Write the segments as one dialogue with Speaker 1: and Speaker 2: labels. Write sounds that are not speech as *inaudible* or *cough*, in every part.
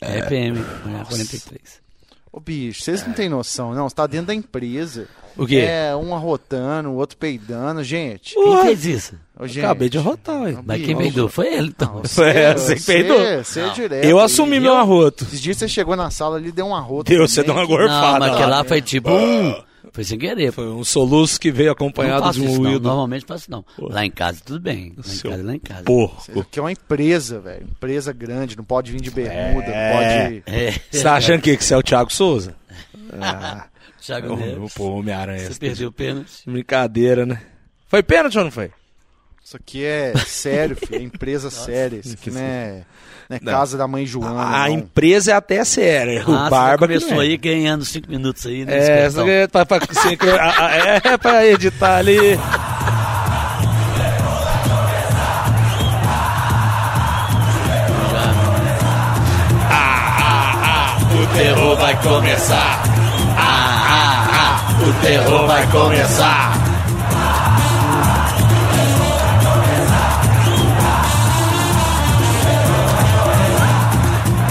Speaker 1: É, PM, mulher 43.
Speaker 2: Ô, bicho, vocês
Speaker 3: É.
Speaker 2: não têm noção, não. Você tá dentro da empresa.
Speaker 1: O quê?
Speaker 2: É, um arrotando, o outro peidando. Gente,
Speaker 3: Uh,
Speaker 1: Quem fez isso?
Speaker 2: Ô, gente.
Speaker 1: Acabei de arrotar, ué.
Speaker 2: Não,
Speaker 1: Mas
Speaker 2: bicho.
Speaker 1: quem vendeu foi ele,
Speaker 3: *laughs*
Speaker 1: então.
Speaker 2: você,
Speaker 3: É, você que peidou.
Speaker 2: Você é direto.
Speaker 3: Eu assumi
Speaker 2: E
Speaker 3: meu
Speaker 2: eu-
Speaker 3: arroto.
Speaker 2: Esses dias você chegou na sala ali e deu um arroto.
Speaker 3: Deus, você deu
Speaker 2: também,
Speaker 3: uma
Speaker 2: que-
Speaker 1: Não,
Speaker 3: gorfada.
Speaker 1: mas que
Speaker 3: lá.
Speaker 1: lá foi tipo. um. Foi sem querer.
Speaker 3: Foi um soluço que veio
Speaker 1: Não
Speaker 3: acompanhado de
Speaker 1: faço
Speaker 3: um
Speaker 1: isso, não.
Speaker 3: ruído.
Speaker 1: Normalmente faço não. Lá em casa tudo bem. Lá em
Speaker 3: Seu
Speaker 1: casa, lá em casa.
Speaker 2: Isso
Speaker 3: Porco.
Speaker 2: aqui é uma empresa, velho. Empresa grande, não pode vir de bermuda,
Speaker 3: É.
Speaker 2: não pode.
Speaker 1: É. *laughs*
Speaker 3: Você tá achando que, que você é o Thiago Souza?
Speaker 1: Thiago
Speaker 3: O,
Speaker 1: Neves.
Speaker 3: É um pô, Homem-Aranha.
Speaker 1: É Você perdeu o pênalti.
Speaker 3: Brincadeira, né? Foi pênalti ou não foi?
Speaker 2: Isso aqui é sério, filho. É empresa séria. Isso aqui não é, não é casa da mãe Joana.
Speaker 3: a
Speaker 2: não.
Speaker 3: empresa é até
Speaker 1: Ah,
Speaker 3: séria. o
Speaker 1: você
Speaker 3: Barba que
Speaker 1: começou
Speaker 3: não é.
Speaker 1: aí ganhando 5 minutos aí, né?
Speaker 3: É,
Speaker 1: espertão?
Speaker 3: essa é pra, pra, *laughs* sincro- a- a- é pra editar ali.
Speaker 1: O terror vai começar. Ah, ah, ah, o terror vai começar.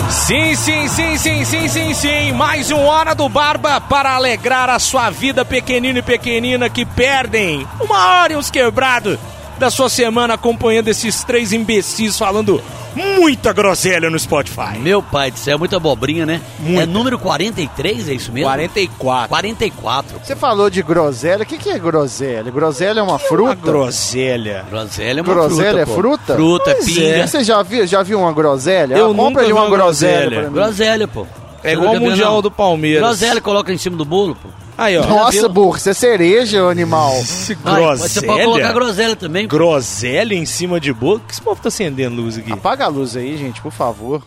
Speaker 3: Sim, sim, sim, sim, sim, sim, sim. Mais um Hora do Barba para alegrar a sua vida, pequenino e pequenina que perdem uma hora e uns quebrados da sua semana acompanhando esses três imbecis falando muita groselha no Spotify.
Speaker 1: Meu pai do céu, muita abobrinha, né?
Speaker 3: Muita.
Speaker 1: É número 43, é isso mesmo?
Speaker 3: 44.
Speaker 1: 44.
Speaker 2: Você falou de groselha. O que, que é groselha? Groselha é uma
Speaker 3: Uma
Speaker 2: fruta?
Speaker 3: groselha.
Speaker 1: Groselha é uma
Speaker 2: Groselha
Speaker 1: fruta,
Speaker 2: é
Speaker 1: pô.
Speaker 2: fruta? é.
Speaker 1: Fruta,
Speaker 3: Pois é.
Speaker 1: pinga.
Speaker 2: Você já viu, já viu uma groselha?
Speaker 3: Eu
Speaker 2: Ah, compra
Speaker 3: nunca
Speaker 2: ali
Speaker 3: vi
Speaker 2: uma
Speaker 3: uma
Speaker 2: groselha,
Speaker 3: groselha.
Speaker 2: pra mim.
Speaker 1: Groselha, pô.
Speaker 3: É
Speaker 1: Você
Speaker 3: igual
Speaker 1: nunca
Speaker 3: o
Speaker 1: viu,
Speaker 3: Mundial
Speaker 1: não?
Speaker 3: do Palmeiras.
Speaker 1: Groselha coloca em cima do bolo, pô.
Speaker 3: Aí, ó.
Speaker 2: Nossa, burro, você é cereja, ô animal.
Speaker 3: Esse
Speaker 1: Vai, Você pode colocar
Speaker 3: groselha.
Speaker 1: groselha também. pô.
Speaker 3: Groselha em cima de boa. Que esse povo tá acendendo luz aqui?
Speaker 2: Apaga a luz aí, gente, por favor.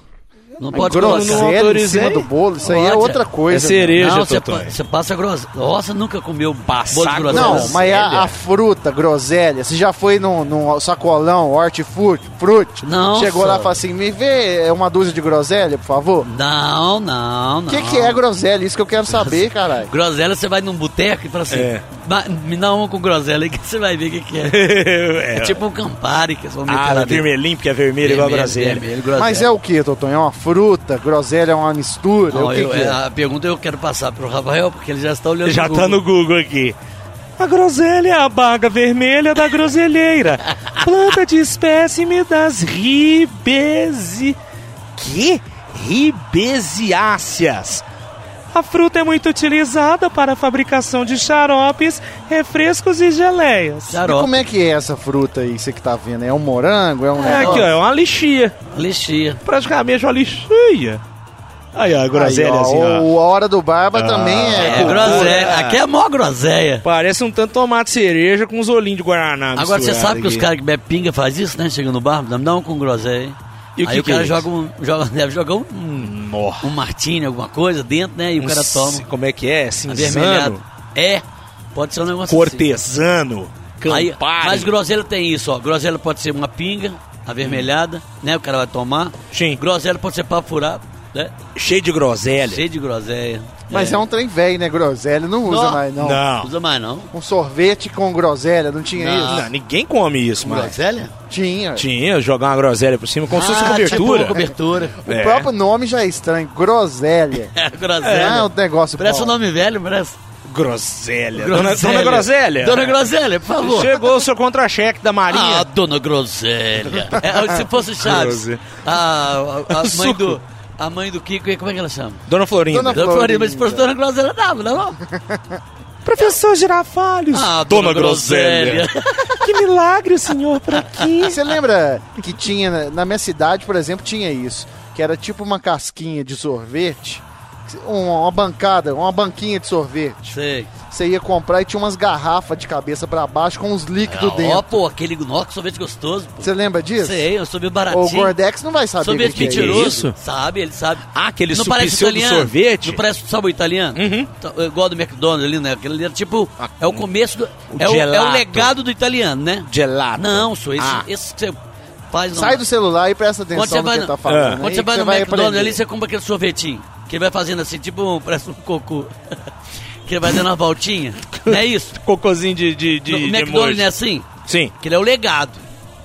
Speaker 1: Não pode
Speaker 3: não
Speaker 1: colocar.
Speaker 2: groselha em
Speaker 3: autorizei.
Speaker 2: cima do bolo, isso aí é
Speaker 1: Pode.
Speaker 2: outra coisa.
Speaker 3: É cereja. Veja,
Speaker 1: Não, você
Speaker 3: Totonho.
Speaker 1: pa- você passa groselha. Nossa, nunca comeu
Speaker 3: Passar
Speaker 1: bolo de groselha.
Speaker 2: Não,
Speaker 3: Groselha.
Speaker 2: mas é a, a fruta, groselha, você já foi num, num sacolão, hortifruti, frute?
Speaker 1: Não,
Speaker 2: Chegou
Speaker 1: só.
Speaker 2: lá e falou assim, me vê uma dúzia de groselha, por favor?
Speaker 1: Não, não, não.
Speaker 2: O que, que é groselha? Isso que eu quero saber, caralho.
Speaker 1: Groselha, você vai num boteco e fala assim:
Speaker 3: É.
Speaker 1: "Ma- me dá uma com groselha aí que você vai ver o que, que é. *laughs*
Speaker 3: é.
Speaker 1: É tipo um Campari que eles vão meter
Speaker 3: Ah,
Speaker 1: lá
Speaker 3: ela é
Speaker 1: dentro.
Speaker 3: vermelhinho, porque é vermelho, igual a groselha.
Speaker 1: vermelho, groselha.
Speaker 2: Mas é o que, Totonho? É uma fruta? Groselha é uma mistura?
Speaker 1: Não,
Speaker 2: o que,
Speaker 1: eu-
Speaker 2: que é?
Speaker 1: A pergunta eu quero passar pro Rafael, porque ele já está olhando
Speaker 3: Já tá no Google aqui. A groselha é a baga vermelha da groselheira. Planta de espécime das ribesi... Que? Ribesiáceas. A fruta é muito utilizada para a fabricação de xaropes, refrescos e geleias.
Speaker 2: E
Speaker 1: Xarope,
Speaker 2: como é que é essa fruta aí que você que tá vendo? É um morango? É um
Speaker 3: É aqui, ó, é uma lixia.
Speaker 1: lixia.
Speaker 3: Praticamente uma lixia. Aí, ó, a groselha
Speaker 2: Aí, ó,
Speaker 3: assim, ó.
Speaker 2: O A Hora do Barba também é...
Speaker 1: É,
Speaker 2: cultura.
Speaker 1: groselha. Aqui é a maior groselha.
Speaker 3: Parece um tanto tomate cereja com uns olhinhos de Guaraná.
Speaker 1: Agora você
Speaker 3: Tá misturado
Speaker 1: sabe que
Speaker 3: aqui.
Speaker 1: os caras que bebem pinga faz isso, né? Chega no bar, me dá um com groselha aí.
Speaker 3: E o que
Speaker 1: aí o
Speaker 3: que
Speaker 1: cara
Speaker 3: é
Speaker 1: joga um. Joga, *laughs* deve jogar um,
Speaker 3: Nó.
Speaker 1: um martini, alguma coisa dentro, né? E o cara
Speaker 3: Um c-
Speaker 1: toma.
Speaker 3: Como é que é?
Speaker 1: Avermelhado.
Speaker 3: Cinzano?
Speaker 1: É. Pode ser um negócio assim.
Speaker 3: Cortesano?
Speaker 1: Aí,
Speaker 3: Campari?
Speaker 1: mas groselha tem isso, ó. Groselha pode ser uma pinga avermelhada, né? O cara vai tomar.
Speaker 3: Sim.
Speaker 1: Groselha pode ser papo furado, né?
Speaker 3: Cheio de groselha.
Speaker 1: Cheio de groselha.
Speaker 2: Mas é um trem velho, né, groselha? Não usa
Speaker 1: Não.
Speaker 2: mais, não.
Speaker 3: Não.
Speaker 1: Usa mais não.
Speaker 2: Um sorvete com groselha, não tinha
Speaker 1: Não.
Speaker 2: isso? é
Speaker 3: Não, ninguém come isso, mano.
Speaker 1: Groselha?
Speaker 2: Tinha.
Speaker 3: Tinha, jogar uma groselha por cima, como se fosse
Speaker 1: Ah,
Speaker 3: é cobertura.
Speaker 1: Tipo cobertura.
Speaker 2: O
Speaker 3: É.
Speaker 2: próprio nome já é estranho, groselha.
Speaker 1: É,
Speaker 2: É,
Speaker 1: groselha.
Speaker 2: o negócio
Speaker 1: parece um
Speaker 2: bom.
Speaker 1: nome velho, parece.
Speaker 3: Groselha. Dona, dona groselha.
Speaker 1: Dona Groselha, por favor.
Speaker 3: Chegou o seu contra-cheque da
Speaker 1: Ah,
Speaker 3: Marinha.
Speaker 1: dona Groselha. É, se fosse Chaves.
Speaker 3: Groselha.
Speaker 1: A, a-
Speaker 3: *laughs*
Speaker 1: a mãe
Speaker 3: Suco.
Speaker 1: do. A mãe do Kiko, como é que ela chama?
Speaker 3: Dona Florinda.
Speaker 2: Dona-
Speaker 1: Dona Florinda, mas se
Speaker 2: Florinda.
Speaker 1: fosse Dona Groselha, dava, não é não?
Speaker 3: Professor Girafalhos.
Speaker 1: Ah,
Speaker 3: dona,
Speaker 1: Dona
Speaker 3: groselha. *laughs* que milagre, senhor,
Speaker 1: *laughs*
Speaker 3: por aqui.
Speaker 2: Ah, Você lembra que tinha, na- na minha cidade, por exemplo, tinha isso. Que era tipo uma casquinha de sorvete, uma, uma bancada, uma banquinha de sorvete.
Speaker 1: Sei.
Speaker 2: Você ia comprar e tinha umas garrafas de cabeça pra baixo com uns líquidos
Speaker 1: Ah, Ó,
Speaker 2: dentro.
Speaker 1: pô, aquele nossa, que sorvete é gostoso. Pô.
Speaker 2: Você lembra disso?
Speaker 1: Sei, eu soube
Speaker 2: O
Speaker 1: baratinho.
Speaker 2: Gordex não vai saber o
Speaker 1: Sorvete
Speaker 2: que, que é
Speaker 3: mentira.
Speaker 2: isso.
Speaker 1: mentiroso.
Speaker 3: isso?
Speaker 1: Sabe, ele sabe.
Speaker 3: Ah, aquele
Speaker 1: não parece
Speaker 3: suplicio do
Speaker 1: italiano.
Speaker 3: sorvete?
Speaker 1: Não parece sabor italiano?
Speaker 3: Uhum.
Speaker 1: Tá, Igual do McDonald's ali, né? Aquele ali era tipo.
Speaker 2: Ah,
Speaker 1: É o começo do. é, o, é
Speaker 3: gelato.
Speaker 1: o legado do italiano, né?
Speaker 3: Gelato.
Speaker 1: Não, sou esse,
Speaker 3: Ah.
Speaker 1: esse que você faz. Não.
Speaker 2: tá. Sai do celular e presta atenção
Speaker 1: Quando você
Speaker 2: no
Speaker 1: vai
Speaker 2: que
Speaker 1: no-
Speaker 2: ele tá falando.
Speaker 3: É.
Speaker 2: aí,
Speaker 1: Quando
Speaker 2: que
Speaker 1: você vai no
Speaker 2: vai
Speaker 1: McDonald's
Speaker 2: aprender.
Speaker 1: ali, você compra aquele sorvetinho. Que ele vai fazendo assim, tipo, um- parece um cocô. *laughs* que ele vai dando uma voltinha. Não é isso?
Speaker 3: Cocôzinho de, de, de,
Speaker 1: No- o
Speaker 3: *laughs* de
Speaker 1: McDonald's
Speaker 3: emoji.
Speaker 1: não é assim?
Speaker 3: Sim.
Speaker 1: Que ele é o legado.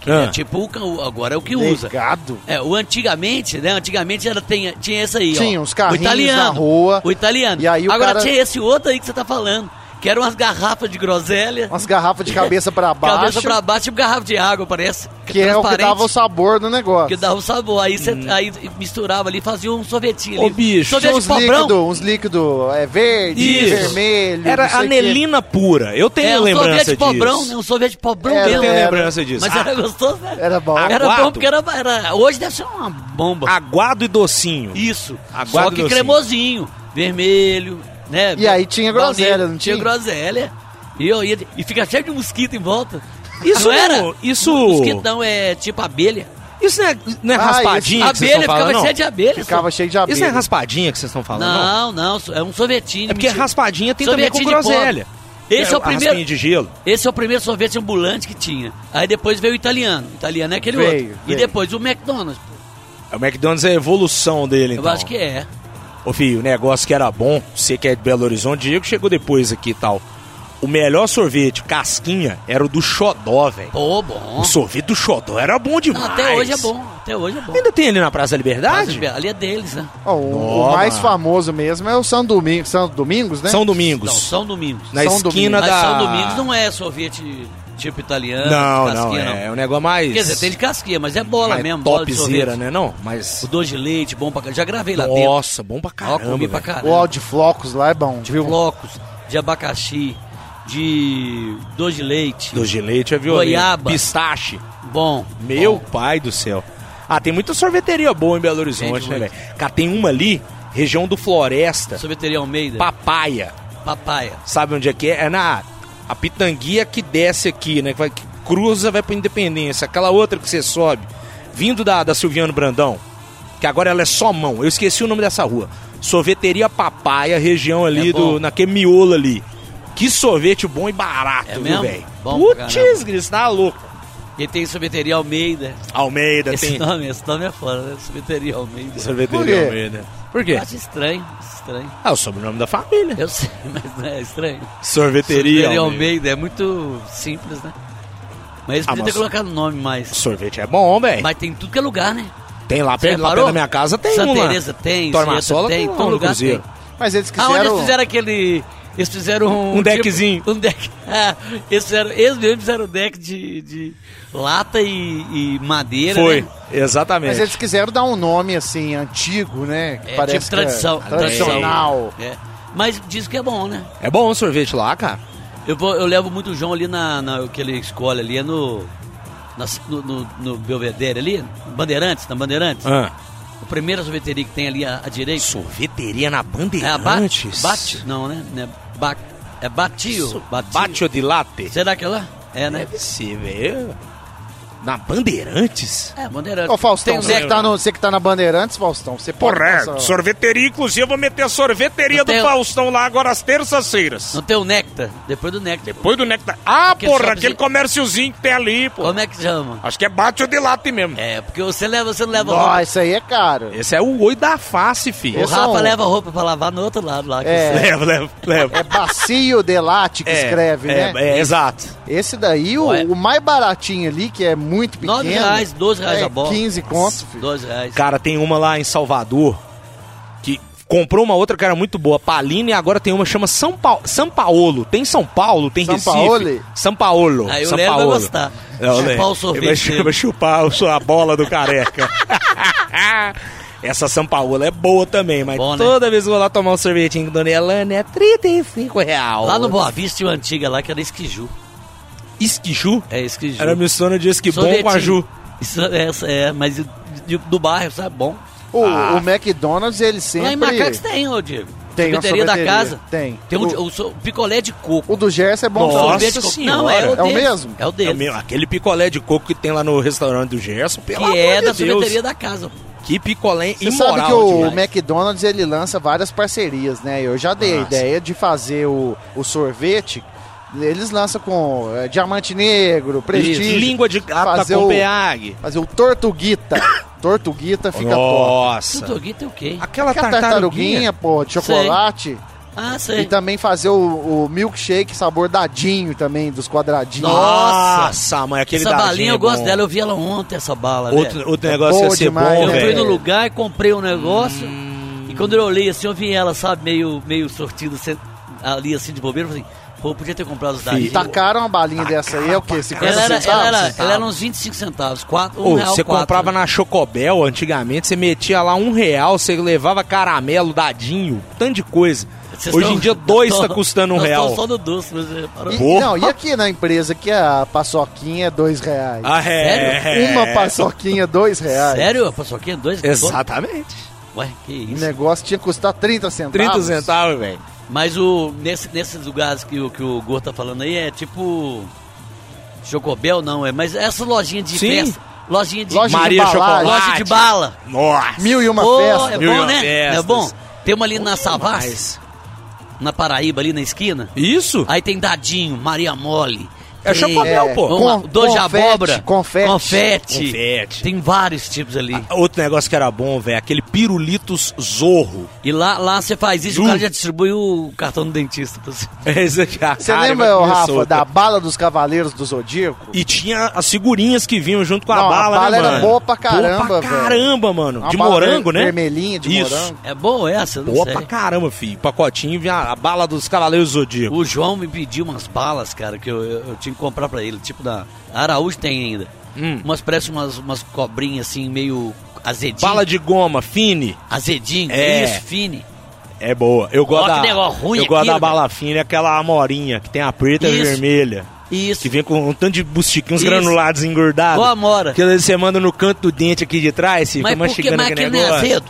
Speaker 1: que
Speaker 3: Ah.
Speaker 1: é tipo o, ca- o- agora é o que usa.
Speaker 2: Legado?
Speaker 1: É, o antigamente, né? Antigamente era, tinha, tinha esse aí, ó.
Speaker 2: Tinha uns carrinhos
Speaker 1: o italiano,
Speaker 2: na rua.
Speaker 1: O italiano.
Speaker 2: E aí o
Speaker 1: Agora
Speaker 2: cara-
Speaker 1: tinha esse outro aí que você tá falando, que eram umas garrafas de groselha,
Speaker 2: Umas garrafas de cabeça pra baixo,
Speaker 1: cabeça pra baixo, tipo garrafa de água, parece.
Speaker 2: que é o que
Speaker 1: transparente,
Speaker 2: dava o sabor do negócio.
Speaker 1: que dava o sabor. Aí você aí misturava ali, fazia um sorvetinho
Speaker 3: Hum. Ô,
Speaker 1: ali.
Speaker 3: bicho,
Speaker 1: Sorvete
Speaker 2: uns
Speaker 1: pobrão.
Speaker 2: líquidos, uns líquidos é, verde,
Speaker 3: Isso.
Speaker 2: vermelho.
Speaker 3: Era
Speaker 2: não sei o quê.
Speaker 3: anelina pura. Eu tenho
Speaker 1: É, um
Speaker 3: lembrança
Speaker 1: sorvete
Speaker 3: disso. É,
Speaker 1: pobrão, né? Um sorvete pobrão
Speaker 2: Era,
Speaker 3: Eu
Speaker 1: mesmo. É.
Speaker 3: tenho
Speaker 2: era.
Speaker 3: lembrança disso. Ah,
Speaker 1: Mas era gostoso, né?
Speaker 2: Era bom.
Speaker 3: Agora-
Speaker 1: Era
Speaker 3: Aguado.
Speaker 1: bom porque era, era- Hoje deve ser uma bomba.
Speaker 3: Aguado e docinho.
Speaker 1: Isso.
Speaker 3: Aguado
Speaker 1: Só que
Speaker 3: docinho.
Speaker 1: cremosinho, vermelho, né?
Speaker 2: E aí tinha groselha, não tinha?
Speaker 1: groselha. E, eu ia, e fica cheio de mosquito em volta.
Speaker 3: Isso
Speaker 1: não era?
Speaker 3: não- isso-
Speaker 1: Mosquito não é tipo abelha.
Speaker 3: Isso não é, não é
Speaker 2: Ah,
Speaker 3: raspadinha
Speaker 1: abelha
Speaker 3: que vocês estão
Speaker 1: ficava
Speaker 3: falando, não?
Speaker 1: cheia de abelha.
Speaker 2: Ficava cheio de
Speaker 3: Isso não é
Speaker 2: abelha.
Speaker 3: raspadinha que vocês estão falando, não?
Speaker 1: Não, não, é um sorvetinho.
Speaker 3: É porque
Speaker 1: mentira.
Speaker 3: raspadinha tem também com
Speaker 1: Sorvetinho de
Speaker 3: groselha.
Speaker 1: pobre. Esse é o
Speaker 3: a
Speaker 1: primeiro-
Speaker 3: raspinha de gelo.
Speaker 1: Esse é o primeiro sorvete ambulante que tinha. Aí depois veio o italiano. O italiano é aquele
Speaker 2: Veio,
Speaker 1: outro. E
Speaker 2: veio.
Speaker 1: depois o McDonald's. pô.
Speaker 3: O McDonald's é a evolução dele,
Speaker 1: Eu
Speaker 3: então.
Speaker 1: acho que é.
Speaker 3: Ô filho, o negócio que era bom, você que é de Belo Horizonte, Diego chegou depois aqui e tal. O melhor sorvete, casquinha, era o do Xodó, velho.
Speaker 1: Pô, bom.
Speaker 3: O sorvete do Xodó era bom demais.
Speaker 1: Não, até hoje é bom. Até hoje é bom.
Speaker 3: Ainda tem ali na Praça da Liberdade?
Speaker 1: Mas, Ali é deles, né?
Speaker 2: Ó, o, o
Speaker 3: Toma.
Speaker 2: mais famoso mesmo é o São Domingos, São Domingos, né?
Speaker 3: São
Speaker 1: Não,
Speaker 3: Domingos.
Speaker 1: São Domingos.
Speaker 3: na
Speaker 2: São
Speaker 3: esquina
Speaker 1: Mas
Speaker 3: da...
Speaker 1: São Domingos não é sorvete tipo italiano,
Speaker 3: Não,
Speaker 1: de
Speaker 3: não,
Speaker 1: casquinha,
Speaker 3: é um negócio mais...
Speaker 1: Quer dizer, tem de casquinha, mas é bola
Speaker 3: mais
Speaker 1: mesmo, bola de
Speaker 3: topzera,
Speaker 1: sorvete.
Speaker 3: né? Não, mas...
Speaker 1: O doce de leite, bom pra caramba. Já gravei lá dentro.
Speaker 3: Nossa, bom pra
Speaker 1: Ó,
Speaker 3: caramba,
Speaker 1: comi pra
Speaker 3: velho.
Speaker 2: O
Speaker 1: caramba.
Speaker 2: áudio flocos lá é bom,
Speaker 1: De
Speaker 2: viu?
Speaker 1: flocos, de abacaxi, de doce de leite.
Speaker 3: Doce de leite é violeta.
Speaker 1: Goiaba.
Speaker 3: Pistache.
Speaker 1: Bom.
Speaker 3: Meu
Speaker 1: bom.
Speaker 3: pai do céu. Ah, tem muita sorveteria boa em Belo Horizonte,
Speaker 1: Gente,
Speaker 3: né,
Speaker 1: muito.
Speaker 3: velho? Cara, tem uma ali, região do Floresta,
Speaker 1: Sorveteria Almeida.
Speaker 3: Papaya.
Speaker 1: Papaya.
Speaker 3: Sabe onde é que é? É na a pitanguia que desce aqui, né? Que, vai, que cruza, vai pra Independência. Aquela outra que você sobe, vindo da, da Silviano Brandão, que agora ela é só mão. Eu esqueci o nome dessa rua. Sorveteria Papaya, região ali
Speaker 1: É bom.
Speaker 3: do. naquele miolo ali. Que sorvete bom e barato,
Speaker 1: É
Speaker 3: viu,
Speaker 1: mesmo?
Speaker 3: velho?
Speaker 1: Bom pra
Speaker 3: Putz,
Speaker 1: caramba.
Speaker 3: Gris, tá louco.
Speaker 1: E tem sorveteria Almeida.
Speaker 3: Almeida
Speaker 1: Esse
Speaker 3: tem.
Speaker 1: nome, esse nome é fora, né? Sorveteria Almeida.
Speaker 2: Por quê?
Speaker 3: Sorveteria Almeida. Por quê?
Speaker 1: Acho estranho, estranho.
Speaker 3: Ah, o sobrenome da família.
Speaker 1: Eu sei, *laughs* mas não é estranho.
Speaker 3: Sorveteria.
Speaker 1: Sorveteria
Speaker 3: Almeida.
Speaker 1: Almeida é muito simples, né? Mas eles
Speaker 3: Ah,
Speaker 1: podiam
Speaker 3: mas-
Speaker 1: ter colocado o nome mais.
Speaker 3: Sorvete é bom, velho.
Speaker 1: Mas tem em tudo que é lugar, né?
Speaker 3: Tem lá
Speaker 1: Você
Speaker 3: perto, lá
Speaker 1: reparou?
Speaker 3: perto da minha casa, tem
Speaker 1: Santa
Speaker 3: um lá.
Speaker 1: Teresa tem,
Speaker 3: Tormaçola
Speaker 1: Tormaçola tem,
Speaker 3: tem um lá
Speaker 1: todo
Speaker 3: no
Speaker 1: lugar
Speaker 3: Cruzeiro.
Speaker 1: tem.
Speaker 2: Mas eles
Speaker 1: Ah, onde
Speaker 2: quiseram.
Speaker 1: eles fizeram aquele... Eles fizeram um...
Speaker 3: Um deckzinho.
Speaker 1: um deck... *laughs* Ah, eles fizeram... Eles mesmos fizeram um deck de, de lata e, e madeira,
Speaker 3: Foi,
Speaker 1: né?
Speaker 3: exatamente.
Speaker 2: Mas eles quiseram dar um nome assim, antigo, né? Que
Speaker 1: É,
Speaker 2: parece
Speaker 1: tipo
Speaker 2: que é
Speaker 1: tradição.
Speaker 2: tradicional.
Speaker 1: É. Mas diz que é bom, né?
Speaker 3: É bom o sorvete lá, cara.
Speaker 1: Eu, vou- eu levo muito o João ali na, na que ele escolhe ali, é no, na- no, no, no Belvedere ali, Bandeirantes, na Bandeirantes.
Speaker 2: Ah.
Speaker 3: Ah.
Speaker 1: A primeira sorveteria que tem ali à, à direita.
Speaker 3: Sorveteria na
Speaker 1: é a Bate?
Speaker 3: Bandeirantes?
Speaker 1: Bate? Não, né? Não é, ba, é Batio. Batio.
Speaker 3: Batio de latte?
Speaker 1: Será que é lá? É, né?
Speaker 3: Deve ser, velho. Na Bandeirantes?
Speaker 1: É, Bandeirantes.
Speaker 2: Ô, Faustão,
Speaker 1: Tem um
Speaker 2: você que,
Speaker 1: deck-
Speaker 2: tá no, você que tá na Bandeirantes, Faustão, você pode. passar-
Speaker 3: é, sorveteria, inclusive, eu vou meter a sorveteria
Speaker 1: Eu tenho-
Speaker 3: Faustão lá agora às terças-feiras.
Speaker 1: Não tem o Nectar? Depois do Nectar.
Speaker 3: Depois do Nectar. Ah,
Speaker 1: Aquele shopzinho-
Speaker 3: comérciozinho que tem ali, pô.
Speaker 1: Como é que chama?
Speaker 3: Acho que é Batio de latte mesmo.
Speaker 1: É, porque você leva, você não leva
Speaker 2: Nossa,
Speaker 1: roupa.
Speaker 2: isso aí é caro.
Speaker 3: Esse é o oi da face, filho.
Speaker 1: O
Speaker 2: esse é
Speaker 1: Rafa
Speaker 2: um-
Speaker 1: leva roupa pra lavar no outro lado lá. que
Speaker 2: É.
Speaker 3: Leva, leva, leva.
Speaker 2: É Bacio de Latte que escreve,
Speaker 3: é,
Speaker 2: né?
Speaker 3: É, exato.
Speaker 2: Esse daí, o,
Speaker 1: Ué.
Speaker 2: o mais baratinho ali, que é muito pequeno.
Speaker 1: Nove reais, 12 reais
Speaker 2: é
Speaker 1: a bola.
Speaker 2: 15 conto, filho.
Speaker 1: 12 reais.
Speaker 3: Cara, tem uma lá em Salvador que comprou uma outra que era muito boa, Palina, e agora tem uma que chama São, pa... São Paulo. Tem São Paulo, tem
Speaker 2: São
Speaker 3: Recife.
Speaker 2: Paoli?
Speaker 3: São Paulo.
Speaker 1: Aí o
Speaker 3: São
Speaker 1: Léo vai
Speaker 3: Paulo. É,
Speaker 1: gostar.
Speaker 3: Não,
Speaker 1: Chupar
Speaker 3: Léo,
Speaker 1: o sorvete
Speaker 3: ele Vai, chu-
Speaker 1: dele.
Speaker 3: vai chupar o- a bola do careca. *laughs* Essa São Paulo é boa também, mas
Speaker 1: Bom, né?
Speaker 3: toda vez que eu vou lá tomar um sorvetinho com Dona Elane é 35 reais.
Speaker 1: Lá no Boa Vista tinha uma antiga lá que era esquiju.
Speaker 3: Esquiju?
Speaker 1: É, esquiju.
Speaker 3: Era mistura de esquibom
Speaker 1: Sorvetinho.
Speaker 3: com a Ju.
Speaker 1: Isso, é, é, mas de- de- do bairro, sabe? Bom.
Speaker 2: O,
Speaker 3: Ah.
Speaker 2: o McDonald's, ele sempre.
Speaker 1: Lá em Macacos tem, ô Diego.
Speaker 2: Tem uma
Speaker 1: sorveteria da
Speaker 2: sorveteria,
Speaker 1: casa.
Speaker 2: tem.
Speaker 1: Tem um,
Speaker 2: O-
Speaker 1: o, so- picolé de coco. Um
Speaker 2: O do Gerson é bom
Speaker 3: Nossa.
Speaker 2: também.
Speaker 1: Sorvete de coco.
Speaker 3: Senhora.
Speaker 1: Não, é o,
Speaker 2: É o
Speaker 1: deles.
Speaker 2: mesmo?
Speaker 1: É o
Speaker 3: É
Speaker 1: deles.
Speaker 3: mesmo, aquele picolé de coco que tem lá no restaurante do Gerson, pelo amor
Speaker 1: Que é
Speaker 3: de
Speaker 1: da
Speaker 3: Deus.
Speaker 1: sorveteria da casa.
Speaker 3: Que picolé
Speaker 2: Você
Speaker 3: imoral
Speaker 2: sabe que o
Speaker 3: demais.
Speaker 2: McDonald's ele lança várias parcerias, né? Eu já dei a
Speaker 3: Nossa.
Speaker 2: ideia de fazer o, o sorvete. Eles lançam com eh, diamante negro, prestígio.
Speaker 3: Isso, Língua de gata
Speaker 2: fazer
Speaker 3: com
Speaker 2: o-
Speaker 3: peague.
Speaker 2: Fazer o tortuguita. *coughs* tortuguita fica top.
Speaker 3: Nossa.
Speaker 1: Tudo aqui tem o quê?
Speaker 3: Aquela
Speaker 2: Aquela
Speaker 3: tartaruguinha.
Speaker 2: tartaruguinha, porra, de chocolate.
Speaker 1: Ah,
Speaker 2: E
Speaker 1: sei.
Speaker 2: também fazer o, o milkshake sabor dadinho também, dos quadradinhos.
Speaker 3: Nossa, mãe, aquele
Speaker 1: essa
Speaker 3: dadinho
Speaker 1: balinha
Speaker 3: é
Speaker 1: eu gosto
Speaker 3: bom.
Speaker 1: dela, eu vi ela ontem, essa bala. velho.
Speaker 3: Outro, outro negócio ia
Speaker 2: É boa
Speaker 3: ser
Speaker 2: demais, né?
Speaker 3: bom,
Speaker 1: Eu fui no
Speaker 3: velho.
Speaker 1: lugar e comprei um negócio.
Speaker 3: Hum.
Speaker 1: E quando eu olhei assim, eu vi ela, sabe, meio, meio sortida assim, ali assim de bobeira. Eu falei, pô, eu podia ter comprado os dadinhos.
Speaker 3: Tá
Speaker 2: Tacaram uma balinha dessa aí, é o quê? 50
Speaker 1: Ela era,
Speaker 2: centavos?
Speaker 1: ela, era, ela era uns 25 centavos, 4,
Speaker 3: Ô,
Speaker 1: um real
Speaker 3: você
Speaker 1: quatro,
Speaker 3: comprava
Speaker 1: né?
Speaker 3: na Chocobel antigamente, você metia lá um real, você levava caramelo, dadinho, um tanto de coisa.
Speaker 1: Vocês
Speaker 3: Hoje em
Speaker 1: tão- *laughs*
Speaker 3: dia, dois
Speaker 1: nós
Speaker 3: tá
Speaker 1: tão-
Speaker 3: custando um
Speaker 1: nós
Speaker 3: real.
Speaker 1: tão só no doce, mas é, parou.
Speaker 2: E-
Speaker 3: Porra.
Speaker 2: não, e aqui na empresa que é a paçoquinha é dois reais.
Speaker 3: Ah, é.
Speaker 2: Uma paçoquinha, dois reais.
Speaker 1: Sério? Passou aqui dois?
Speaker 3: Exatamente.
Speaker 1: Ué, que
Speaker 2: O
Speaker 3: Né?
Speaker 1: isso.
Speaker 2: negócio tinha que custar 30 centavos.
Speaker 3: 30 centavos, velho.
Speaker 1: Mas o, nesse, nesses lugares que, o- que o Gordo tá falando aí, é tipo... Chocobel não, é, mas essa lojinha de
Speaker 3: Sim.
Speaker 1: festa, lojinha de...
Speaker 2: Loja
Speaker 3: Maria
Speaker 2: de
Speaker 3: Chocolate.
Speaker 2: balada,
Speaker 1: loja de bala.
Speaker 3: Nossa.
Speaker 2: mil e uma
Speaker 1: Pô,
Speaker 2: festa.
Speaker 1: É
Speaker 3: Mil e
Speaker 1: bom,
Speaker 3: uma
Speaker 1: né?
Speaker 3: festas.
Speaker 1: É bom. Tem uma ali na Savassi,
Speaker 3: Mas-
Speaker 1: na Paraíba, ali na esquina.
Speaker 3: Isso?
Speaker 1: Aí tem Dadinho, Maria Mole.
Speaker 3: É
Speaker 1: tem-
Speaker 3: Chocobel, pô.
Speaker 1: Vamos lá,
Speaker 2: Com-
Speaker 1: doce de
Speaker 2: confete,
Speaker 1: abóbora.
Speaker 2: confete.
Speaker 1: confete.
Speaker 3: Confete.
Speaker 1: Tem vários tipos ali.
Speaker 3: Ah, Outro negócio que era bom, velho, aquele pirulitos zorro. *laughs*
Speaker 1: E lá, lá você faz isso,
Speaker 3: Juro.
Speaker 1: o cara já distribui o cartão do dentista pra você.
Speaker 3: Esse aqui, a
Speaker 2: Você
Speaker 3: cara
Speaker 2: lembra,
Speaker 3: vai
Speaker 2: ô,
Speaker 3: comer
Speaker 2: Rafa,
Speaker 3: solta.
Speaker 2: da bala dos Cavaleiros do Zodíaco?
Speaker 3: E tinha as figurinhas que vinham junto com a
Speaker 2: Não, a
Speaker 3: bala,
Speaker 2: bala
Speaker 3: né,
Speaker 2: era
Speaker 3: mano?
Speaker 2: boa pra caramba,
Speaker 3: Boa pra
Speaker 2: velho.
Speaker 3: caramba, mano.
Speaker 2: Uma
Speaker 3: de
Speaker 2: bala
Speaker 3: morango, né?
Speaker 2: Vermelhinha de
Speaker 3: Isso.
Speaker 2: morango.
Speaker 1: É boa essa, Eu não
Speaker 3: Boa
Speaker 1: sei.
Speaker 3: pra caramba, filho. Pacotinho vinha a bala dos Cavaleiros Zodíaco.
Speaker 1: O João me pediu umas balas, cara, que eu, eu, eu tinha que comprar pra ele. Tipo da Araújo tem ainda.
Speaker 3: Hum.
Speaker 1: Umas parece umas, umas cobrinhas assim, meio azedinho.
Speaker 3: Bala de goma, fine.
Speaker 1: Azedinho,
Speaker 3: É.
Speaker 1: isso, fine.
Speaker 3: É boa. Eu gosto
Speaker 1: Ó,
Speaker 3: da,
Speaker 1: que negócio ruim
Speaker 3: eu gosto
Speaker 1: aquilo,
Speaker 3: da bala fine, aquela amorinha, que tem a preta e a
Speaker 1: Isso.
Speaker 3: vermelha.
Speaker 1: Isso.
Speaker 3: Que vem com um tanto de bustiquinho, uns
Speaker 1: Isso.
Speaker 3: granulados engordados.
Speaker 1: Ó, a Amora.
Speaker 3: Que às vezes você manda no canto do dente aqui de trás, fica
Speaker 1: Mas por que
Speaker 3: mastigando
Speaker 1: mas
Speaker 3: aquele
Speaker 1: aquilo não é
Speaker 3: negócio.
Speaker 1: azedo?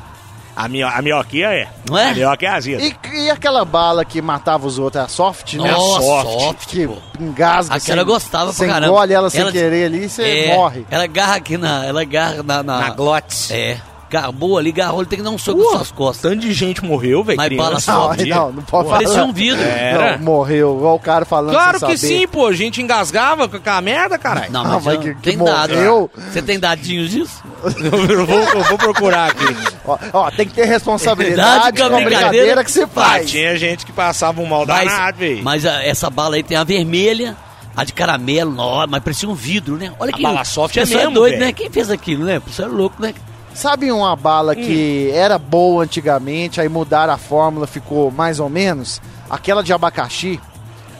Speaker 3: a, minho, a minhoquinha é.
Speaker 1: Não é?
Speaker 3: A minhoca é azeda.
Speaker 2: E, e aquela bala que matava os outros, a soft, né?
Speaker 1: Nossa,
Speaker 2: a
Speaker 1: soft,
Speaker 2: que
Speaker 1: pô.
Speaker 2: engasga.
Speaker 1: Aquela eu gostava
Speaker 2: Você
Speaker 1: pra caramba.
Speaker 2: engole ela sem
Speaker 1: Ela-
Speaker 2: querer ali e você
Speaker 1: É,
Speaker 2: morre.
Speaker 1: Ela agarra aqui na. Ela agarra na.
Speaker 2: Ah.
Speaker 1: na,
Speaker 3: Na glotes.
Speaker 1: É. Garbou ali, garrou, ele tem que dar um soco nas
Speaker 3: Pô,
Speaker 1: suas costas.
Speaker 3: Tanto de gente morreu, velho.
Speaker 1: Mas
Speaker 3: criança,
Speaker 1: bala
Speaker 2: *laughs* Não,
Speaker 1: soft.
Speaker 3: sabia?
Speaker 2: não, não pode falar.
Speaker 1: Parecia um vidro.
Speaker 3: Era.
Speaker 2: Não, morreu. Igual o cara falando
Speaker 3: Claro
Speaker 2: sem
Speaker 3: que
Speaker 2: saber.
Speaker 3: sim, pô. A gente engasgava com com a merda, caralho.
Speaker 1: Não,
Speaker 2: Ah,
Speaker 1: mas,
Speaker 2: mas
Speaker 1: eu-
Speaker 2: que- que
Speaker 1: tem dado. né?
Speaker 2: morreu.
Speaker 1: Você tem dadinhos disso?
Speaker 3: *laughs* Eu vou, eu vou procurar aqui.
Speaker 2: Ó, ó, tem que
Speaker 1: *laughs*
Speaker 2: ter
Speaker 1: Verdade,
Speaker 2: responsabilidade
Speaker 1: que é
Speaker 2: com a brincadeira que você
Speaker 3: Ah,
Speaker 2: faz.
Speaker 3: tinha gente que passava um mal danado, velho.
Speaker 1: mas a- essa bala aí tem a vermelha, a de caramelo, nossa, mas parecia um vidro, né? Olha
Speaker 3: A
Speaker 1: que.
Speaker 3: bala soft é
Speaker 1: Isso é
Speaker 3: mesmo,
Speaker 1: doido,
Speaker 3: velho.
Speaker 1: né? Quem fez aquilo, né? Isso é louco, né?
Speaker 2: Sabe uma bala
Speaker 1: Hum.
Speaker 2: que era boa antigamente, aí mudaram a fórmula, ficou mais ou menos? Aquela de abacaxi.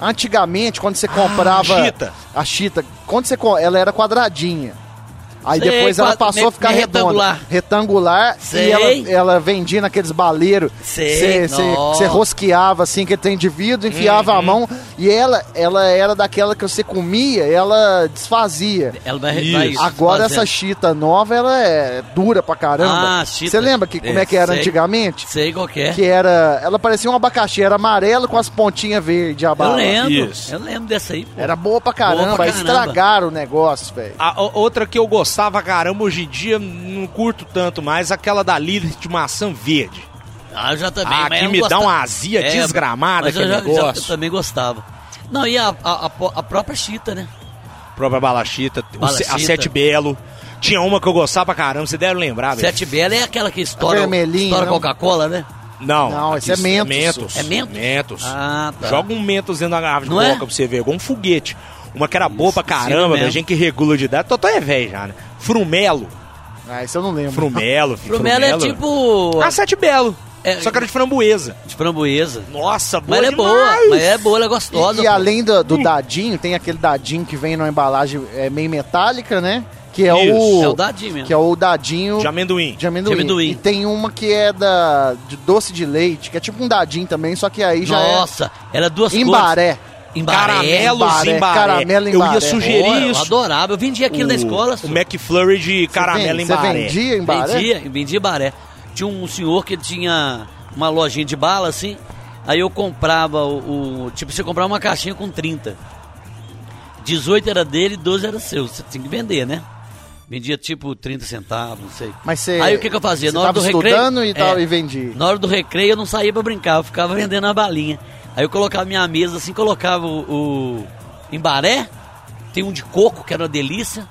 Speaker 2: Antigamente, quando você
Speaker 1: Ah,
Speaker 2: comprava.
Speaker 3: chita.
Speaker 2: A chita. Quando você. co- Ela era quadradinha. Aí
Speaker 1: Sei,
Speaker 2: depois ela
Speaker 1: quadra-
Speaker 2: passou a
Speaker 1: me-
Speaker 2: ficar
Speaker 1: me
Speaker 2: redonda.
Speaker 1: retangular.
Speaker 2: Retangular.
Speaker 1: Sei.
Speaker 2: E ela, ela vendia naqueles baleiros.
Speaker 1: Sei, nó.
Speaker 2: Você rosqueava assim, que tem de vidro, enfiava
Speaker 1: Uhum.
Speaker 2: a mão. E ela, ela era daquela que você comia, ela desfazia.
Speaker 1: Ela vai,
Speaker 3: Isso.
Speaker 1: vai
Speaker 2: Agora
Speaker 1: fazendo.
Speaker 2: essa chita nova, ela é dura pra caramba.
Speaker 1: Ah, chita.
Speaker 2: Você lembra que, como é que
Speaker 1: É,
Speaker 2: era
Speaker 1: sei.
Speaker 2: antigamente?
Speaker 1: Sei qual que é.
Speaker 2: Que era. Ela parecia um abacaxi, era amarelo com as pontinhas verdes a
Speaker 1: Eu
Speaker 2: bala.
Speaker 1: lembro.
Speaker 3: Isso. É.
Speaker 1: Eu lembro dessa aí, pô.
Speaker 2: Era boa pra caramba,
Speaker 1: Boa pra
Speaker 2: aí
Speaker 1: caramba.
Speaker 2: estragaram o negócio, velho.
Speaker 3: A o- outra que eu gostava caramba hoje em dia, não curto tanto mais, aquela da Lilith de maçã verde.
Speaker 1: Ah, eu já também.
Speaker 3: Ah,
Speaker 1: mas
Speaker 3: que
Speaker 1: eu
Speaker 3: me dá
Speaker 1: gostava.
Speaker 3: uma azia desgramada
Speaker 1: É, mas eu
Speaker 3: aquele
Speaker 1: já- já-
Speaker 3: negócio.
Speaker 1: eu também gostava. Não, e a, a, a po- a própria chita, né?
Speaker 3: Própria Balachita, o
Speaker 1: Bala
Speaker 3: se- a
Speaker 1: Chita.
Speaker 3: Sete Belo. Tinha uma que eu gostava pra caramba, vocês devem lembrar, velho.
Speaker 1: Sete Bela é aquela que estoura,
Speaker 2: vermelhinha,
Speaker 1: estoura
Speaker 2: né?
Speaker 1: Coca-Cola, né?
Speaker 3: Não,
Speaker 2: Não, esse
Speaker 3: aqui
Speaker 2: é Mentos.
Speaker 1: É Mentos? Ah, tá.
Speaker 3: Joga um Mentos dentro da garrafa de
Speaker 1: Não
Speaker 3: coca
Speaker 1: é? né?
Speaker 3: pra você ver, igual um foguete. Uma que era boa pra
Speaker 1: ensina
Speaker 3: caramba, velho.
Speaker 1: mesmo.
Speaker 3: gente que regula de idade. Totó é velho já, né? Frumelo.
Speaker 2: Ah, isso eu não lembro.
Speaker 1: *laughs*
Speaker 3: Frumelo, filho.
Speaker 1: Promela é tipo
Speaker 3: Ah, Sete Belo.
Speaker 1: É-
Speaker 3: Só que era de framboesa.
Speaker 1: de framboesa.
Speaker 3: Nossa,
Speaker 1: Mas
Speaker 3: boa
Speaker 1: ela é
Speaker 3: demais.
Speaker 1: boa, mas ela é boa, ela é
Speaker 2: E-
Speaker 1: gostosa.
Speaker 2: E,
Speaker 1: pô.
Speaker 2: além do,
Speaker 1: hum.
Speaker 2: do dadinho, tem aquele dadinho que vem numa embalagem é, meio metálica, né? Que é
Speaker 3: Isso.
Speaker 2: o.
Speaker 1: É o dadinho mesmo.
Speaker 2: Que é o dadinho.
Speaker 3: De amendoim.
Speaker 2: De amendoim.
Speaker 1: De amendoim.
Speaker 2: E tem uma que é da de doce de leite, que é tipo um dadinho também, só que aí já
Speaker 1: Nossa, ela é duas
Speaker 2: é embaré.
Speaker 1: cores. Embaré.
Speaker 3: Caramelo
Speaker 2: Embaré,
Speaker 3: Zimbaré.
Speaker 2: caramelo
Speaker 3: Eu
Speaker 2: Zimbaré.
Speaker 3: ia
Speaker 1: Embaré.
Speaker 3: sugerir
Speaker 1: Olha, Eu
Speaker 3: isso.
Speaker 1: adorava, eu vendia aquilo na escola.
Speaker 3: O
Speaker 1: senhor.
Speaker 3: McFlurry de caramelo
Speaker 2: Vende-
Speaker 3: em baré.
Speaker 2: Você vendia em baré?
Speaker 1: Vendia, vendia baré. Tinha um senhor que tinha uma lojinha de bala, assim. Aí eu comprava o, o- Tipo, você comprava uma caixinha com 30. 18 era dele, 12 era seu. Você tinha que vender, né? Vendia tipo 30 centavos, não sei.
Speaker 2: Mas você.
Speaker 1: Aí o que, que eu fazia?
Speaker 2: Você
Speaker 1: Na hora
Speaker 2: tava
Speaker 1: do recreio.
Speaker 2: estudando e, tal,
Speaker 1: É.
Speaker 2: e vendia.
Speaker 1: Na hora do recreio eu não saía pra brincar, eu ficava vendendo a balinha. Aí eu colocava minha mesa assim, colocava o, o embaré, tem um de coco que era uma delícia,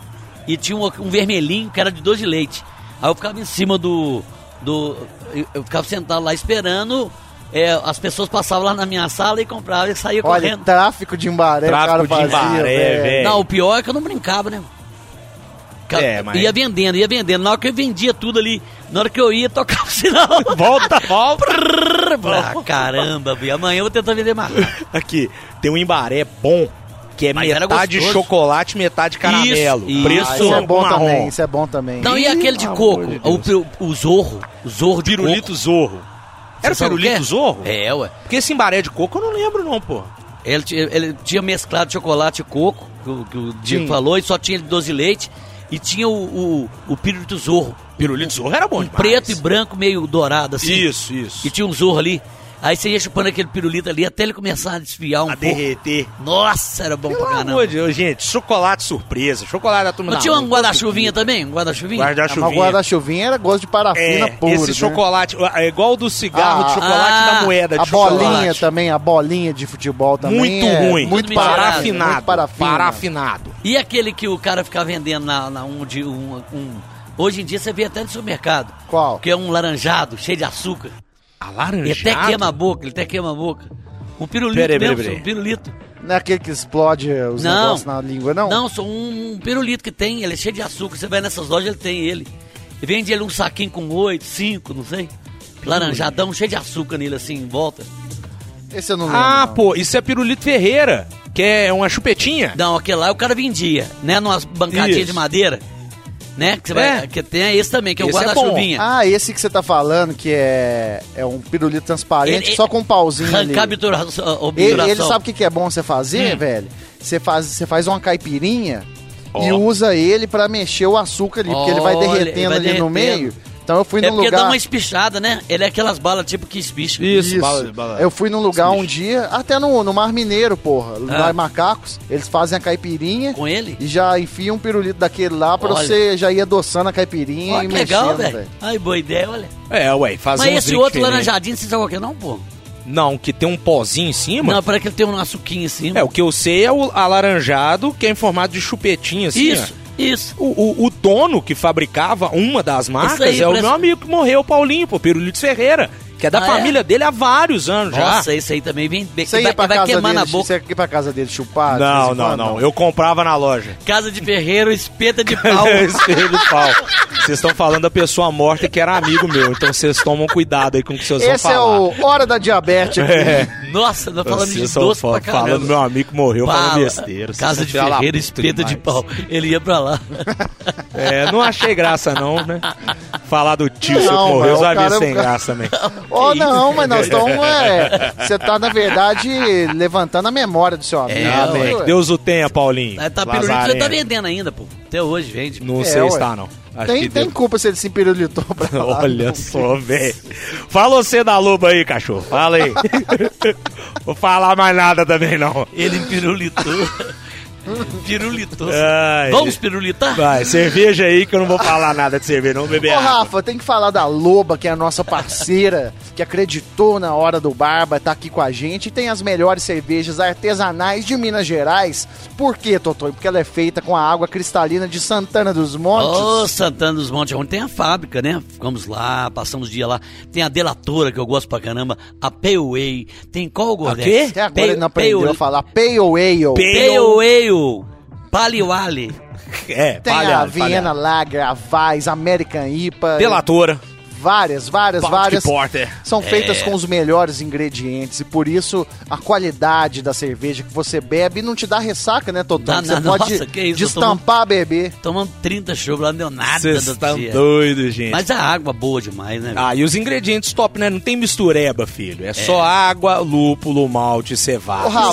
Speaker 1: e tinha um, um vermelhinho que era de doce de leite. Aí eu ficava em cima do. do eu, eu ficava sentado lá esperando é, as pessoas passavam lá na minha sala e compravam e saía
Speaker 2: Olha,
Speaker 1: correndo.
Speaker 2: tráfico de embaré,
Speaker 3: Tráfico
Speaker 2: cara,
Speaker 3: de
Speaker 2: fazia, Ah,
Speaker 3: Embaré, velho.
Speaker 1: Não, o pior é que eu não brincava, né? Ca-
Speaker 3: É, mas-
Speaker 1: Ia vendendo, ia vendendo. Na hora que eu vendia tudo ali, na hora que eu ia, tocava o sinal.
Speaker 3: Volta, volta.
Speaker 1: *laughs* ah, caramba, vi. amanhã eu vou tentar vender mais.
Speaker 3: Aqui, tem um embaré bom, que é
Speaker 1: Mas era
Speaker 3: metade
Speaker 1: gostoso.
Speaker 3: chocolate, metade caramelo.
Speaker 1: Isso,
Speaker 3: Preço
Speaker 2: Ah, isso é bom
Speaker 3: marrom.
Speaker 2: também, isso é bom também.
Speaker 1: Não, e
Speaker 3: Ih,
Speaker 1: aquele de
Speaker 3: pelo
Speaker 1: coco? Ah,
Speaker 3: amor de
Speaker 1: o, pe- o zorro. O zorro de
Speaker 3: Pirulito zorro.
Speaker 1: coco.
Speaker 3: Era
Speaker 1: Você sabe o que
Speaker 3: pirulito
Speaker 1: é?
Speaker 3: zorro?
Speaker 1: É, ué.
Speaker 3: Porque esse embaré de coco eu não lembro não, pô.
Speaker 1: Ele, ti- ele tinha mesclado chocolate e coco, que o, que o Diego
Speaker 2: Sim.
Speaker 1: falou, e só tinha ele doce de leite. E tinha o, o, o pirulito zorro.
Speaker 3: Pirulito zorro era bom
Speaker 1: Um
Speaker 3: demais.
Speaker 1: preto e branco meio dourado, assim.
Speaker 3: Isso, isso.
Speaker 1: E tinha um zorro ali. Aí você ia chupando aquele pirulito ali até ele começar a desfiar um
Speaker 3: a
Speaker 1: pouco.
Speaker 3: derreter.
Speaker 1: Nossa, era bom pra
Speaker 3: Pelo
Speaker 1: caramba.
Speaker 3: amor de Deus, gente, chocolate surpresa, chocolate da turma
Speaker 1: Não
Speaker 3: da
Speaker 1: tinha um
Speaker 3: Mônica.
Speaker 1: guarda-chuvinha
Speaker 3: é
Speaker 1: também? Um guarda-chuvinha?
Speaker 2: Ah, mas
Speaker 3: Guarda-chuvinha.
Speaker 2: guarda-chuvinha era gosto de parafina
Speaker 3: É,
Speaker 2: puro,
Speaker 3: esse
Speaker 2: né?
Speaker 3: chocolate, é igual o do cigarro de
Speaker 2: Ah,
Speaker 3: chocolate
Speaker 1: ah,
Speaker 3: da moeda de
Speaker 2: A
Speaker 3: chocolate.
Speaker 2: bolinha também, a bolinha de futebol também.
Speaker 3: Muito
Speaker 2: é
Speaker 3: ruim.
Speaker 2: Muito
Speaker 1: Tudo
Speaker 2: parafinado. Muito
Speaker 3: Parafinado.
Speaker 2: parafina.
Speaker 3: Parafinado.
Speaker 1: E aquele que o cara ficava vendendo na, na um, de, um, um- Hoje em dia você vê até no supermercado.
Speaker 2: Qual?
Speaker 1: Que é um laranjado, cheio de açúcar.
Speaker 3: Alaranjado?
Speaker 1: Ele até queima a boca, ele até queima a boca. Um pirulito
Speaker 3: Peraí, peraí,
Speaker 1: mesmo,
Speaker 3: peraí.
Speaker 1: um pirulito.
Speaker 2: Não é aquele que explode os
Speaker 1: Não.
Speaker 2: negócios na língua, não?
Speaker 1: Não, só um pirulito que tem, ele é cheio de açúcar. Você vai nessas lojas, ele tem ele. E vende ele um saquinho com oito, cinco, não sei. Laranjadão, cheio de açúcar nele assim, em volta.
Speaker 2: Esse eu não lembro.
Speaker 3: Ah,
Speaker 2: não.
Speaker 3: pô, isso é pirulito Ferreira, que é uma chupetinha.
Speaker 1: Não, aquele lá o cara vendia, né? Numas bancadinhas
Speaker 3: Isso.
Speaker 1: de madeira. Né? Que, você vai,
Speaker 3: É.
Speaker 1: que tem esse também, que é o
Speaker 3: Esse é bom.
Speaker 1: guarda-chuvinha.
Speaker 2: Ah, esse que você tá falando, que é, é um pirulito transparente,
Speaker 1: Ele-
Speaker 2: só com um pauzinho ali.
Speaker 1: Arrancar a obturação. a
Speaker 2: Ele, ele
Speaker 1: obturação.
Speaker 2: sabe o que, que é bom você fazer,
Speaker 1: Hum.
Speaker 2: velho? Você faz, você faz uma caipirinha
Speaker 3: Ó.
Speaker 2: e usa ele pra mexer o açúcar ali, porque ele vai
Speaker 1: Olha,
Speaker 2: derretendo
Speaker 1: ele vai
Speaker 2: ali no
Speaker 1: derretendo.
Speaker 2: meio. Então eu fui
Speaker 1: É
Speaker 2: num
Speaker 1: porque
Speaker 2: lugar.
Speaker 1: dá uma espichada, né? Ele é aquelas balas tipo que espicha.
Speaker 2: Isso. Eu fui num lugar um dia, até no, no Mar Mineiro, porra, lá
Speaker 1: Ah.
Speaker 2: em Macacos, eles fazem a caipirinha
Speaker 1: Com ele?
Speaker 2: e já enfiam um pirulito daquele lá pra
Speaker 1: Olha.
Speaker 2: você já ir adoçando a caipirinha
Speaker 1: Olha
Speaker 2: e
Speaker 1: que legal,
Speaker 2: mexendo,
Speaker 1: velho.
Speaker 2: velho.
Speaker 1: Ai, boa ideia, olha.
Speaker 3: É, ué, fazer
Speaker 1: Mas
Speaker 3: uns
Speaker 1: esse
Speaker 3: drinks
Speaker 1: outro
Speaker 3: diferentes.
Speaker 1: laranjadinho, você sabe qual que é não, pô?
Speaker 3: Não, que tem um pozinho em cima.
Speaker 1: Não, para que ele tem um açuquinho em cima.
Speaker 3: É, o que eu sei é o alaranjado, que é em formato de chupetinha, assim,
Speaker 1: Isso,
Speaker 3: ó.
Speaker 1: isso.
Speaker 3: O, o, o dono que fabricava uma das marcas
Speaker 1: aí,
Speaker 3: é o
Speaker 1: parece-
Speaker 3: meu amigo que morreu, o Paulinho, pô, Pirulito Ferreira, que é da
Speaker 1: Ah, é?
Speaker 3: família dele há vários anos
Speaker 1: Nossa,
Speaker 3: já. é
Speaker 1: esse aí também vem. bem-
Speaker 2: Você
Speaker 1: vai,
Speaker 2: ia é pra
Speaker 1: vai
Speaker 2: casa
Speaker 1: queimar
Speaker 2: dele,
Speaker 1: na boca.
Speaker 2: você ia pra casa dele chupar? de vez
Speaker 3: Não,
Speaker 2: em
Speaker 3: não,
Speaker 2: quando?
Speaker 3: não. Eu comprava na loja. É,
Speaker 1: Casa de ferreiro, espeta de
Speaker 3: *laughs*
Speaker 1: pau.
Speaker 3: Espelho do pau. Vocês estão falando da pessoa morta que era amigo meu, então vocês tomam cuidado aí com o que vocês
Speaker 2: Esse
Speaker 3: vão
Speaker 2: é
Speaker 3: falar.
Speaker 2: o Hora da Diabetes. aqui.
Speaker 3: É.
Speaker 1: Nossa, nós *laughs* falando de
Speaker 3: Vocês são
Speaker 1: doce
Speaker 3: fo-
Speaker 1: pra caramba.
Speaker 3: falando meu amigo morreu falando
Speaker 1: Fala.
Speaker 3: besteira. vocês
Speaker 1: Casa
Speaker 3: são
Speaker 1: de
Speaker 3: filha da
Speaker 1: ferreiro,
Speaker 3: puta
Speaker 1: espeta de
Speaker 3: demais.
Speaker 1: pau. Ele ia pra lá.
Speaker 3: É, não achei graça não, né? Falar do tio seu que
Speaker 2: Não,
Speaker 3: morreu,
Speaker 2: mas o
Speaker 3: vai ver
Speaker 2: cara-
Speaker 3: sem graça também.
Speaker 2: *laughs* Oh,
Speaker 1: Que isso?
Speaker 2: não, mas nós estamos. É, você tá, na verdade, levantando a memória do seu amigo.
Speaker 1: É,
Speaker 2: viu,
Speaker 3: Amém.
Speaker 2: ué?
Speaker 3: Que Deus o tenha, Paulinho.
Speaker 1: tá pirulito, você
Speaker 3: Lazarento.
Speaker 1: tá vendendo ainda, pô. Até hoje vende.
Speaker 3: Não
Speaker 2: É,
Speaker 3: sei
Speaker 2: ué.
Speaker 3: se tá, não. Acho
Speaker 2: Tem,
Speaker 3: que
Speaker 2: tem
Speaker 3: deu.
Speaker 2: culpa se ele se pirulitou
Speaker 3: *laughs*
Speaker 2: pra lá.
Speaker 3: Olha só, velho. Fala você da luba aí, cachorro.
Speaker 2: *laughs*
Speaker 3: Fala aí. Vou falar mais nada também, não.
Speaker 1: Ele
Speaker 3: *laughs*
Speaker 1: pirulitou. pirulitou.
Speaker 3: Ai,
Speaker 1: Vamos pirulitar?
Speaker 3: Vai, cerveja aí que eu não vou falar nada de cerveja, não, bebê.
Speaker 2: Ô, Rafa, tem que falar da Loba, que é a nossa parceira, que acreditou na hora do Barba, tá aqui com a gente. E tem as melhores cervejas artesanais de Minas Gerais. Por quê, Totonho? Porque ela é feita com a água cristalina de Santana dos Montes.
Speaker 1: Ô, Santana dos Montes, onde tem a fábrica, né? Ficamos lá, passamos o dia lá. Tem a Delatora, que eu gosto pra caramba. A Payway. Tem qual, Gordé?
Speaker 3: quê?
Speaker 2: Até agora ele não aprendeu a falar pale ale.
Speaker 3: Pale-
Speaker 1: Payway. Paliwale.
Speaker 3: É,
Speaker 2: Tem a
Speaker 3: palhaço,
Speaker 2: Viena Lager, a Weiss, American IPA.
Speaker 3: palhaço. Delatora.
Speaker 2: Várias, várias,
Speaker 3: Baltic
Speaker 2: várias.
Speaker 3: Porter.
Speaker 2: São
Speaker 1: É.
Speaker 2: feitas com os melhores ingredientes e por isso a qualidade da cerveja que você bebe não te dá ressaca, né, Totão?
Speaker 1: Dá
Speaker 2: Você
Speaker 1: nada.
Speaker 2: pode
Speaker 1: Nossa, que isso, eu tô
Speaker 2: destampar, bebê.
Speaker 1: Tomamos 30 chuvas lá, não deu nada
Speaker 3: Vocês
Speaker 1: do
Speaker 2: tá
Speaker 3: estão
Speaker 1: dia.
Speaker 3: doidos, tá gente.
Speaker 1: Mas a água boa demais, né?
Speaker 3: Ah, e os ingredientes top, né? Não tem mistureba, filho. É, só água, lúpulo, malte e
Speaker 2: Ô, Rafa.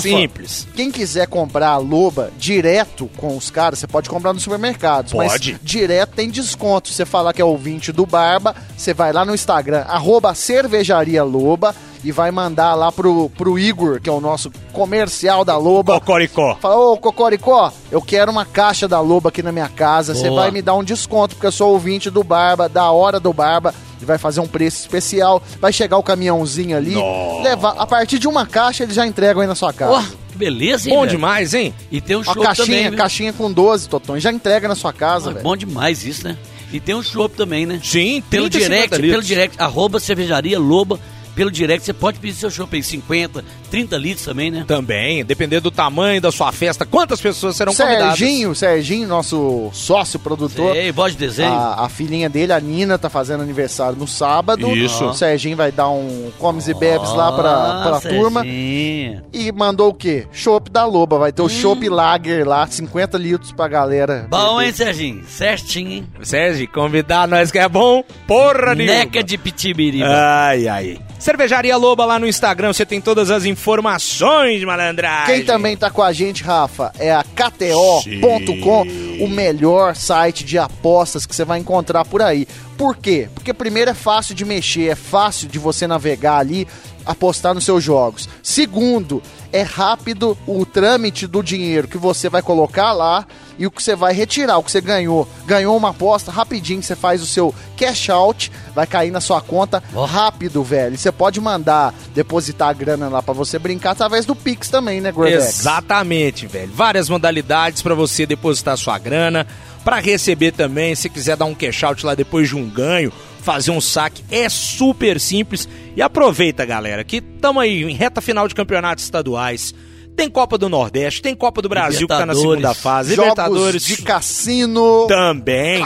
Speaker 3: cevada. Simples.
Speaker 2: Quem quiser comprar a loba direto com os caras, você pode comprar nos supermercados.
Speaker 3: Pode.
Speaker 2: Mas direto tem desconto. Você falar que é ouvinte do Barba, você vai lá no Instagram, arroba cervejaria loba, e vai mandar lá pro, pro Igor, que é o nosso comercial da loba.
Speaker 3: Cocoricó.
Speaker 2: Fala, ô Cocoricó, eu quero uma caixa da Loba aqui na minha casa. Você
Speaker 1: Boa.
Speaker 2: vai me dar um desconto, porque eu sou ouvinte do Barba, da hora do Barba. Ele vai fazer um preço especial. Vai chegar o caminhãozinho ali.
Speaker 3: Nó.
Speaker 2: Levar, a partir de uma caixa, eles já entregam aí na sua casa.
Speaker 1: Ó, que beleza, hein,
Speaker 3: Bom
Speaker 2: né?
Speaker 1: velho?
Speaker 3: demais, hein?
Speaker 1: E tem um
Speaker 2: Uma
Speaker 1: show
Speaker 2: caixinha,
Speaker 1: também, viu?
Speaker 2: caixinha com 12, Toton. Já entrega na sua casa,
Speaker 1: Ah,
Speaker 2: velho.
Speaker 1: Bom demais isso, né? E tem um show também, né?
Speaker 3: Sim,
Speaker 1: Pelo
Speaker 3: 30, 50
Speaker 1: direct,
Speaker 3: litros.
Speaker 1: pelo direct, arroba cervejaria loba. pelo direct você pode pedir seu chopp em 50, 30 litros também, né?
Speaker 3: Também, dependendo do tamanho da sua festa, quantas pessoas serão convidadas.
Speaker 2: Serginho, Serginho, nosso sócio produtor.
Speaker 1: Sei, voz de desenho.
Speaker 2: A, a filhinha dele, a Nina, tá fazendo aniversário no sábado.
Speaker 3: Isso.
Speaker 2: O Serginho vai dar um comes e bebes lá pra, pra
Speaker 1: Nossa,
Speaker 2: turma.
Speaker 1: Ah, Serginho.
Speaker 2: E mandou o quê? Chopp da Loba. Vai ter o Chopp Lager lá, 50 litros pra galera.
Speaker 1: Bom,
Speaker 2: beber.
Speaker 1: hein, Serginho? Certinho, hein?
Speaker 3: Sérgio, convidar nós que é bom, porra nenhuma.
Speaker 1: Neca de
Speaker 3: Ah.
Speaker 1: pitibiriba.
Speaker 3: Ai, ai. Cervejaria Loba lá no Instagram, você tem todas as informações, malandragem.
Speaker 2: Quem também tá com a gente, Rafa, é a KTO.com, o melhor site de apostas que você vai encontrar por aí. Por quê? Porque primeiro é fácil de mexer, é fácil de você navegar ali, apostar nos seus jogos. Segundo, é rápido o trâmite do dinheiro que você vai colocar lá e o que você vai retirar, o que você ganhou. Ganhou uma aposta, rapidinho você faz o seu cash out, vai cair na sua conta rápido, velho. E Você pode mandar depositar a grana lá pra você brincar através do Pix também, né, Gordex?
Speaker 3: Exatamente, velho. Várias modalidades pra você depositar sua grana, pra receber também, se quiser dar um cash out lá depois de um ganho, fazer um saque, é super simples. E aproveita, galera, que estamos aí em reta final de campeonatos estaduais. Tem Copa do Nordeste, tem Copa do Brasil que tá na
Speaker 1: Libertadores.
Speaker 3: segunda fase,
Speaker 2: Jogos
Speaker 3: Libertadores
Speaker 2: de cassino.
Speaker 3: também.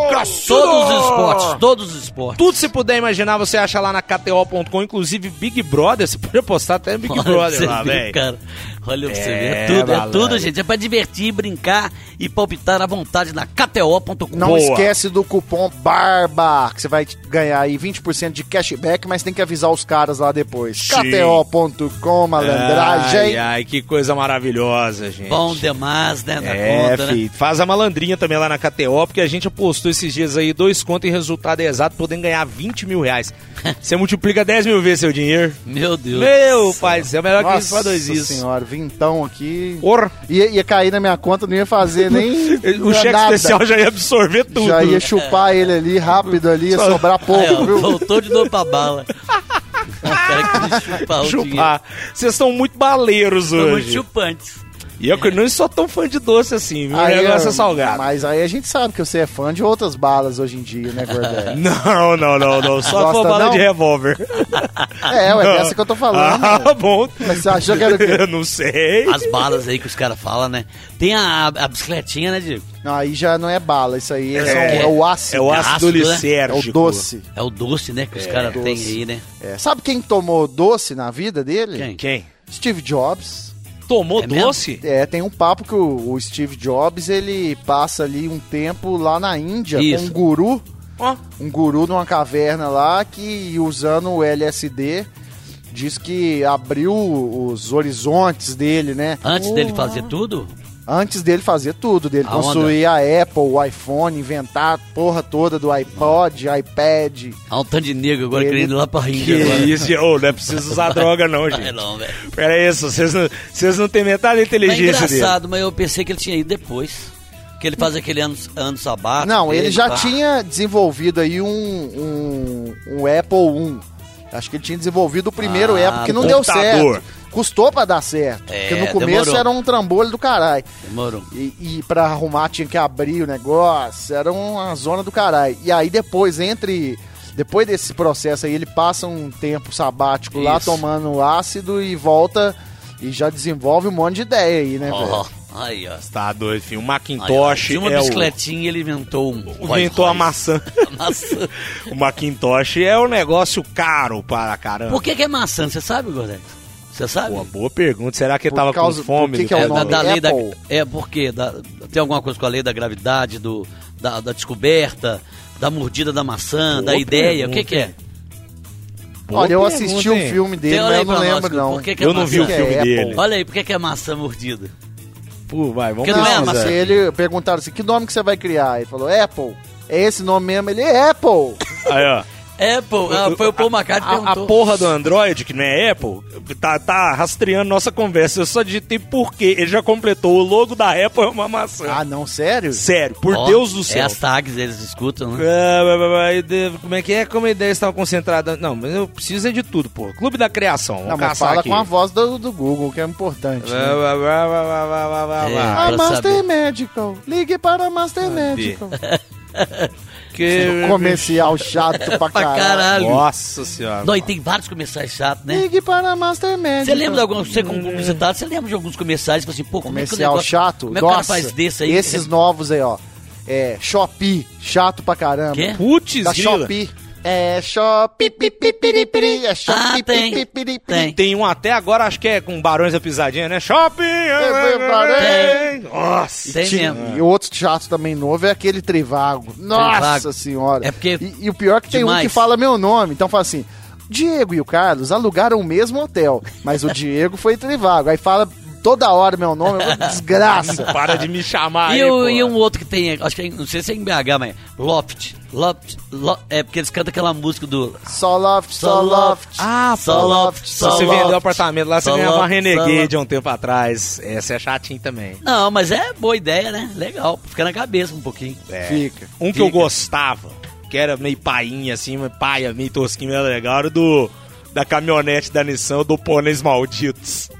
Speaker 1: Todos os esportes, todos os
Speaker 3: *laughs*
Speaker 1: esportes.
Speaker 3: Tudo se puder imaginar, você acha lá na KTO.com, inclusive Big Brother, você pode apostar até no Big
Speaker 1: Olha pra
Speaker 3: Brother
Speaker 1: você
Speaker 3: lá,
Speaker 1: ver,
Speaker 3: velho.
Speaker 1: cara. Olha pra você ver,
Speaker 3: É,
Speaker 1: é tudo, é
Speaker 3: malandro.
Speaker 1: tudo, gente. É pra divertir, brincar e palpitar à vontade na KTO.com.
Speaker 2: Não
Speaker 3: Boa.
Speaker 2: esquece do cupom BARBA, que você vai ganhar aí 20% de cashback, mas tem que avisar os caras lá depois.
Speaker 3: Sim.
Speaker 2: KTO.com,
Speaker 3: Ai,
Speaker 2: malandragem.
Speaker 3: ai, que coisa maravilhosa, gente.
Speaker 1: Bom demais, né? Na
Speaker 3: é,
Speaker 1: conta, né?
Speaker 3: fi, faz a malandrinha também lá na KTO, porque a gente apostou esses dias aí dois contos e resultado é exato, podendo ganhar 20 mil
Speaker 1: *laughs*
Speaker 3: reais. Você multiplica 10 mil vezes seu dinheiro.
Speaker 1: Meu Deus.
Speaker 3: Meu pai, do céu, melhor que isso pra
Speaker 2: Nossa
Speaker 3: dois isso.
Speaker 2: senhora, vintão aqui.
Speaker 3: Porra,
Speaker 2: Ia, ia cair na minha conta, não ia fazer nem.
Speaker 3: *laughs* o cheque
Speaker 2: é nada.
Speaker 3: especial já ia absorver tudo.
Speaker 2: Já ia chupar ele ali rápido ali, ia
Speaker 3: Só-
Speaker 2: sobrar pouco,
Speaker 1: Aí, ó,
Speaker 2: viu?
Speaker 1: voltou de novo pra
Speaker 3: *laughs*
Speaker 1: bala. *laughs* o cara que chupar Tá o dinheiro.
Speaker 3: chupar. Vocês são muito baleiros
Speaker 1: Foi muito
Speaker 3: hoje.
Speaker 1: chupantes.
Speaker 3: E eu que não sou tão fã de doce assim, meu
Speaker 2: Aí,
Speaker 3: negócio
Speaker 2: ó,
Speaker 3: é salgado.
Speaker 2: Mas aí a gente sabe que você é fã de outras balas hoje em dia, né, Gordão?
Speaker 3: Não, não, não, não. Só
Speaker 2: Gosta
Speaker 3: foi bala
Speaker 2: não?
Speaker 3: de revólver.
Speaker 2: É, ué, dessa que eu tô falando.
Speaker 3: Ah, bom.
Speaker 2: Mas você achou que era o quê?
Speaker 3: *laughs* Eu não sei.
Speaker 1: As balas aí que os caras falam, né? Tem a, a bicicletinha, né, Diego?
Speaker 2: Não, aí já não é bala, isso aí é, só-
Speaker 3: É.
Speaker 2: é o ácido.
Speaker 3: É o
Speaker 1: ácido,
Speaker 3: ácido
Speaker 1: né?
Speaker 2: É o
Speaker 3: lisérgico.
Speaker 2: doce.
Speaker 1: É o doce, né? Que os caras têm aí, né?
Speaker 2: É, Sabe quem tomou doce na vida dele?
Speaker 1: Quem?
Speaker 3: Quem?
Speaker 2: Steve Jobs.
Speaker 3: Tomou
Speaker 1: É mesmo?
Speaker 3: doce?
Speaker 2: É, tem um papo que o, o Steve Jobs, ele passa ali um tempo lá na Índia com
Speaker 1: Isso.
Speaker 2: um guru,
Speaker 3: Ó,
Speaker 2: um guru numa caverna lá que usando o LSD diz que abriu os horizontes dele, né?
Speaker 1: Antes dele fazer tudo,
Speaker 2: Antes dele fazer tudo, dele
Speaker 1: A
Speaker 2: construir a Apple, o iPhone, inventar a porra toda do iPod, iPad.
Speaker 1: há um tanto de negro agora
Speaker 2: Ele-
Speaker 1: querendo ir lá pra
Speaker 3: que
Speaker 1: Índia agora.
Speaker 3: isso, gente. Ô, não é preciso
Speaker 1: *laughs*
Speaker 3: usar droga não,
Speaker 1: É
Speaker 3: gente.
Speaker 1: não, velho.
Speaker 3: Pera isso, vocês não, vocês não têm
Speaker 1: Mas
Speaker 3: metade da
Speaker 1: é
Speaker 3: inteligência dele.
Speaker 1: engraçado, mas eu pensei que ele tinha ido depois. Que ele faz aquele ano, ano sabático.
Speaker 2: Não, ele
Speaker 1: dele,
Speaker 2: já
Speaker 1: pá.
Speaker 2: tinha desenvolvido aí um, um, um Apple I. Acho que ele tinha desenvolvido o primeiro
Speaker 1: Ah,
Speaker 2: Apple, que não deu
Speaker 3: computador.
Speaker 2: certo. Custou pra dar certo.
Speaker 1: É,
Speaker 2: porque no começo
Speaker 1: demorou.
Speaker 2: era um trambolho do caralho.
Speaker 1: Demorou.
Speaker 2: E, e pra arrumar tinha que abrir o negócio. Era uma zona do caralho. E aí depois, entre. Depois desse processo aí, ele passa um tempo sabático lá
Speaker 1: Isso.
Speaker 2: tomando ácido e volta e já desenvolve um monte de ideia aí,
Speaker 3: É
Speaker 2: né, velho?
Speaker 1: Ó, aí, ó.
Speaker 3: Tá doido, filho. O
Speaker 1: Aí, ó.
Speaker 3: Macintosh
Speaker 1: De uma
Speaker 3: é o...
Speaker 1: bicicletinha ele inventou um.
Speaker 3: Inventou
Speaker 1: *laughs*
Speaker 3: a maçã.
Speaker 1: maçã.
Speaker 3: O Macintosh é um negócio caro para caramba.
Speaker 1: Por que, que é maçã? Você sabe, Gordex? Você sabe?
Speaker 3: Pô, boa pergunta. Será que ele
Speaker 2: Por
Speaker 3: tava
Speaker 2: causa-
Speaker 3: com fome?
Speaker 2: por que que é o
Speaker 1: é, da,
Speaker 3: Cara,
Speaker 2: nome?
Speaker 1: da lei da,
Speaker 2: Apple.
Speaker 1: é porque da- tem alguma coisa com a lei da gravidade, do, da, da descoberta, da mordida da maçã,
Speaker 3: Boa
Speaker 1: da ideia. O que,
Speaker 3: pergunta,
Speaker 1: que é?
Speaker 3: Boa
Speaker 2: Olha, eu
Speaker 3: pergunta,
Speaker 2: assisti
Speaker 3: hein?
Speaker 2: o filme dele,
Speaker 1: Tem, olha
Speaker 2: mas
Speaker 1: aí
Speaker 2: eu não
Speaker 1: pra nós,
Speaker 2: lembro,
Speaker 1: cara,
Speaker 2: não.
Speaker 1: por que que é
Speaker 3: Eu não vi o
Speaker 1: maçã?
Speaker 3: filme
Speaker 2: Que é
Speaker 3: dele.
Speaker 2: Apple.
Speaker 1: Olha aí, por que, que é maçã mordida?
Speaker 3: Pô, vai, vamos
Speaker 1: Porque não
Speaker 3: lá,
Speaker 1: é a
Speaker 2: mas
Speaker 1: maçã.
Speaker 3: Zé.
Speaker 2: ele perguntaram assim, que nome que você vai criar? Ele falou, Apple. É esse nome mesmo? Ele, Apple.
Speaker 3: Aí, ó.
Speaker 1: Apple, ah, foi o Paul McCartney que
Speaker 3: A, a
Speaker 1: perguntou.
Speaker 3: porra do Android, que não é Apple, tá, tá rastreando nossa conversa. Eu só digitei por quê. Ele já completou. O logo da Apple é uma maçã.
Speaker 2: *laughs* ah, não, sério?
Speaker 3: Sério, por
Speaker 1: Ó,
Speaker 3: Deus do
Speaker 1: É
Speaker 3: céu.
Speaker 1: as tags, eles escutam, né?
Speaker 3: assim. Ah, vai, vai, vai, de- Como é que é? Como a ideia estava concentrada? Não, mas eu preciso é de tudo, pô. Clube da Criação. Vamos
Speaker 2: Não, mas
Speaker 3: caçar
Speaker 2: fala
Speaker 3: aqui.
Speaker 2: com a voz do, do Google, que é importante. né?
Speaker 3: Vai, vai, vai, vai, vai, vai, vai, vai,
Speaker 1: É.
Speaker 3: vai.
Speaker 2: A
Speaker 1: pra
Speaker 2: Ah, Master
Speaker 1: saber.
Speaker 2: Ah, Medical. Ligue para a Master Medical.
Speaker 3: que.
Speaker 2: *laughs* Comercial chato pra
Speaker 1: É, *laughs* Pra
Speaker 2: caralho.
Speaker 1: caralho.
Speaker 3: Nossa senhora.
Speaker 1: Não, e tem vários comerciais chatos, né?
Speaker 2: Ligue para a Master Médica.
Speaker 1: Você lembra de algum, você como publicitário, você lembra de alguns comerciais, tipo assim, pô, como é que o
Speaker 2: Comercial
Speaker 1: negócio,
Speaker 2: chato.
Speaker 1: como é que o cara
Speaker 2: Nossa,
Speaker 1: faz desse aí?
Speaker 2: esses novos aí, ó. É, Shopee, chato pra caramba.
Speaker 1: Quê?
Speaker 3: Putz,
Speaker 2: Da
Speaker 3: grila.
Speaker 2: Shopee. É Shopee, pi, pi, pi, pi, é Shopee,
Speaker 1: Ah, tem.
Speaker 2: pi, pi, pi, pi.
Speaker 1: Tem.
Speaker 3: Tem um até agora, acho que é com Barões da Pisadinha, né? Shopping!
Speaker 2: Barões.
Speaker 3: Nossa!
Speaker 1: Tem
Speaker 2: Tinha-
Speaker 1: mesmo.
Speaker 2: E outro chato também novo é aquele Trivago. Nossa
Speaker 1: Trivago.
Speaker 2: senhora.
Speaker 1: É porque-
Speaker 2: e, e o pior é que tem um
Speaker 1: Demais.
Speaker 2: que fala meu nome. Então fala assim: Diego e o Carlos alugaram o mesmo hotel, mas
Speaker 1: *laughs*
Speaker 2: o Diego foi Trivago. Aí fala toda hora meu nome, é uma
Speaker 1: *laughs*
Speaker 2: desgraça.
Speaker 3: Para de me chamar
Speaker 1: E,
Speaker 3: aí,
Speaker 1: o-
Speaker 3: pô.
Speaker 1: e um outro que tem, acho que é, não sei se é em BH, mas Loft. Loft, Lo- é porque eles cantam aquela música do
Speaker 2: Só loft, só loft.
Speaker 3: Ah,
Speaker 1: Só Loft,
Speaker 3: se
Speaker 1: Só
Speaker 3: você vendeu o
Speaker 1: Loft,
Speaker 3: apartamento lá, você
Speaker 1: Só
Speaker 3: ganhava uma
Speaker 1: Loft, Só
Speaker 3: Renegade
Speaker 1: Loft.
Speaker 3: há um tempo atrás. Essa é chatinha também.
Speaker 1: Não, mas é boa ideia, né? Legal, fica na cabeça um pouquinho.
Speaker 3: É.
Speaker 2: Fica.
Speaker 3: Um que
Speaker 1: Fica.
Speaker 3: eu gostava, que era meio painha assim, mas paia, meio tosquinho, era legal, era do da caminhonete da Nissan do Pôneis Malditos.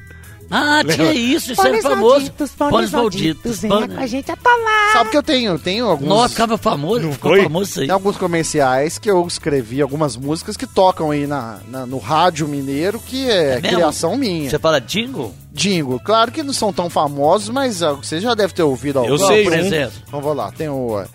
Speaker 1: Ah, tinha
Speaker 3: Lembra?
Speaker 1: isso, isso era famoso. Pôneis malditos,
Speaker 4: Venha
Speaker 1: pôneis-
Speaker 4: com a gente atolar.
Speaker 2: Sabe que eu tenho? Tenho alguns.
Speaker 1: Nossa, ficava famoso,
Speaker 3: Não
Speaker 1: ficou
Speaker 3: foi?
Speaker 1: famoso isso aí.
Speaker 2: Tem alguns comerciais que eu escrevi, algumas músicas que tocam aí na, na- no rádio mineiro, que é,
Speaker 1: mesmo?
Speaker 2: criação minha.
Speaker 1: Você fala jingle?
Speaker 2: Dingo, claro que não são tão famosos, mas ah, você já deve ter ouvido algum.
Speaker 3: Eu sei
Speaker 1: por
Speaker 3: um.
Speaker 1: exemplo.
Speaker 2: Então vou lá, tem o. eh,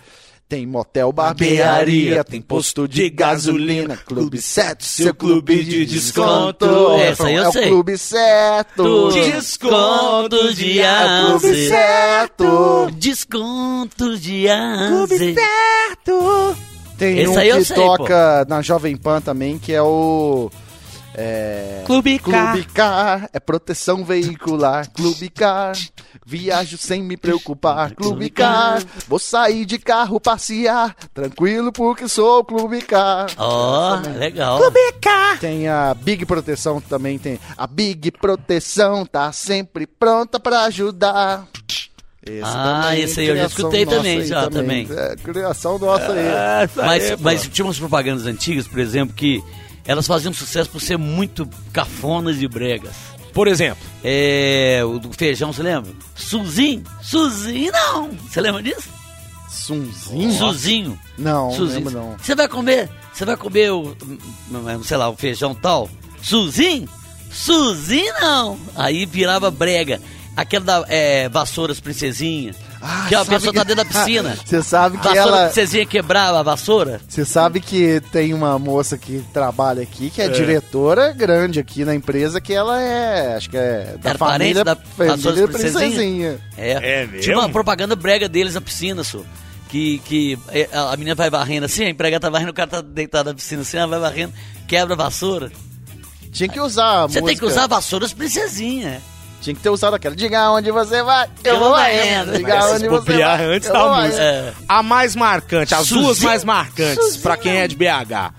Speaker 2: Tem motel, barbearia, tem posto de gasolina, clube certo, seu clube de desconto.
Speaker 1: Essa aí eu
Speaker 2: é o
Speaker 1: sei.
Speaker 2: clube certo.
Speaker 1: Desconto de
Speaker 2: É o clube
Speaker 1: Aze.
Speaker 2: certo.
Speaker 1: Desconto de Aze.
Speaker 2: Tem
Speaker 1: Esse
Speaker 2: um
Speaker 1: aí eu
Speaker 2: que
Speaker 1: sei,
Speaker 2: toca na Jovem Pan também, que é o. É,
Speaker 4: Clube
Speaker 2: Clube Car é proteção veicular. Clube Car, viajo sem me preocupar. Clube Car, vou sair de carro passear. Tranquilo porque sou o Clube Car.
Speaker 1: Ó, legal.
Speaker 2: Tem a Big Proteção também, tem. A Big Proteção tá sempre pronta pra ajudar. Esse é
Speaker 1: Ah, esse aí eu já
Speaker 2: criação
Speaker 1: escutei
Speaker 2: nossa
Speaker 1: também,
Speaker 2: aí
Speaker 1: já, também. Ah.
Speaker 2: É, criação nossa aí.
Speaker 1: Mas,
Speaker 3: é,
Speaker 1: mas tinha umas propagandas antigas, por exemplo, que elas faziam sucesso por ser muito cafonas e bregas.
Speaker 3: Por exemplo,
Speaker 1: É, o do feijão, você lembra? Suzinho? Suzinho, não! Você lembra disso?
Speaker 2: Sunzinho?
Speaker 1: Suzinho.
Speaker 2: Não, não
Speaker 1: Suzinho.
Speaker 2: lembro não.
Speaker 1: Você vai comer, você vai comer o, hum, sei lá, o feijão tal? Suzinho? Suzinho, não! Aí virava brega. Aquela da é, vassouras princesinha. que a pessoa tá
Speaker 2: *laughs*
Speaker 1: dentro da piscina.
Speaker 2: Ah, Você sabe que
Speaker 1: Vassoura
Speaker 2: ela.
Speaker 1: princesinha quebrava a vassoura?
Speaker 2: Você sabe que tem uma moça que trabalha aqui, que é, diretora grande aqui na empresa, que ela é, acho que é da
Speaker 1: Era
Speaker 2: família,
Speaker 1: parente da- das
Speaker 2: família
Speaker 1: suas
Speaker 2: princesinha.
Speaker 1: É,
Speaker 3: É
Speaker 1: Tinha uma
Speaker 3: mesmo?
Speaker 1: propaganda brega deles na piscina, só. Que, que é, a a menina vai varrendo assim, a empregada tá varrendo, o cara tá deitado na piscina assim, ela vai varrendo, quebra a vassoura.
Speaker 2: Tinha que usar a
Speaker 1: Você tem que
Speaker 2: música.
Speaker 1: usar vassouras princesinha.
Speaker 2: Tinha que ter usado aquela. Diga onde você vai, eu,
Speaker 1: Eu
Speaker 2: vou
Speaker 1: vou
Speaker 2: lá.
Speaker 1: indo.
Speaker 2: Diga
Speaker 3: Mas se
Speaker 2: onde você
Speaker 3: bobear
Speaker 2: vai.
Speaker 3: antes
Speaker 2: eu
Speaker 3: da
Speaker 2: vou lá.
Speaker 3: música.
Speaker 1: É.
Speaker 3: a mais marcante, as
Speaker 1: Suzinho?
Speaker 3: duas mais marcantes, pra quem é de BH.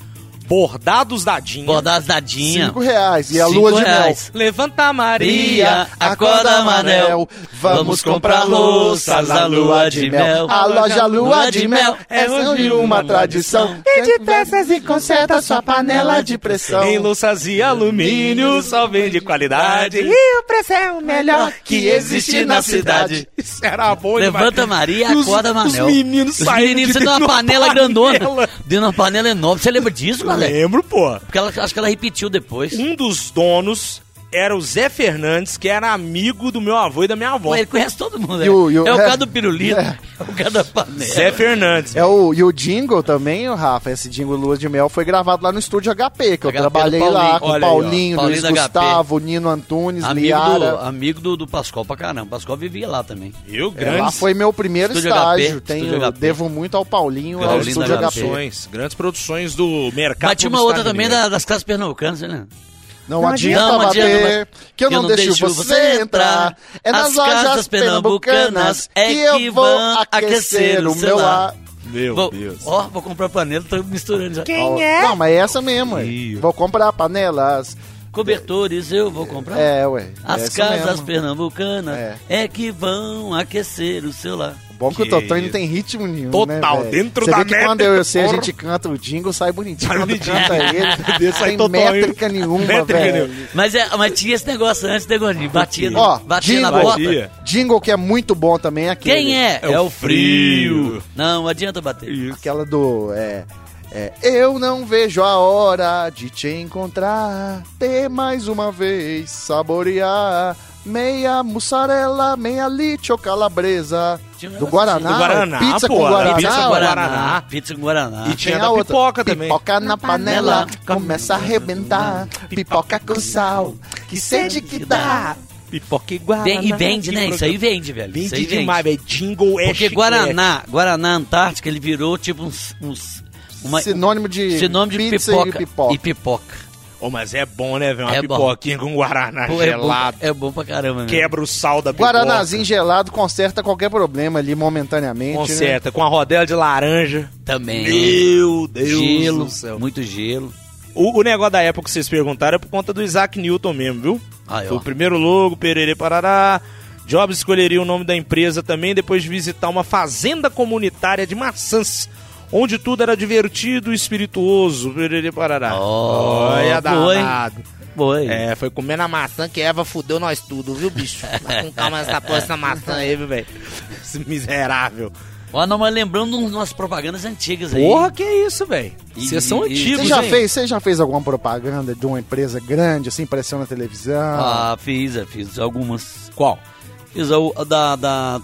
Speaker 3: Bordados da Dinha.
Speaker 1: Bordadas da Dinha.
Speaker 2: Cinco reais. E a lua de mel.
Speaker 3: Levanta a Maria.
Speaker 1: Maria, acorda, Manel. Vamos comprar louças da lua de mel.
Speaker 2: A loja Lua de Mel é hoje uma tradição.
Speaker 4: E de peças e conserta sua panela de...
Speaker 2: de
Speaker 1: Então-
Speaker 2: pressão.
Speaker 3: Em louças e alumínio, só vem de qualidade.
Speaker 4: E o preço é o melhor
Speaker 2: Ah, que existe na cidade.
Speaker 3: Isso era bom demais.
Speaker 1: Levanta Maria,
Speaker 3: E os-
Speaker 1: acorda Manel.
Speaker 3: Os meninos
Speaker 1: Os
Speaker 3: saíram
Speaker 1: meninos, você
Speaker 3: de
Speaker 1: deu uma
Speaker 3: dentro da
Speaker 1: panela
Speaker 3: *laughs*
Speaker 1: grandona.
Speaker 3: panela.
Speaker 1: Deu uma panela enorme. Você lembra disso,
Speaker 2: É.
Speaker 1: galera?
Speaker 3: Lembro, pô.
Speaker 1: Porque ela, acho que ela repetiu depois.
Speaker 3: Um dos donos era o Zé Fernandes, que era amigo do meu avô e da minha avó.
Speaker 1: Pô, ele conhece todo mundo.
Speaker 2: E o-
Speaker 1: né?
Speaker 2: e o-
Speaker 1: é o
Speaker 2: é.
Speaker 1: cara do pirulito, é, o cara da panela.
Speaker 3: Zé Fernandes.
Speaker 2: É o, e o jingle também, o Rafa. Esse jingle Lua de Mel foi gravado lá no estúdio HP, que eu
Speaker 1: HP do
Speaker 2: trabalhei
Speaker 1: Paulinho.
Speaker 2: lá com o
Speaker 3: Olha aí, ó.
Speaker 2: é Paulinho,
Speaker 1: Paulinho da
Speaker 2: Luiz
Speaker 1: HP.
Speaker 2: Gustavo, Nino Antunes,
Speaker 1: Amigo do,
Speaker 2: Liara.
Speaker 1: amigo do, do Pascoal pra caramba. O Pascoal vivia lá também.
Speaker 3: Eu,
Speaker 2: É, lá
Speaker 3: grandes
Speaker 2: foi meu primeiro
Speaker 1: Estúdio
Speaker 2: estágio.
Speaker 1: HP,
Speaker 2: Tenho,
Speaker 1: estúdio HP.
Speaker 2: Devo muito ao Paulinho, ao
Speaker 1: Paulinho
Speaker 2: estúdio
Speaker 1: da
Speaker 2: HP.
Speaker 3: produções, grandes produções do mercado.
Speaker 1: Mas tinha uma outra
Speaker 3: publicitário
Speaker 1: também
Speaker 3: mineiro.
Speaker 1: da- das classes pernambucanas, né?
Speaker 2: Não,
Speaker 4: Não
Speaker 2: adianta
Speaker 1: adianta
Speaker 2: bater, que eu não, deixo, você entrar. É
Speaker 1: As
Speaker 2: nas lojas
Speaker 1: casas
Speaker 2: pernambucanas
Speaker 1: pernambucanas
Speaker 2: que eu
Speaker 1: que
Speaker 2: vou
Speaker 1: vão
Speaker 2: aquecer
Speaker 1: aquecer
Speaker 2: o
Speaker 1: o
Speaker 2: meu
Speaker 1: celular.
Speaker 2: ar.
Speaker 3: Meu
Speaker 1: vou,
Speaker 3: Deus.
Speaker 1: Ó, vou comprar panela, tô misturando já.
Speaker 4: Quem
Speaker 2: Não,
Speaker 4: é?
Speaker 2: mas é essa mesmo. ué.
Speaker 3: Ih.
Speaker 2: Vou comprar panelas.
Speaker 1: Cobertores eu vou comprar.
Speaker 2: É, ué. é
Speaker 1: As
Speaker 2: essa
Speaker 1: casas
Speaker 2: mesmo.
Speaker 1: pernambucanas
Speaker 2: É.
Speaker 1: é. que vão aquecer o celular.
Speaker 2: bom que, o
Speaker 3: Que
Speaker 2: Totó não
Speaker 3: isso.
Speaker 2: tem ritmo nenhum.
Speaker 3: Total,
Speaker 2: né, velho?
Speaker 3: dentro
Speaker 2: Você
Speaker 3: da
Speaker 2: vê que
Speaker 3: métrica,
Speaker 2: Quando eu e você a
Speaker 3: porra.
Speaker 2: gente canta o jingle, sai bonitinho.
Speaker 3: Sai
Speaker 2: Quando
Speaker 3: bonitinho.
Speaker 2: canta ele,
Speaker 3: *laughs* Sai
Speaker 2: sai
Speaker 3: Totó, hein?
Speaker 2: métrica nenhuma,
Speaker 3: *laughs* Métrica
Speaker 2: velho.
Speaker 3: nenhuma.
Speaker 1: Mas, é, mas tinha esse negócio antes, né, Gordinho? Batia, no-
Speaker 2: Ó,
Speaker 1: batia na
Speaker 2: jingle.
Speaker 1: bota.
Speaker 3: Batia.
Speaker 2: Jingle que é muito bom também é aquele.
Speaker 1: Quem é?
Speaker 3: É o frio.
Speaker 1: Não, adianta bater.
Speaker 3: Isso.
Speaker 2: Aquela do. É, é, eu não vejo a hora de te encontrar, ter mais uma vez, saborear. Meia mussarela, meia litio calabresa.
Speaker 1: Tinha um
Speaker 2: Do
Speaker 1: negócio
Speaker 2: Guaraná.
Speaker 3: assim. Do Guaraná,
Speaker 2: pizza com
Speaker 3: pô,
Speaker 2: Guaraná.
Speaker 1: Pizza com
Speaker 2: ué.
Speaker 1: Guaraná.
Speaker 3: Guaraná.
Speaker 1: Pizza com Guaraná.
Speaker 3: E
Speaker 2: Tem
Speaker 3: tinha
Speaker 2: a
Speaker 3: da
Speaker 2: outra.
Speaker 3: pipoca também.
Speaker 2: Pipoca na panela,
Speaker 1: panela,
Speaker 2: começa a arrebentar. Pipoca com sal, que sede que dá.
Speaker 3: Pipoca e Guaraná.
Speaker 1: Vem- e vende, né? Isso aí vende, velho. Isso aí
Speaker 3: Vende
Speaker 1: vende.
Speaker 3: demais, velho. Jingle é
Speaker 1: Porque
Speaker 3: chiclete.
Speaker 1: Guaraná, Guaraná Antártica, ele virou tipo uns... uns uma, um
Speaker 2: Sinônimo de,
Speaker 1: sinônimo de
Speaker 2: pizza
Speaker 1: pipoca,
Speaker 2: e pipoca.
Speaker 3: Ô, mas é bom, né, velho? Uma
Speaker 1: É bom.
Speaker 3: pipoquinha com Guaraná
Speaker 1: Pô, é, bom,
Speaker 3: Tá gelado.
Speaker 1: é bom pra caramba, né?
Speaker 3: Quebra o sal da pipoca.
Speaker 2: Guaranazinho gelado conserta qualquer problema ali momentaneamente. Né?
Speaker 3: Conserta. Com a rodela de laranja.
Speaker 1: Também.
Speaker 3: Meu Deus
Speaker 1: gelo,
Speaker 3: do céu.
Speaker 1: muito gelo.
Speaker 3: O, o negócio da época que vocês perguntaram é por conta do Isaac Newton mesmo, viu?
Speaker 1: Aí,
Speaker 3: Foi
Speaker 1: ó.
Speaker 3: o primeiro logo, Pererê Parará. Jobs escolheria o nome da empresa também depois de visitar uma fazenda comunitária de maçãs, onde tudo era divertido e espirituoso. Pererê Parará.
Speaker 1: Ó,
Speaker 3: Olha,
Speaker 1: boa, hein?
Speaker 3: danado.
Speaker 1: Foi.
Speaker 3: É, foi comendo a maçã que Eva fudeu nós tudo, viu, bicho? Mas com calma essa porra, essa maçã aí, viu, velho? Esse miserável.
Speaker 1: Ó, não, mas lembrando umas nossas propagandas antigas aí.
Speaker 3: Porra, que é isso, velho?
Speaker 1: E-
Speaker 3: Vocês são
Speaker 1: e-
Speaker 3: antigos,
Speaker 2: Você já,
Speaker 3: hein?
Speaker 2: fez, você já fez alguma propaganda de uma empresa grande, assim, apareceu na televisão?
Speaker 1: Ah, fiz, é, fiz algumas.
Speaker 3: Qual?
Speaker 1: Fiz a, U- a da, da,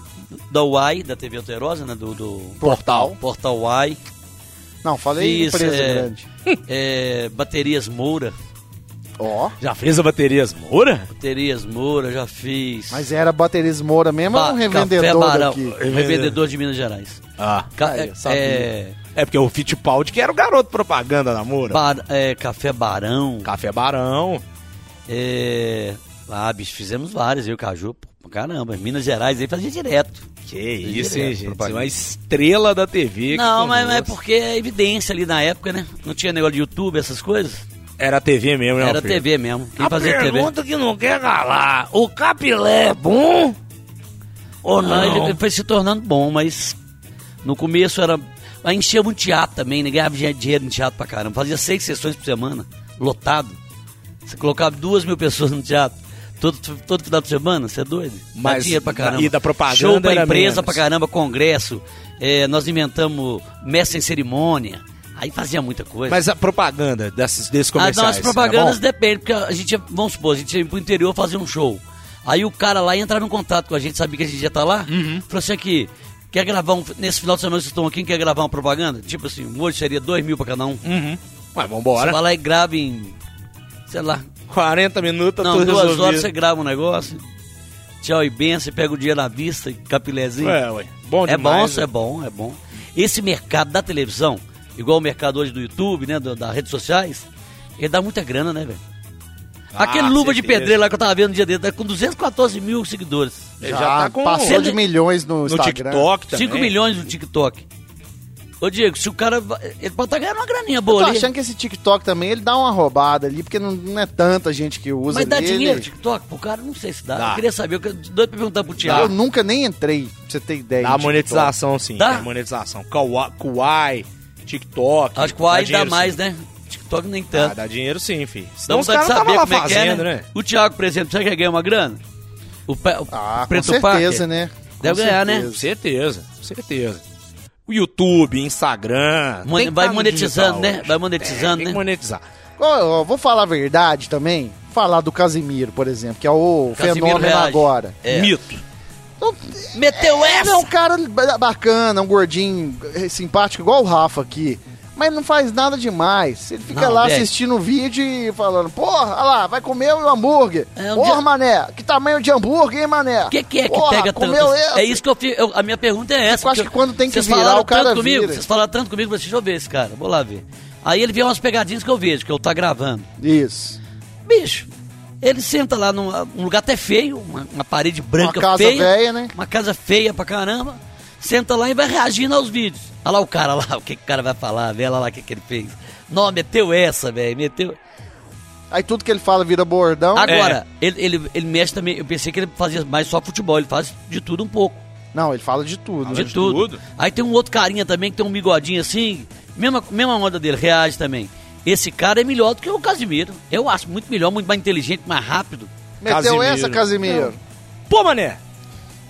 Speaker 1: da UAI, da TV Alterosa, né? Do, do
Speaker 2: Portal.
Speaker 1: Portal
Speaker 3: *laughs*
Speaker 1: UAI.
Speaker 2: Não, falei
Speaker 1: Fiz,
Speaker 2: empresa
Speaker 1: é,
Speaker 2: grande.
Speaker 1: é, Baterias Moura.
Speaker 2: Ó,
Speaker 3: Já fez a baterias Moura?
Speaker 1: Baterias Moura, já fiz.
Speaker 2: mas era Baterias Moura mesmo ou
Speaker 1: Ba-
Speaker 2: um
Speaker 1: Café
Speaker 2: revendedor
Speaker 1: Barão,
Speaker 2: daqui?
Speaker 1: revendedor de Minas Gerais.
Speaker 3: Ah.
Speaker 1: Ca-
Speaker 2: Aí,
Speaker 1: é,
Speaker 2: sabia.
Speaker 1: é,
Speaker 3: É porque o Fittipaldi que era o garoto propaganda da Moura.
Speaker 1: bar- é, Café Barão.
Speaker 3: Café Barão.
Speaker 1: É, ah, bicho, fizemos várias, eu, e o Caju. pô, Caramba, Minas Gerais aí fazia direto.
Speaker 3: Que isso,
Speaker 1: direto,
Speaker 3: hein, gente?
Speaker 1: propaganda.
Speaker 3: Uma estrela da TV.
Speaker 1: Não,
Speaker 3: que
Speaker 1: mas, mas é
Speaker 3: conosco.
Speaker 1: porque é evidência ali na época, né? Não tinha negócio de YouTube, essas coisas.
Speaker 3: Era TV mesmo, né,
Speaker 1: Era
Speaker 3: Alfredo?
Speaker 1: TV mesmo. Quem fazia TV?
Speaker 3: que não quer calar, o capilé é bom ou
Speaker 1: Ah, ele, ele foi se tornando bom, mas no começo era. Aí enchia muito teatro também, né? Ganhava dinhe- dinheiro no teatro pra caramba. Fazia seis sessões por semana, lotado. Você colocava duas mil pessoas no teatro. Todo, todo final de semana, você é doido? Dá
Speaker 3: Mas
Speaker 1: dinheiro pra
Speaker 3: na-
Speaker 1: caramba.
Speaker 3: e da propaganda
Speaker 1: Show pra
Speaker 3: era
Speaker 1: empresa
Speaker 3: menos.
Speaker 1: pra caramba, congresso. É, nós inventamos mestre em cerimônia. Aí fazia muita coisa.
Speaker 3: Mas a propaganda desses, desses
Speaker 1: Ah,
Speaker 3: comerciais.
Speaker 1: não, as
Speaker 3: era
Speaker 1: propagandas
Speaker 3: bom?
Speaker 1: dependem, porque a gente, ia- vamos supor, a gente ia pro interior fazer um show. Aí o cara lá ia entrar em contato com a gente, sabia que a gente ia estar lá,
Speaker 3: Uhum.
Speaker 1: falou assim aqui, quer gravar um, nesse final de semana vocês estão aqui, quer gravar uma propaganda? Tipo assim, hoje seria dois mil pra cada um.
Speaker 3: Uhum. Mas
Speaker 1: Você
Speaker 3: vambora.
Speaker 1: vai lá e grava em, sei lá,
Speaker 3: 40 minutos, tá
Speaker 1: não,
Speaker 3: tudo
Speaker 1: duas
Speaker 3: resolvido.
Speaker 1: horas você grava um negócio, tchau e benção, pega o dinheiro na vista, capilézinho.
Speaker 3: Ué, ué. Bom
Speaker 1: É bom,
Speaker 3: demais, né?
Speaker 1: isso é bom, é bom. Esse mercado da televisão, igual o mercado hoje do YouTube, né, do- das redes sociais, ele dá muita grana, né, velho?
Speaker 3: Ah,
Speaker 1: Aquele luva de
Speaker 3: certeza.
Speaker 1: pedreiro lá que eu tava vendo no dia dele, tá com 214 mil seguidores.
Speaker 3: Ele já tá com
Speaker 2: passou
Speaker 1: Ele-
Speaker 2: de milhões no,
Speaker 3: no
Speaker 2: Instagram.
Speaker 3: TikTok também.
Speaker 1: 5 milhões no TikTok. Ô, Diego, se o cara. va- Ele pode estar ganhando uma graninha
Speaker 2: Eu tô
Speaker 1: boa ali.
Speaker 2: achando que esse TikTok também, ele dá uma roubada ali, porque não, não é tanta gente que usa
Speaker 1: Mas dá
Speaker 2: ali, ele-
Speaker 1: dinheiro o TikTok pro cara? Não sei se dá.
Speaker 3: Dá.
Speaker 1: Eu queria saber, eu quero- doido pra perguntar pro
Speaker 2: Eu
Speaker 1: Thiago.
Speaker 2: nunca nem entrei, pra você ter ideia.
Speaker 3: Dá
Speaker 2: em
Speaker 3: Tá monetização, sim.
Speaker 1: Dá?
Speaker 3: Dá monetização. Kawa- Kuai, TikTok.
Speaker 1: Acho que o AI dá
Speaker 3: dinheiro,
Speaker 1: mais,
Speaker 3: sim.
Speaker 1: né? TikTok nem
Speaker 3: Ah,
Speaker 1: tanto.
Speaker 3: dá dinheiro sim, filho.
Speaker 1: Então
Speaker 3: Senão os caras estavam lá fazendo, né?
Speaker 1: O Thiago, por exemplo, será que ganha uma grana? O, pe- o
Speaker 2: Ah, com
Speaker 1: Preto
Speaker 2: certeza,
Speaker 1: Parker?
Speaker 2: né?
Speaker 1: Deve
Speaker 2: Com
Speaker 1: ganhar, né?
Speaker 2: certeza.
Speaker 3: Certeza, certeza. O YouTube, Instagram.
Speaker 1: Mon-
Speaker 3: tem que
Speaker 1: vai
Speaker 3: tá no
Speaker 1: monetizando,
Speaker 3: digital
Speaker 1: né?
Speaker 3: hoje.
Speaker 1: Vai monetizando,
Speaker 3: Tem
Speaker 1: né?
Speaker 3: que monetizar.
Speaker 2: Ó, ó, vou falar a verdade também. Falar do Casimiro, por exemplo, que é o
Speaker 1: Casimiro
Speaker 2: fenômeno
Speaker 1: reage.
Speaker 2: agora.
Speaker 1: É.
Speaker 3: Mito.
Speaker 2: Então,
Speaker 1: Meteu
Speaker 2: Ele
Speaker 1: essa!
Speaker 2: é um cara ba- bacana, um gordinho eh, simpático, igual o Rafa aqui. Mas ele não faz nada demais. Ele fica
Speaker 1: Não,
Speaker 2: lá
Speaker 1: velho.
Speaker 2: assistindo o vídeo e falando: Porra, olha lá, vai comer o hambúrguer.
Speaker 1: É, um
Speaker 2: Porra,
Speaker 1: dia-
Speaker 2: mané, que tamanho de hambúrguer, hein, mané?
Speaker 1: O que, que é que
Speaker 2: Porra,
Speaker 1: pega tanto?
Speaker 2: comeu esse.
Speaker 1: É isso que eu, fi- eu- A minha pergunta é essa.
Speaker 2: Eu acho
Speaker 1: porque
Speaker 2: que quando tem que
Speaker 1: vocês
Speaker 2: virar,
Speaker 1: falaram
Speaker 2: o cara
Speaker 1: tanto comigo,
Speaker 2: vira.
Speaker 1: Vocês falaram tanto comigo, eu falei, deixa eu ver esse cara, vou lá ver. Aí ele vê umas pegadinhas que eu vejo, que eu tá gravando.
Speaker 2: Isso.
Speaker 1: Bicho, ele senta lá num um lugar até feio, uma, uma parede branca
Speaker 2: Uma casa
Speaker 1: feia.
Speaker 2: velha, né?
Speaker 1: Uma casa feia pra caramba. Senta lá e vai reagindo aos vídeos. Olha lá o cara lá, *laughs* o que, que o cara vai falar, vê lá lá o que, que ele fez. Não, meteu essa, velho, meteu.
Speaker 2: Aí tudo que ele fala vira bordão.
Speaker 3: Então, é.
Speaker 1: Agora, ele, ele, ele mexe também. Eu pensei que ele fazia mais só futebol, ele faz de tudo um pouco.
Speaker 2: É. Não, ele fala de tudo. né?
Speaker 1: De tudo.
Speaker 3: tudo.
Speaker 1: Aí tem um outro carinha também que tem um bigodinho assim, mesma, mesma onda dele, reage também. Esse cara é melhor do que o Casimiro. Eu acho muito melhor, muito mais inteligente, mais rápido.
Speaker 2: Meteu
Speaker 3: Casimiro.
Speaker 2: essa, Casimiro?
Speaker 3: Pô, mané,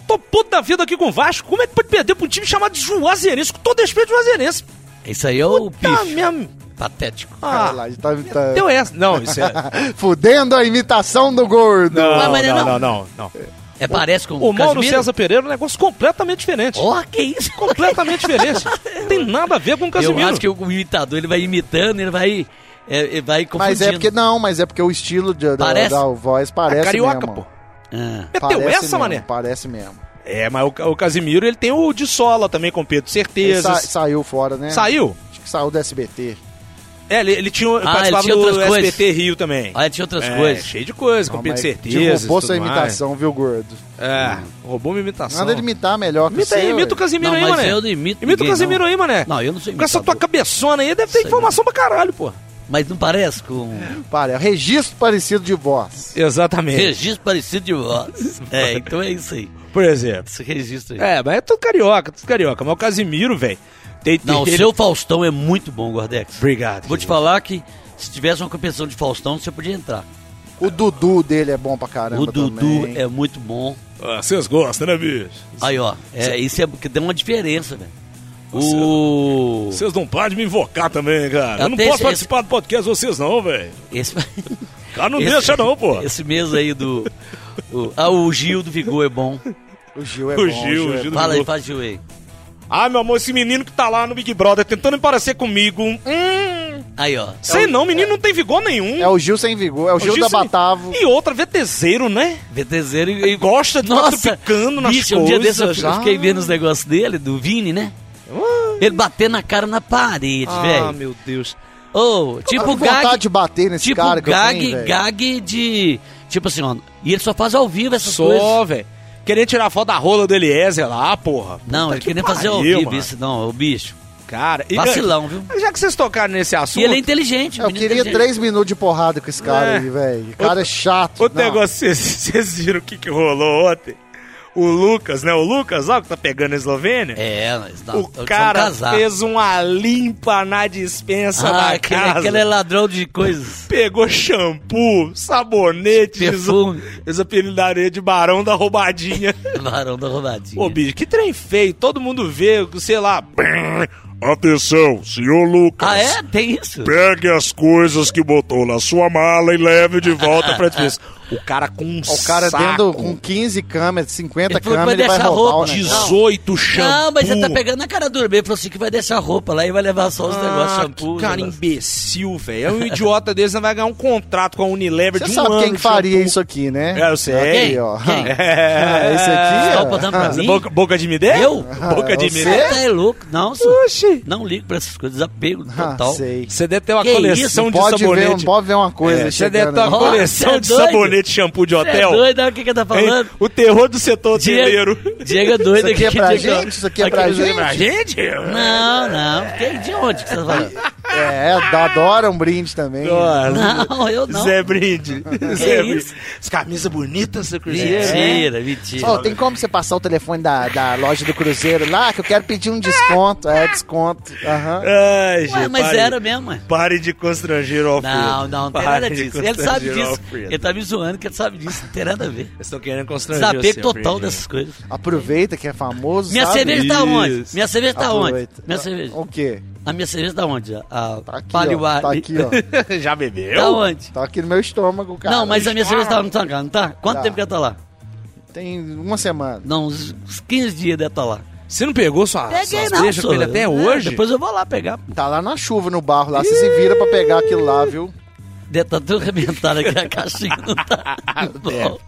Speaker 3: tô puto da vida aqui com o Vasco. Como é que pode perder pra um time chamado Juazeirense? Com todo respeito, Juazeirense.
Speaker 1: Esse aí é o
Speaker 3: Tá
Speaker 1: bicho.
Speaker 3: mesmo.
Speaker 1: Patético.
Speaker 3: Ah,
Speaker 2: Olha lá, ele tá, tá-
Speaker 3: deu essa. Não, isso
Speaker 1: *laughs*
Speaker 3: é.
Speaker 2: Fudendo a imitação do gordo.
Speaker 1: Mas,
Speaker 3: Não,
Speaker 1: mas
Speaker 3: não,
Speaker 1: não.
Speaker 3: não, não, não.
Speaker 1: É, parece com
Speaker 3: O Mauro
Speaker 1: Casimiro.
Speaker 3: César Pereira é um negócio completamente diferente.
Speaker 1: Ó, que isso?
Speaker 3: Completamente
Speaker 1: *laughs*
Speaker 3: diferente. Não tem nada a ver com o Casimiro.
Speaker 1: Eu acho que é o imitador, ele vai imitando, ele vai, é, ele vai confundindo.
Speaker 2: Mas é porque não, mas é porque o estilo de, da,
Speaker 1: Parece?
Speaker 2: da voz parece
Speaker 3: É carioca,
Speaker 2: mesmo.
Speaker 3: pô.
Speaker 1: Ah.
Speaker 3: Meteu
Speaker 2: Parece
Speaker 3: essa,
Speaker 2: mesmo,
Speaker 3: mané.
Speaker 2: Parece mesmo.
Speaker 3: É, mas o, o Casimiro, ele tem o de sola também com Pedro
Speaker 2: Ele
Speaker 3: Certeza.
Speaker 2: sa- saiu fora, né?
Speaker 3: Saiu?
Speaker 2: Acho que saiu do SBT.
Speaker 3: É, ele, ele tinha,
Speaker 1: Ah, ele
Speaker 3: participava
Speaker 1: tinha
Speaker 3: do
Speaker 1: outras coisas.
Speaker 3: SBT Rio também.
Speaker 1: Aí tinha outras
Speaker 3: É,
Speaker 1: coisas.
Speaker 3: Cheio de coisa, com
Speaker 2: Não,
Speaker 3: Pedro
Speaker 2: mas
Speaker 3: Certeza.
Speaker 2: Derrubou sua
Speaker 3: tudo mais.
Speaker 2: imitação, viu, gordo?
Speaker 3: É, roubou minha imitação.
Speaker 2: Manda ele imitar melhor que
Speaker 3: Imita
Speaker 2: você,
Speaker 3: aí, imita o
Speaker 2: ué.
Speaker 3: Casimiro
Speaker 1: Não,
Speaker 3: aí,
Speaker 1: mas
Speaker 3: mané.
Speaker 1: eu não imito
Speaker 3: Imita o
Speaker 1: ninguém,
Speaker 3: Casimiro
Speaker 1: não.
Speaker 3: aí, mané.
Speaker 1: Não, eu não sou
Speaker 3: Com essa tua
Speaker 1: imitador.
Speaker 3: cabeçona aí, deve ter
Speaker 1: Sei
Speaker 3: informação pra caralho, pô.
Speaker 1: Mas não parece com um
Speaker 2: Para, registro parecido de voz.
Speaker 3: Exatamente.
Speaker 1: registro parecido de voz. é, então é isso aí.
Speaker 3: Por exemplo.
Speaker 1: Esse registro aí.
Speaker 3: É, mas é tudo carioca, tudo carioca. Mas o Casimiro, velho, tem...
Speaker 1: Não, o
Speaker 3: tem-
Speaker 1: seu Faustão é muito bom, Gordex.
Speaker 3: Obrigado.
Speaker 1: Vou te falar que se tivesse uma competição de Faustão, você podia entrar.
Speaker 2: O Dudu dele é bom pra caramba
Speaker 1: o Dudu
Speaker 2: também.
Speaker 1: é muito bom.
Speaker 3: Ah, Vocês gostam, né, bicho?
Speaker 1: Aí, ó, é, isso é porque deu uma diferença, velho. O.
Speaker 3: Vocês não param de me invocar também, cara.
Speaker 1: Eu
Speaker 3: Eu não
Speaker 1: tenho
Speaker 3: posso
Speaker 1: esse-
Speaker 3: participar do podcast vocês não, velho.
Speaker 1: Esse...
Speaker 3: O cara não
Speaker 1: esse-
Speaker 3: deixa não,
Speaker 1: *laughs*
Speaker 3: pô.
Speaker 1: Esse mesmo aí do. O... Ah, o Gil do Vigor é bom.
Speaker 2: O Gil é
Speaker 3: *laughs* O
Speaker 2: bom.
Speaker 3: Gil,
Speaker 2: é
Speaker 3: o
Speaker 2: bom.
Speaker 3: Gil do
Speaker 1: Fala aí,
Speaker 3: Vigor.
Speaker 1: faz Gil aí.
Speaker 3: Ah, meu amor, esse menino que tá lá no Big Brother tentando parecer comigo. Hum,
Speaker 1: Aí, ó.
Speaker 3: sei não, menino não tem vigor nenhum.
Speaker 2: É o Gil sem vigor, é o, Gil, da
Speaker 3: sem-
Speaker 2: Batavo.
Speaker 3: E outra, VTZero, né?
Speaker 1: VTZero e. e-
Speaker 3: Gosta de ficar
Speaker 1: Nossa,
Speaker 3: trupicando nas
Speaker 1: bicho, um
Speaker 3: coisas.
Speaker 1: dia desse eu fiquei-
Speaker 2: já.
Speaker 1: fiquei vendo os negócios dele, do Vini, né? Ele batendo na cara na parede,
Speaker 3: Ah,
Speaker 1: velho.
Speaker 3: meu Deus.
Speaker 1: Ô, tipo o
Speaker 2: que vontade
Speaker 1: Gag,
Speaker 2: de bater nesse
Speaker 1: tipo
Speaker 2: cara que
Speaker 1: gag,
Speaker 2: eu tenho, velho.
Speaker 1: gag de. Tipo assim, ó. E ele só faz ao vivo essas coisas.
Speaker 3: Só, velho. Querendo tirar foto da rola do Eliezer lá, porra.
Speaker 1: Não,
Speaker 3: Puta
Speaker 1: ele
Speaker 3: que
Speaker 1: queria fazer ao
Speaker 3: pariu,
Speaker 1: vivo
Speaker 3: mano.
Speaker 1: isso, não, o bicho.
Speaker 3: Cara, e- é
Speaker 1: Vacilão, viu?
Speaker 3: Já que vocês tocaram nesse assunto.
Speaker 1: E ele é inteligente,
Speaker 2: Eu
Speaker 1: menino
Speaker 2: queria
Speaker 1: inteligente.
Speaker 2: três minutos de porrada com esse cara
Speaker 3: É.
Speaker 2: aí, velho. O cara é chato.
Speaker 3: Outro
Speaker 2: Não.
Speaker 3: negócio, *laughs* vocês- vocês viram o que, que rolou ontem? O Lucas, né? O Lucas, ó, que tá pegando a Eslovênia.
Speaker 1: É, nós não,
Speaker 3: o
Speaker 1: nós vamos
Speaker 3: cara
Speaker 1: casar.
Speaker 3: fez uma limpa na dispensa
Speaker 1: Ah, *laughs*
Speaker 3: da
Speaker 1: aquele,
Speaker 3: casa.
Speaker 1: aquele é ladrão de coisas. *laughs*
Speaker 3: Pegou shampoo, sabonete,
Speaker 1: Perfume.
Speaker 3: eles- Eles apelidaram ele de Barão
Speaker 1: *laughs*
Speaker 3: da Roubadinha.
Speaker 1: Barão da roubadinha.
Speaker 3: Ô, bicho, que trem feio. Todo mundo vê, sei lá.
Speaker 5: Atenção, senhor Lucas.
Speaker 1: ah, é? Tem isso?
Speaker 5: Pegue as coisas que botou na sua mala e leve de volta pra despesa.
Speaker 3: *laughs* O cara com um
Speaker 2: O cara
Speaker 3: saco, um
Speaker 2: dentro com 15 câmeras, 50
Speaker 1: Ele falou que
Speaker 2: câmeras,
Speaker 1: vai
Speaker 2: ele vai
Speaker 1: deixar
Speaker 2: roubar o
Speaker 1: roupa.
Speaker 2: negócio.
Speaker 3: 18 shampoo.
Speaker 1: Não, mas ele tá pegando na cara dura. Ele falou assim que vai deixar a roupa lá e vai levar só os negócios,
Speaker 3: Ah,
Speaker 1: shampoo.
Speaker 3: que cara
Speaker 1: negócio.
Speaker 3: imbecil, velho. É um idiota desse, não vai ganhar um contrato com a Unilever
Speaker 2: Você
Speaker 3: de um
Speaker 2: sabe
Speaker 3: ano.
Speaker 2: quem
Speaker 3: de
Speaker 2: que faria
Speaker 3: shampoo.
Speaker 2: isso aqui, né?
Speaker 3: É, eu sei.
Speaker 2: Aqui, ó.
Speaker 1: Quem?
Speaker 2: *laughs* Ah, esse aqui,
Speaker 1: Tá
Speaker 2: ó.
Speaker 1: botando pra mim?
Speaker 3: Boca, boca de Mideu?
Speaker 1: Eu?
Speaker 3: Boca de
Speaker 2: você?
Speaker 1: Você
Speaker 3: Mideu?
Speaker 1: é louco. Não, senhor.
Speaker 3: Oxi.
Speaker 1: Não ligo pra essas coisas. Desapego
Speaker 2: Ah,
Speaker 1: total.
Speaker 2: sei.
Speaker 3: Você deve ter uma
Speaker 1: Que
Speaker 3: coleção
Speaker 1: isso?
Speaker 3: de
Speaker 2: Pode ver,
Speaker 3: sabonete.
Speaker 2: um- pode ver uma coisa.
Speaker 3: É, você deve
Speaker 2: chegando
Speaker 3: ter uma
Speaker 2: aí.
Speaker 1: Ó,
Speaker 3: coleção
Speaker 1: cê é
Speaker 3: de
Speaker 1: doido.
Speaker 3: sabonete e shampoo de
Speaker 1: Você é
Speaker 3: hotel.
Speaker 1: doido, olha o que que ele tá
Speaker 3: Hein?
Speaker 1: falando.
Speaker 3: O terror do setor hoteleiro.
Speaker 1: Diego, Diego é doido
Speaker 2: Isso aqui é pra
Speaker 1: Diego.
Speaker 2: gente? Isso aqui é pra
Speaker 1: Aqui
Speaker 2: gente?
Speaker 3: gente?
Speaker 1: Não, não. Que- De onde que você tá falando?
Speaker 2: É, dá- adora um brinde também.
Speaker 3: Nossa.
Speaker 1: Não, eu não.
Speaker 3: Zé Brinde. Zé
Speaker 1: isso?
Speaker 3: Brinde. As camisas bonitas, seu Cruzeiro.
Speaker 2: né?
Speaker 1: Mentira, mentira.
Speaker 2: Ó, tem como você passar o telefone da, da loja do Cruzeiro lá, que eu quero pedir um desconto. É, desconto. Aham.
Speaker 3: Ai,
Speaker 1: Ué,
Speaker 3: gente,
Speaker 1: mas
Speaker 3: pare-
Speaker 1: era mesmo, ué.
Speaker 3: Pare de constranger o Alfredo.
Speaker 1: Não, não, não tem
Speaker 3: Pare
Speaker 1: nada
Speaker 3: de
Speaker 1: disso. Ele sabe
Speaker 3: constranger o
Speaker 1: disso.
Speaker 3: Alfredo.
Speaker 1: Ele tá me zoando que ele sabe disso. Não tem nada a ver.
Speaker 3: Eles estão querendo constranger
Speaker 1: Desapego
Speaker 3: o seu
Speaker 1: total
Speaker 3: Brinde.
Speaker 1: dessas coisas.
Speaker 2: Aproveita que é famoso,
Speaker 1: Minha
Speaker 2: sabe?
Speaker 1: cerveja tá onde?
Speaker 3: Isso.
Speaker 1: Minha cerveja tá onde?
Speaker 2: Aproveita.
Speaker 1: Minha cerveja.
Speaker 2: O quê?
Speaker 1: A minha cerveja tá onde? A
Speaker 2: Tá aqui, ó.
Speaker 1: Paliwari.
Speaker 2: Tá aqui, ó.
Speaker 3: *laughs* Já bebeu?
Speaker 1: Tá onde?
Speaker 2: Tá aqui no meu estômago, cara.
Speaker 1: não, mas a minha cerveja tá lá no Tancar, não tá? Quanto
Speaker 2: Tá.
Speaker 1: tempo que ela tá lá?
Speaker 2: Tem uma semana.
Speaker 1: Não, uns uns 15 dias deve tá lá.
Speaker 3: Você não pegou sua,
Speaker 1: Peguei
Speaker 3: suas
Speaker 1: não,
Speaker 3: brejas com
Speaker 1: senhor.
Speaker 3: ele até
Speaker 1: É,
Speaker 3: hoje?
Speaker 1: Depois eu vou lá pegar.
Speaker 2: Tá lá na chuva, no barro lá. Você se vira pra pegar aquilo lá, viu?
Speaker 1: Deve tá tudo arrebentado aqui, a caixinha não *laughs* tá. Bom,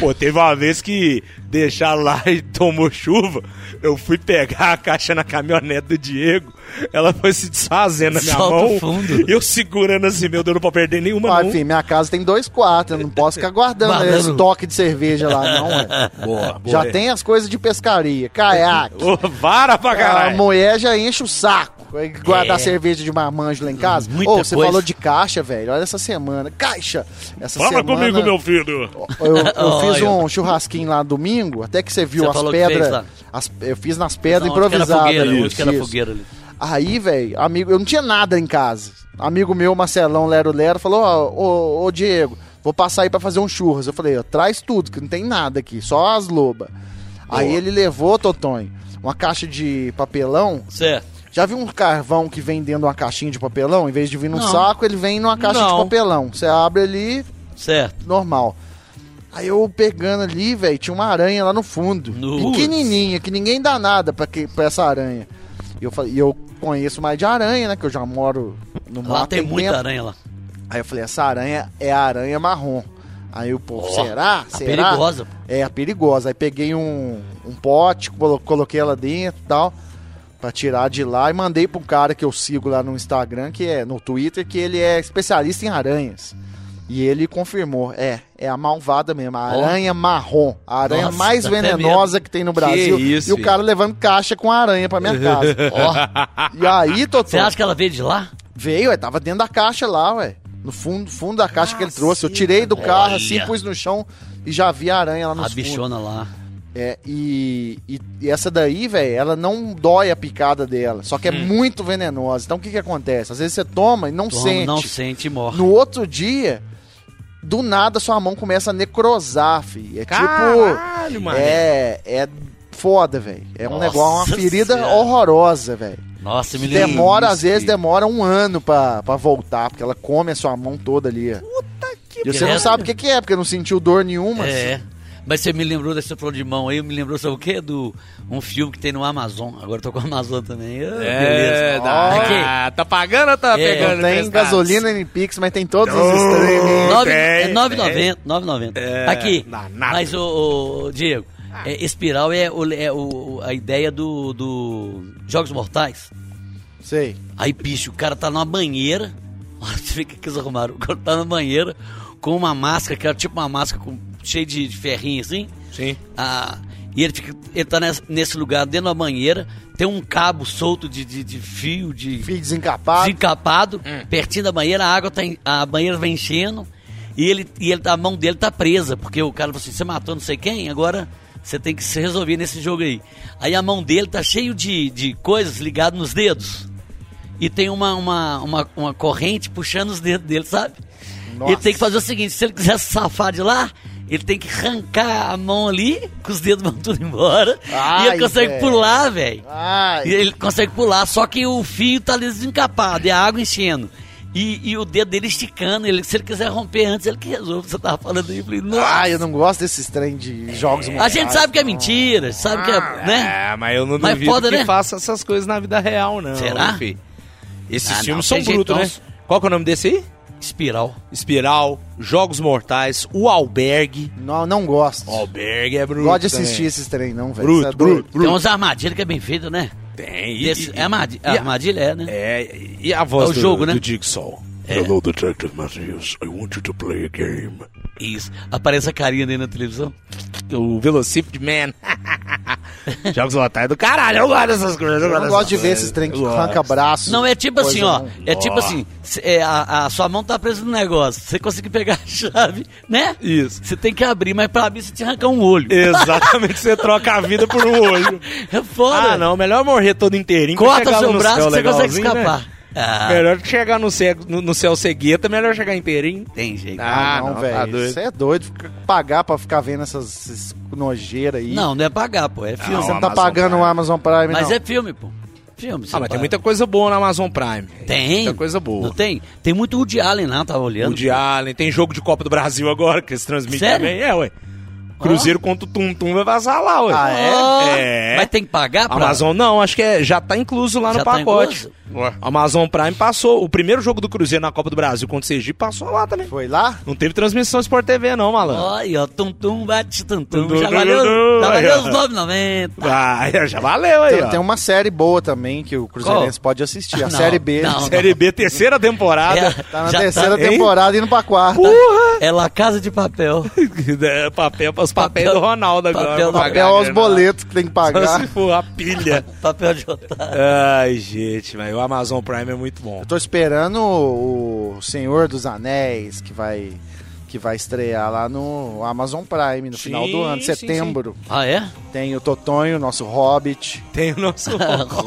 Speaker 3: Pô, teve uma vez que deixar lá e tomou chuva, eu fui pegar a caixa na caminhonete do Diego, ela foi se desfazendo na minha
Speaker 1: Solta o
Speaker 3: mão,
Speaker 1: fundo.
Speaker 3: eu segurando assim, meu Deus, não pra perder nenhuma
Speaker 2: Ah,
Speaker 3: mão.
Speaker 2: enfim, minha casa tem dois quartos. Eu não posso
Speaker 1: *laughs*
Speaker 2: ficar guardando
Speaker 1: Guardando.
Speaker 2: esse estoque de cerveja lá, não, é. ué.
Speaker 3: Boa, boa.
Speaker 2: Já tem as coisas de pescaria, caiaque.
Speaker 3: Ô, vara pra
Speaker 2: A
Speaker 3: caralho.
Speaker 2: mulher já enche o saco. é Vai guardar cerveja de marmanjo lá em casa.
Speaker 1: É. Muita
Speaker 2: Ô, você
Speaker 1: coisa.
Speaker 2: falou de caixa, velho. Olha essa semana. Caixa! Essa
Speaker 5: Fala
Speaker 2: semana, Tipo,
Speaker 5: comigo, meu filho.
Speaker 2: Eu,
Speaker 1: *laughs*
Speaker 2: eu fiz
Speaker 1: Olha.
Speaker 2: um churrasquinho lá domingo, até que você viu
Speaker 1: Você
Speaker 2: as
Speaker 1: falou que fez
Speaker 2: pedras.
Speaker 1: lá.
Speaker 2: as- Eu fiz nas pedras
Speaker 1: Onde que era a
Speaker 2: improvisadas.
Speaker 1: fogueira,
Speaker 2: Tá ali,
Speaker 1: onde que era a
Speaker 2: isso.
Speaker 1: fogueira ali.
Speaker 2: Aí, velho, amigo, eu não tinha nada em casa. Amigo meu, Marcelão Lero Lero, falou: Ó, ô, ô, Diego, vou passar aí pra fazer um churras. Eu falei: ó, traz tudo, que não tem nada aqui, só as lobas. Aí ele levou, Totonho, uma caixa de papelão.
Speaker 1: Certo.
Speaker 2: Já viu um carvão que vem dentro de uma caixinha de papelão? Em vez de vir num
Speaker 1: Não.
Speaker 2: saco, ele vem numa caixa de
Speaker 3: Não.
Speaker 2: papelão. Você abre ali,
Speaker 1: Certo.
Speaker 2: normal. Aí eu pegando ali, velho, tinha uma aranha lá no fundo.
Speaker 1: Nossa.
Speaker 2: Pequenininha, que ninguém dá nada pra, que, pra essa aranha. E eu, falei, e eu conheço mais de aranha, né? Que eu já moro no mato.
Speaker 1: Lá tem
Speaker 2: há
Speaker 1: muita
Speaker 2: tempo.
Speaker 1: aranha lá.
Speaker 2: Aí eu falei, essa aranha é a aranha marrom. Aí o povo,
Speaker 1: Ó,
Speaker 2: será?
Speaker 1: a
Speaker 2: será?
Speaker 1: perigosa, pô.
Speaker 2: É, a perigosa. Aí peguei um, um pote, colo- coloquei ela dentro e tal, pra tirar de lá. E mandei pro cara que eu sigo lá no Instagram, que é no Twitter, que ele é especialista em aranhas. E ele confirmou, é, é a malvada mesmo, a
Speaker 1: Ó.
Speaker 2: aranha marrom, a aranha
Speaker 1: Nossa,
Speaker 2: mais
Speaker 1: dá até
Speaker 2: venenosa que tem no Brasil.
Speaker 3: isso,
Speaker 2: e o
Speaker 3: filho.
Speaker 2: cara levando caixa com a aranha pra minha casa.
Speaker 1: *laughs*
Speaker 2: *laughs* Ó. E aí, Totó,
Speaker 1: Você acha que ela veio de lá?
Speaker 2: Veio, ué, tava dentro da caixa lá, ué. No fundo, fundo da caixa que ele trouxe. Eu tirei do carro, assim,
Speaker 1: Olha.
Speaker 2: pus no chão e já vi a aranha lá no
Speaker 1: a bichona lá.
Speaker 2: É, e, e- e essa daí, velho, ela não dói a picada dela. Só
Speaker 1: Hum.
Speaker 2: que é muito venenosa. Então o que que acontece? Às vezes você toma e não
Speaker 1: Toma,
Speaker 2: sente.
Speaker 1: Não sente e morre.
Speaker 2: No outro dia, do nada sua mão começa a necrosar, fi. É
Speaker 3: Caralho,
Speaker 2: tipo.
Speaker 3: mano.
Speaker 2: É. É foda, velho. É um
Speaker 1: Nossa
Speaker 2: negócio, uma ferida
Speaker 1: Senhora.
Speaker 2: horrorosa, velho.
Speaker 1: Nossa, me lembro.
Speaker 2: Demora, às vezes,
Speaker 1: demora.
Speaker 2: demora um ano pra, pra voltar, porque ela come a sua mão toda ali. ó. e você não
Speaker 1: beleza.
Speaker 2: sabe o que, que é, porque não sentiu dor nenhuma. assim.
Speaker 1: É. Mas você me lembrou dessa flor de mão aí, me lembrou, sabe o quê? Do um filme que tem no Amazon. Agora eu tô com o Amazon também. Ah,
Speaker 3: É,
Speaker 1: beleza.
Speaker 3: dá-
Speaker 1: Aqui.
Speaker 3: ah, tá pagando ou tá
Speaker 1: É,
Speaker 2: Não
Speaker 3: pegando?
Speaker 2: tem
Speaker 3: emprestado?
Speaker 2: gasolina em Pix, mas tem todos os
Speaker 5: Oh.
Speaker 2: streaming.
Speaker 1: Nove-
Speaker 5: Tem,
Speaker 1: é 9,90. 9,90.
Speaker 3: É,
Speaker 1: Aqui.
Speaker 3: danado.
Speaker 1: Mas, o, Diego,
Speaker 3: Ah.
Speaker 1: é, espiral é, o- é o- a ideia do, do Jogos Mortais.
Speaker 2: Sei.
Speaker 1: Aí, bicho, o cara tá numa banheira. *laughs* Olha pra você ver o que que eles arrumaram. O cara tá numa banheira com uma máscara, que era tipo uma máscara com, cheia de, de ferrinho assim.
Speaker 3: Sim.
Speaker 1: Ah, e ele, fica, ele tá nessa- nesse lugar dentro da banheira, tem um cabo solto de, de, de fio, de
Speaker 2: Fio desencapado. Hum.
Speaker 1: desencapado, pertinho da banheira, a água tá en- a banheira vai enchendo e ele, e ele tá- a mão dele tá presa, porque o cara falou assim, você matou não sei quem, agora você tem que se resolver nesse jogo aí. Aí a mão dele tá cheio de, de coisas ligadas nos dedos. E tem uma, uma, uma, uma corrente puxando os dedos dele, sabe?
Speaker 2: Nossa.
Speaker 1: Ele tem que fazer o seguinte, se ele quiser se safar de lá, ele tem que arrancar a mão ali, que os dedos vão tudo embora. e
Speaker 2: Ai,
Speaker 1: ele consegue
Speaker 2: velho.
Speaker 1: pular, velho.
Speaker 2: Ai.
Speaker 1: E ele consegue pular, só que o fio tá desencapado e a água enchendo. E, e o dedo dele esticando, ele, se ele quiser romper antes, ele que resolve. Você tava falando aí, eu falei, nossa.
Speaker 2: Ai, eu não gosto desses trem de jogos
Speaker 1: a
Speaker 2: mortais,
Speaker 1: gente sabe que é
Speaker 2: não.
Speaker 1: mentira, sabe que é, né?
Speaker 3: É, mas eu não
Speaker 1: Mas
Speaker 3: duvido
Speaker 1: foda,
Speaker 3: que
Speaker 1: né?
Speaker 3: faça essas coisas na vida real, não.
Speaker 1: Será?
Speaker 3: hein, fi. Esses
Speaker 1: Ah, não,
Speaker 3: filmes
Speaker 1: tem
Speaker 3: são brutos,
Speaker 1: jeitão.
Speaker 3: né? Qual que é o nome desse aí?
Speaker 1: Espiral.
Speaker 3: Espiral, Jogos Mortais, O Albergue.
Speaker 2: Não, não gosto.
Speaker 3: O Albergue é bruto.
Speaker 2: Gosto de assistir
Speaker 3: também.
Speaker 2: esses trem, não, velho.
Speaker 5: Bruto,
Speaker 2: Isso é doido.
Speaker 5: bruto,
Speaker 1: Tem
Speaker 5: bruto.
Speaker 1: umas armadilhas que é bem feito, né?
Speaker 3: Tem. E,
Speaker 1: Desse-
Speaker 3: e-
Speaker 1: é armadilha,
Speaker 3: e a-
Speaker 1: armadilha, é, né?
Speaker 3: É, e a voz
Speaker 1: É o
Speaker 3: do,
Speaker 1: jogo, né? É.
Speaker 3: do Jigsaw.
Speaker 5: Hello, Detective Matthews. I want you to play a game.
Speaker 3: É
Speaker 1: Isso. Aparece a carinha dele na televisão.
Speaker 3: O Velocipede Man. *laughs* Jogos Mortais do caralho. Eu gosto dessas coisas. Eu,
Speaker 2: Eu não
Speaker 3: dessas
Speaker 2: gosto de ver
Speaker 3: coisas.
Speaker 2: esses trem que
Speaker 3: Eu gosto.
Speaker 2: arranca braço.
Speaker 1: Não, é tipo assim,
Speaker 2: coisa
Speaker 1: ó.
Speaker 2: não.
Speaker 1: É tipo assim, cê- é, a, a sua mão tá presa no negócio. Você conseguir pegar a *laughs* chave, né?
Speaker 3: Isso. É.
Speaker 1: Você tem que abrir, mas pra abrir você te arrancar um olho.
Speaker 3: Exatamente, você troca a vida por um olho.
Speaker 1: É foda.
Speaker 3: Ah, não, melhor morrer todo inteirinho. que
Speaker 1: Corta
Speaker 3: chegar
Speaker 1: seu
Speaker 3: no
Speaker 1: braço que
Speaker 3: céu
Speaker 1: você consegue
Speaker 3: legalzinho, né?
Speaker 1: escapar. Ah,
Speaker 3: Melhor que chegar no céu, no, no céu cegueta, melhor chegar inteirinho.
Speaker 1: tem jeito.
Speaker 2: Ah, não,
Speaker 3: tá
Speaker 2: velho.
Speaker 3: doido.
Speaker 2: Você é doido. fica- Pagar pra ficar vendo essas, essas nojeiras aí.
Speaker 1: Não, não é pagar, pô. É filme.
Speaker 2: Você
Speaker 5: o
Speaker 2: não tá
Speaker 5: Amazon
Speaker 2: pagando
Speaker 5: Prime.
Speaker 2: o Amazon Prime,
Speaker 1: mas
Speaker 2: não.
Speaker 1: é filme, pô. Filme. você
Speaker 3: Ah, mas
Speaker 1: paga.
Speaker 3: tem muita coisa boa na Amazon Prime.
Speaker 1: Tem.
Speaker 3: Muita coisa boa.
Speaker 1: Não tem? Tem muito Woody Allen lá, tava olhando.
Speaker 3: O de Allen, tem jogo de Copa do Brasil agora, que eles transmitem
Speaker 1: Sério?
Speaker 3: também. É, ué. Cruzeiro contra o Tum Tum vai vazar lá, ué.
Speaker 2: Ah,
Speaker 1: Ó,
Speaker 3: É.
Speaker 1: Mas tem que pagar pra...
Speaker 3: Amazon não, acho que é, já tá incluso lá
Speaker 1: Já
Speaker 3: no
Speaker 1: tá
Speaker 3: pacote.
Speaker 1: incluso?
Speaker 3: Ué. Amazon Prime passou. O primeiro jogo do Cruzeiro na Copa do Brasil contra o Sergipe passou lá também.
Speaker 2: Foi lá?
Speaker 3: Não teve transmissão Sport TV, não, malandro.
Speaker 1: Olha, ó, tum tum bate tum tum.
Speaker 3: Tum,
Speaker 1: Já
Speaker 3: tum,
Speaker 1: valeu,
Speaker 3: tum,
Speaker 1: já
Speaker 3: tum.
Speaker 1: valeu
Speaker 3: Aí,
Speaker 1: os
Speaker 3: ó.
Speaker 1: 9,90.
Speaker 3: Ah, *laughs* já valeu aí,
Speaker 1: Então,
Speaker 2: Tem,
Speaker 3: ó.
Speaker 2: tem uma série boa também que o Cruzeirense pode assistir. A
Speaker 1: Não,
Speaker 2: série B. *laughs*
Speaker 1: não.
Speaker 3: Série B, terceira
Speaker 1: um-
Speaker 3: temporada.
Speaker 1: É,
Speaker 2: Tá na
Speaker 1: já
Speaker 2: terceira
Speaker 3: hein?
Speaker 2: temporada e indo pra quarta.
Speaker 3: Porra! *laughs*
Speaker 1: É La Casa de Papel. *laughs*
Speaker 3: É, papel para os papéis
Speaker 1: Papel-
Speaker 3: do Ronaldo agora.
Speaker 1: papel-
Speaker 3: pra
Speaker 2: Papel
Speaker 3: pagar,
Speaker 2: aos
Speaker 3: né?
Speaker 2: boletos que tem que
Speaker 3: Tá Só
Speaker 1: *laughs*
Speaker 2: pagar.
Speaker 3: se for a pilha.
Speaker 1: Papel de otário.
Speaker 3: Ai, gente, mas o Amazon Prime é muito bom.
Speaker 2: Eu tô esperando o Senhor dos Anéis, que vai, que vai estrear lá no Amazon Prime no
Speaker 3: Sim,
Speaker 2: final do ano,
Speaker 3: sim,
Speaker 2: setembro.
Speaker 1: Ah, é?
Speaker 2: Tem o Totonho, nosso Hobbit.
Speaker 3: Tem o nosso Hobbit,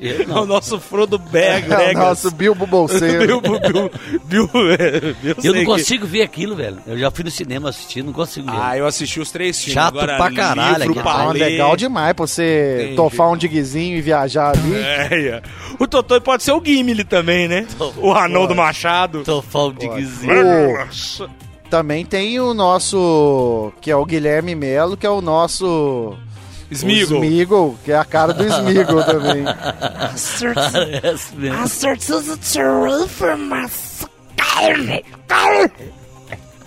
Speaker 1: *laughs* Hobbit,
Speaker 3: *laughs*
Speaker 1: eu não.
Speaker 3: o nosso Frodo Beg,
Speaker 2: É o nosso Bilbo
Speaker 3: Bill, *laughs*
Speaker 2: Bolseiro.
Speaker 3: Bill, Bill, Bill,
Speaker 1: Eu não
Speaker 3: sei que-
Speaker 1: consigo ver aquilo, velho. Eu já fui no cinema assistir, não consigo ver.
Speaker 3: Ah, eu assisti os três filmes.
Speaker 1: Chato
Speaker 3: agora,
Speaker 1: pra caralho
Speaker 3: Livro,
Speaker 1: aquilo.
Speaker 3: pra
Speaker 2: Ah,
Speaker 3: ler.
Speaker 2: legal demais pra você
Speaker 3: Entendi.
Speaker 2: tofar um diguezinho e viajar ali.
Speaker 3: É, é. O Totó pode ser o Gimli também, né? O Anão do Machado.
Speaker 1: Tô falando de guizinho.
Speaker 2: O- Também tem o nosso, que é o Guilherme Melo, que é o nosso...
Speaker 3: Smeagol.
Speaker 2: o Smeagol, que é a cara
Speaker 3: *laughs*
Speaker 2: do Smeagol também. *laughs*
Speaker 1: Parece mesmo.
Speaker 4: Assortuza terrific, mas... Carne, carne.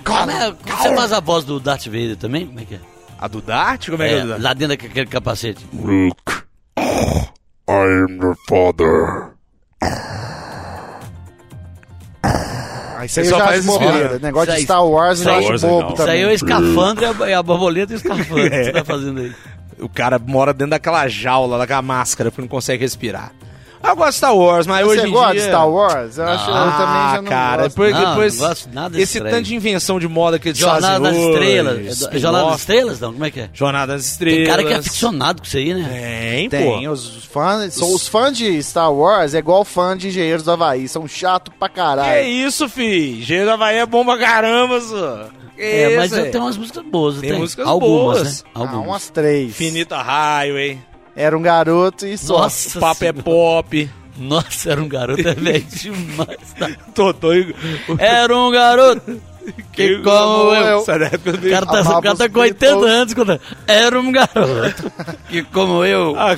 Speaker 1: Como é- como você faz a voz do Darth Vader também? Como é que é?
Speaker 3: A do Dart? Como é, que é
Speaker 1: É,
Speaker 3: o Dart?
Speaker 1: lá dentro daquele capacete.
Speaker 5: Luke, I am your father.
Speaker 2: Aí você
Speaker 3: Você só
Speaker 2: já
Speaker 3: faz
Speaker 2: acho bobeira.
Speaker 3: respirando.
Speaker 2: Negócio de
Speaker 1: Isso aí-
Speaker 2: Star Wars
Speaker 1: isso
Speaker 2: eu
Speaker 1: aí-
Speaker 2: acho
Speaker 5: Star Wars é
Speaker 2: bobo
Speaker 3: Tá
Speaker 5: legal.
Speaker 1: Isso aí
Speaker 2: também.
Speaker 1: é o escafandro e a- e a borboleta e o escafandro
Speaker 3: *laughs* É.
Speaker 1: que você tá fazendo aí.
Speaker 3: O cara mora dentro daquela jaula, daquela máscara, porque não consegue respirar. Eu gosto de Star Wars, mas hoje
Speaker 2: Você
Speaker 3: em
Speaker 2: gosta
Speaker 3: dia... Ah,
Speaker 2: de Star Wars? Eu acho eu também já não
Speaker 3: cara,
Speaker 2: gosto.
Speaker 3: depois,
Speaker 1: Não, não
Speaker 3: depois
Speaker 1: gosto nada desse
Speaker 3: esse
Speaker 1: trem.
Speaker 3: tanto de invenção de moda que eles
Speaker 1: Jornada das
Speaker 3: fazem hoje,
Speaker 1: Estrelas. É do-
Speaker 3: spin-off.
Speaker 1: Jornada das Estrelas, não? Como é que é?
Speaker 3: Jornada das
Speaker 1: Tem
Speaker 3: Estrelas.
Speaker 1: cara que é aficionado com isso aí, né?
Speaker 3: Tem, pô.
Speaker 2: Tem, os fãs, são os fãs de Star Wars é igual fã de Engenheiros do Havaí, são chato pra
Speaker 3: Que
Speaker 2: caralho.
Speaker 3: isso, fi? Gênero da Bahia é bom pra caramba, só. Que
Speaker 1: É, mas
Speaker 3: isso,
Speaker 1: eu
Speaker 3: é?
Speaker 1: tenho umas músicas boas. eu
Speaker 3: Tem
Speaker 1: tenho.
Speaker 3: músicas
Speaker 1: Algumas,
Speaker 3: boas.
Speaker 1: né?
Speaker 2: Ah,
Speaker 1: Algumas.
Speaker 2: umas três.
Speaker 3: Infinita Highway,
Speaker 2: Era um garoto e só.
Speaker 1: Nossa,
Speaker 3: Papo é
Speaker 1: senhora.
Speaker 3: Pop,
Speaker 1: Nossa, era um garoto é
Speaker 3: *laughs*
Speaker 1: velho demais. tá?
Speaker 3: Totó e...
Speaker 1: Era um garoto que como eu...
Speaker 3: Essa época
Speaker 1: O
Speaker 3: eu
Speaker 1: cara tá, o cara tá com 80 anos. Quando... Era um garoto que como eu...
Speaker 3: A,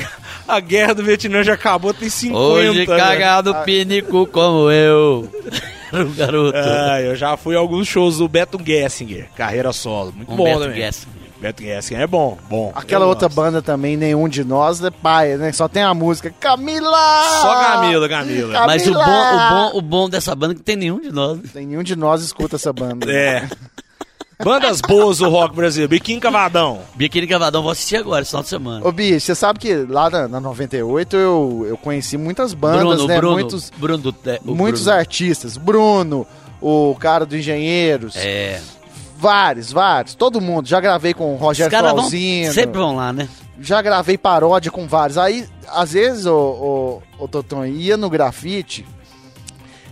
Speaker 3: a guerra do Vietnã já acabou, tem 50.
Speaker 1: Hoje
Speaker 3: né?
Speaker 1: cagado pinico como eu. Era um garoto.
Speaker 3: Ah, eu já fui a alguns shows do Beto Gessinger, carreira solo. Muito bom né,
Speaker 1: Humberto
Speaker 3: também.
Speaker 1: Guess.
Speaker 3: Beto Gessinger é bom, bom.
Speaker 2: Aquela
Speaker 3: Eu
Speaker 2: outra
Speaker 3: gosto.
Speaker 2: banda também, Nenhum de Nós, é paia, né? Só tem a música Camila!
Speaker 3: Só Camila, Camila.
Speaker 2: Camila.
Speaker 1: Mas o bom, o, bom, o bom dessa banda é que tem nenhum de nós.
Speaker 2: Nenhum de nós escuta essa banda.
Speaker 3: *laughs* É. Bandas boas do rock brasileiro. Biquinho Cavadão.
Speaker 1: Biquíni Cavadão, vou assistir agora, esse final de semana.
Speaker 2: Ô, bicho, você sabe que lá na, na 98 eu, eu conheci muitas bandas, né?
Speaker 1: Bruno,
Speaker 2: muitos
Speaker 1: Bruno, do Te- o
Speaker 2: muitos
Speaker 1: Bruno.
Speaker 2: artistas. Bruno, o cara do Engenheiros.
Speaker 1: É.
Speaker 2: Vários, vários. Todo mundo. Já gravei com o
Speaker 1: Os
Speaker 2: Roger
Speaker 1: caras vão,
Speaker 2: Flauzino.
Speaker 1: sempre vão lá, né?
Speaker 2: Já gravei paródia com vários. Aí, às vezes, o, o, Toton ia no grafite.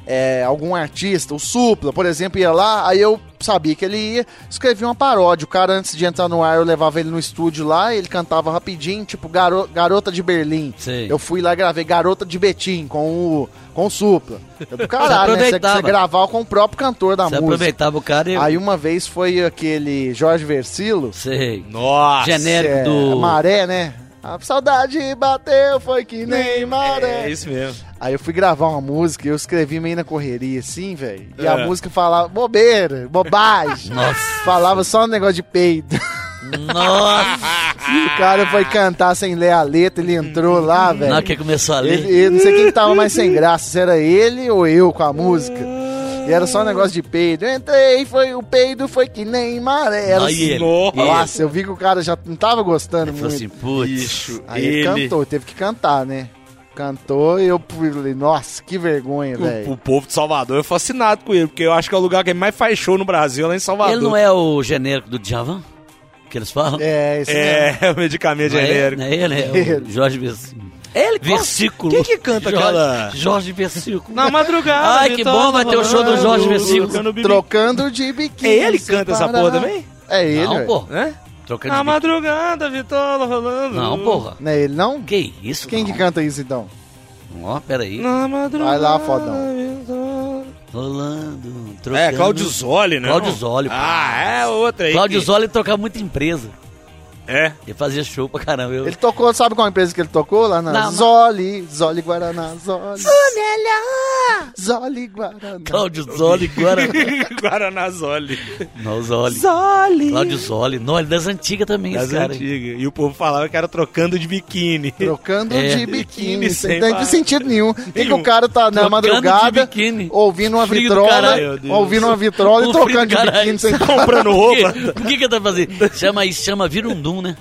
Speaker 2: é, algum artista, o Supla, por exemplo, ia lá, aí eu sabia que ele ia, escrevia uma paródia. O cara, antes de entrar no ar, eu levava ele no estúdio lá, ele cantava rapidinho, tipo Garo- Garota de Berlim.
Speaker 1: Sei.
Speaker 2: Eu fui lá e gravei Garota de Betim com o, com o Supla. Eu, do caralho, né? Você, você
Speaker 1: aproveitava.
Speaker 2: gravar com o próprio cantor da
Speaker 1: Você
Speaker 2: música.
Speaker 1: aproveitava o cara e...
Speaker 2: Aí uma vez foi aquele Jorge Versilo.
Speaker 1: Sei.
Speaker 3: Nossa.
Speaker 1: Genérico
Speaker 2: é,
Speaker 1: do...
Speaker 2: Maré, né? A saudade bateu, foi que nem maré.
Speaker 3: É isso mesmo.
Speaker 2: Aí eu fui gravar uma música e eu escrevi meio na correria, assim, velho. E
Speaker 3: É.
Speaker 2: a música falava bobeira, bobagem.
Speaker 1: *laughs* Nossa.
Speaker 2: Falava só um negócio de peido.
Speaker 1: Nossa!
Speaker 2: E *laughs* o cara foi cantar sem ler a letra, ele entrou lá, velho.
Speaker 1: Na hora que começou a ler...
Speaker 2: Ele, é ele- não sei quem que tava mais sem graça, se era ele ou eu com a música. E era só um negócio de peido. Eu entrei, foi o peido, foi que nem maré. Era
Speaker 1: Aí
Speaker 2: assim.
Speaker 1: ele...
Speaker 3: Nossa.
Speaker 1: ele-
Speaker 2: Nossa, eu vi que o cara já não tava gostando
Speaker 1: Ele
Speaker 2: muito.
Speaker 1: falou assim, putz...
Speaker 3: Bicho,
Speaker 2: Aí ele cantou, teve que cantar, né? Cantou e eu falei, nossa, que vergonha,
Speaker 3: O,
Speaker 2: velho.
Speaker 3: o povo de Salvador é fascinado com ele, porque eu acho que é o lugar que mais faz show no Brasil, é lá em Salvador.
Speaker 1: Ele não é o genérico do Djavan? Que eles falam?
Speaker 2: É, isso mesmo.
Speaker 3: É, é *laughs* o medicamento
Speaker 1: Não é
Speaker 3: genérico.
Speaker 1: Não é ele, é o
Speaker 2: Ele.
Speaker 1: Jorge Versículo. Ele Versículo.
Speaker 3: Quem que canta
Speaker 1: Jorge,
Speaker 3: aquela-
Speaker 1: Jorge Versículo.
Speaker 3: Na madrugada.
Speaker 1: Ai, que
Speaker 3: então,
Speaker 1: bom, vai ter o show do Jorge Versículo.
Speaker 3: Tocando bibi-
Speaker 2: Trocando de biquíni.
Speaker 3: É ele que
Speaker 2: sem
Speaker 3: canta essa
Speaker 2: parar.
Speaker 3: porra também?
Speaker 2: É ele,
Speaker 1: Não,
Speaker 2: velho.
Speaker 1: pô.
Speaker 3: Né?
Speaker 1: Trocando
Speaker 3: Na
Speaker 1: de bico.
Speaker 3: madrugada, Vitola rolando.
Speaker 1: Não, porra.
Speaker 2: Não é ele, não?
Speaker 1: Que isso,
Speaker 2: Quem
Speaker 1: não.
Speaker 2: que canta isso, então?
Speaker 1: Ó, peraí.
Speaker 3: Na madrugada.
Speaker 2: Vai lá, fodão.
Speaker 3: Vitola.
Speaker 1: Rolando, trocando.
Speaker 3: É, Claudio Zoli, né?
Speaker 1: Claudio Zoli, pô.
Speaker 3: Ah, é outra aí.
Speaker 1: Claudio
Speaker 3: que-
Speaker 1: Zoli tocava muita empresa.
Speaker 3: É. *laughs*
Speaker 1: Ele fazia show pra caramba. Eu...
Speaker 2: Ele tá- tocou, sabe qual empresa que ele tocou? Lá na
Speaker 1: Não,
Speaker 2: Zoli, Zoli Guaraná, Zoli,
Speaker 4: Melhor.
Speaker 2: Zoli Guaraná.
Speaker 1: Claudio Zoli, Guaraná.
Speaker 3: Guaraná Zoli.
Speaker 1: Não, Zoli.
Speaker 4: Zoli.
Speaker 1: Claudio Zoli. Não, ele é das antigas também,
Speaker 3: Das
Speaker 1: esse cara. hein?
Speaker 3: antigas. E o povo falava que era trocando de biquíni.
Speaker 2: Trocando
Speaker 1: É.
Speaker 2: de biquíni,
Speaker 3: Biquíni sem
Speaker 2: sem não tem
Speaker 3: parar.
Speaker 2: sentido nenhum. Tem que
Speaker 3: Nenhum.
Speaker 2: o cara tá na
Speaker 1: Trocando de
Speaker 2: madrugada,
Speaker 1: biquíni.
Speaker 2: ouvindo uma
Speaker 1: Frio do
Speaker 2: vitrola,
Speaker 1: caralho,
Speaker 3: meu Deus.
Speaker 2: ouvindo uma vitrola
Speaker 1: Um frio
Speaker 2: e
Speaker 1: do
Speaker 2: trocando de
Speaker 1: caralho.
Speaker 2: biquíni sem parar.
Speaker 3: *laughs* Comprando
Speaker 1: Por quê?
Speaker 3: roupa.
Speaker 1: Por *laughs* que que ele tá fazendo? Chama isso, chama Virundum, né?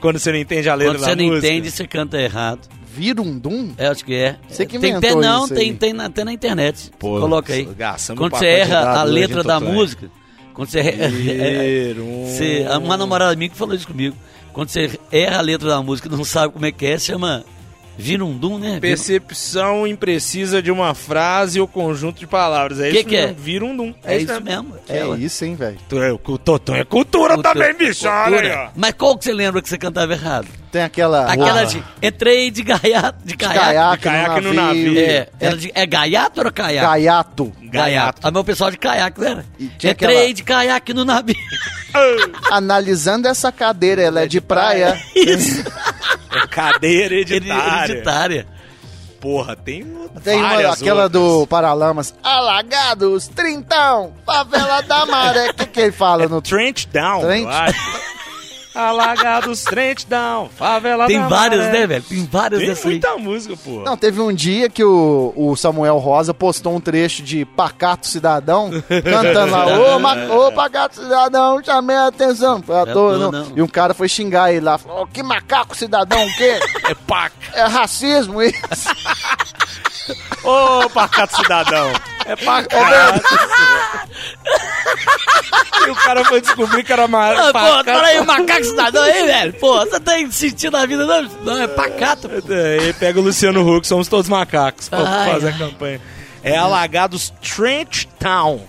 Speaker 3: Quando você não entende a letra
Speaker 1: Quando
Speaker 3: da
Speaker 1: você não
Speaker 3: música.
Speaker 1: entende, você canta errado.
Speaker 2: Virundum?
Speaker 1: É, acho que é.
Speaker 2: Você que
Speaker 1: tem, tem
Speaker 2: inventou
Speaker 1: Não,
Speaker 2: isso
Speaker 1: tem,
Speaker 2: aí.
Speaker 1: tem na, até na internet.
Speaker 6: Pô,
Speaker 1: Coloca aí.
Speaker 6: gastamos
Speaker 1: Quando
Speaker 6: um
Speaker 1: você
Speaker 6: pacote de
Speaker 1: erra
Speaker 6: dados
Speaker 1: a
Speaker 6: hoje,
Speaker 1: letra
Speaker 6: hein,
Speaker 1: da
Speaker 6: Totó?
Speaker 1: música, *laughs* quando você... *laughs* é,
Speaker 6: Virundum.
Speaker 1: você ah, uma namorada minha que falou isso comigo. Quando você erra a letra da música e não sabe como é que é, chama virundum, né?
Speaker 3: Percepção imprecisa de uma frase ou conjunto de palavras. É
Speaker 1: Que
Speaker 3: isso
Speaker 1: que é?
Speaker 3: mesmo. Vira um dum.
Speaker 1: É isso mesmo.
Speaker 2: É
Speaker 1: aquela.
Speaker 2: isso, hein, velho?
Speaker 6: Tu é- O Totão é cultura
Speaker 3: tá
Speaker 1: Cultura-
Speaker 6: também, bicho. Olha aí, ó.
Speaker 1: cultura. Mas qual que você lembra que você cantava errado?
Speaker 2: Tem aquela.
Speaker 1: Aquela
Speaker 2: Ah,
Speaker 1: de entrei de gaiato, de caiato.
Speaker 2: caiaque,
Speaker 3: caiaque
Speaker 2: no
Speaker 3: no
Speaker 2: navio.
Speaker 3: navio.
Speaker 1: É, era de, é gaiato ou era caiaco?
Speaker 2: Gaiato.
Speaker 1: Gaiato. Ah, mas o pessoal de caiaque, não era?
Speaker 2: E tinha
Speaker 1: Entrei
Speaker 2: aquela-
Speaker 1: de caiaque no navio.
Speaker 2: Analisando essa cadeira, ela é de praia.
Speaker 1: Isso.
Speaker 6: É
Speaker 1: *laughs*
Speaker 6: cadeira hereditária.
Speaker 1: Hereditária.
Speaker 6: Porra, tem outra-
Speaker 2: Tem uma,
Speaker 6: várias
Speaker 2: aquela do
Speaker 6: outras.
Speaker 2: Paralamas. Alagados, trintão, favela da maré. O que, que ele fala
Speaker 1: É
Speaker 2: no
Speaker 6: Trench Down,
Speaker 2: Trench?
Speaker 6: eu
Speaker 2: *laughs*
Speaker 6: acho.
Speaker 3: Alagados, frente down, favela
Speaker 1: Tem
Speaker 3: da
Speaker 1: várias,
Speaker 3: Maré.
Speaker 1: né, velho? Tem várias
Speaker 6: Tem
Speaker 1: dessas aí.
Speaker 6: muita música, porra.
Speaker 2: Não, teve um dia que o, o Samuel Rosa postou um trecho de Pacato Cidadão cantando lá, ô, ma- ô Pacato Cidadão, chamei a atenção. Pra toa,
Speaker 1: toa,
Speaker 2: não.
Speaker 1: não.
Speaker 2: E um cara foi xingar ele lá, falou, "Ô, que macaco cidadão, o quê?
Speaker 6: É paca.
Speaker 2: É racismo isso?
Speaker 6: Ô, pacato cidadão. É pacato.
Speaker 3: E o cara foi descobrir que era uma.
Speaker 1: Ah, pô,
Speaker 3: pacato.
Speaker 1: pera aí, macaco cidadão aí, velho. Pô, você tem sentido a vida, não? Não, é pacato. pô.
Speaker 3: É, e pega o Luciano Huck, somos todos macacos. Pra
Speaker 1: Ai,
Speaker 3: fazer
Speaker 1: ai.
Speaker 3: a campanha. É Alagados Trench Town.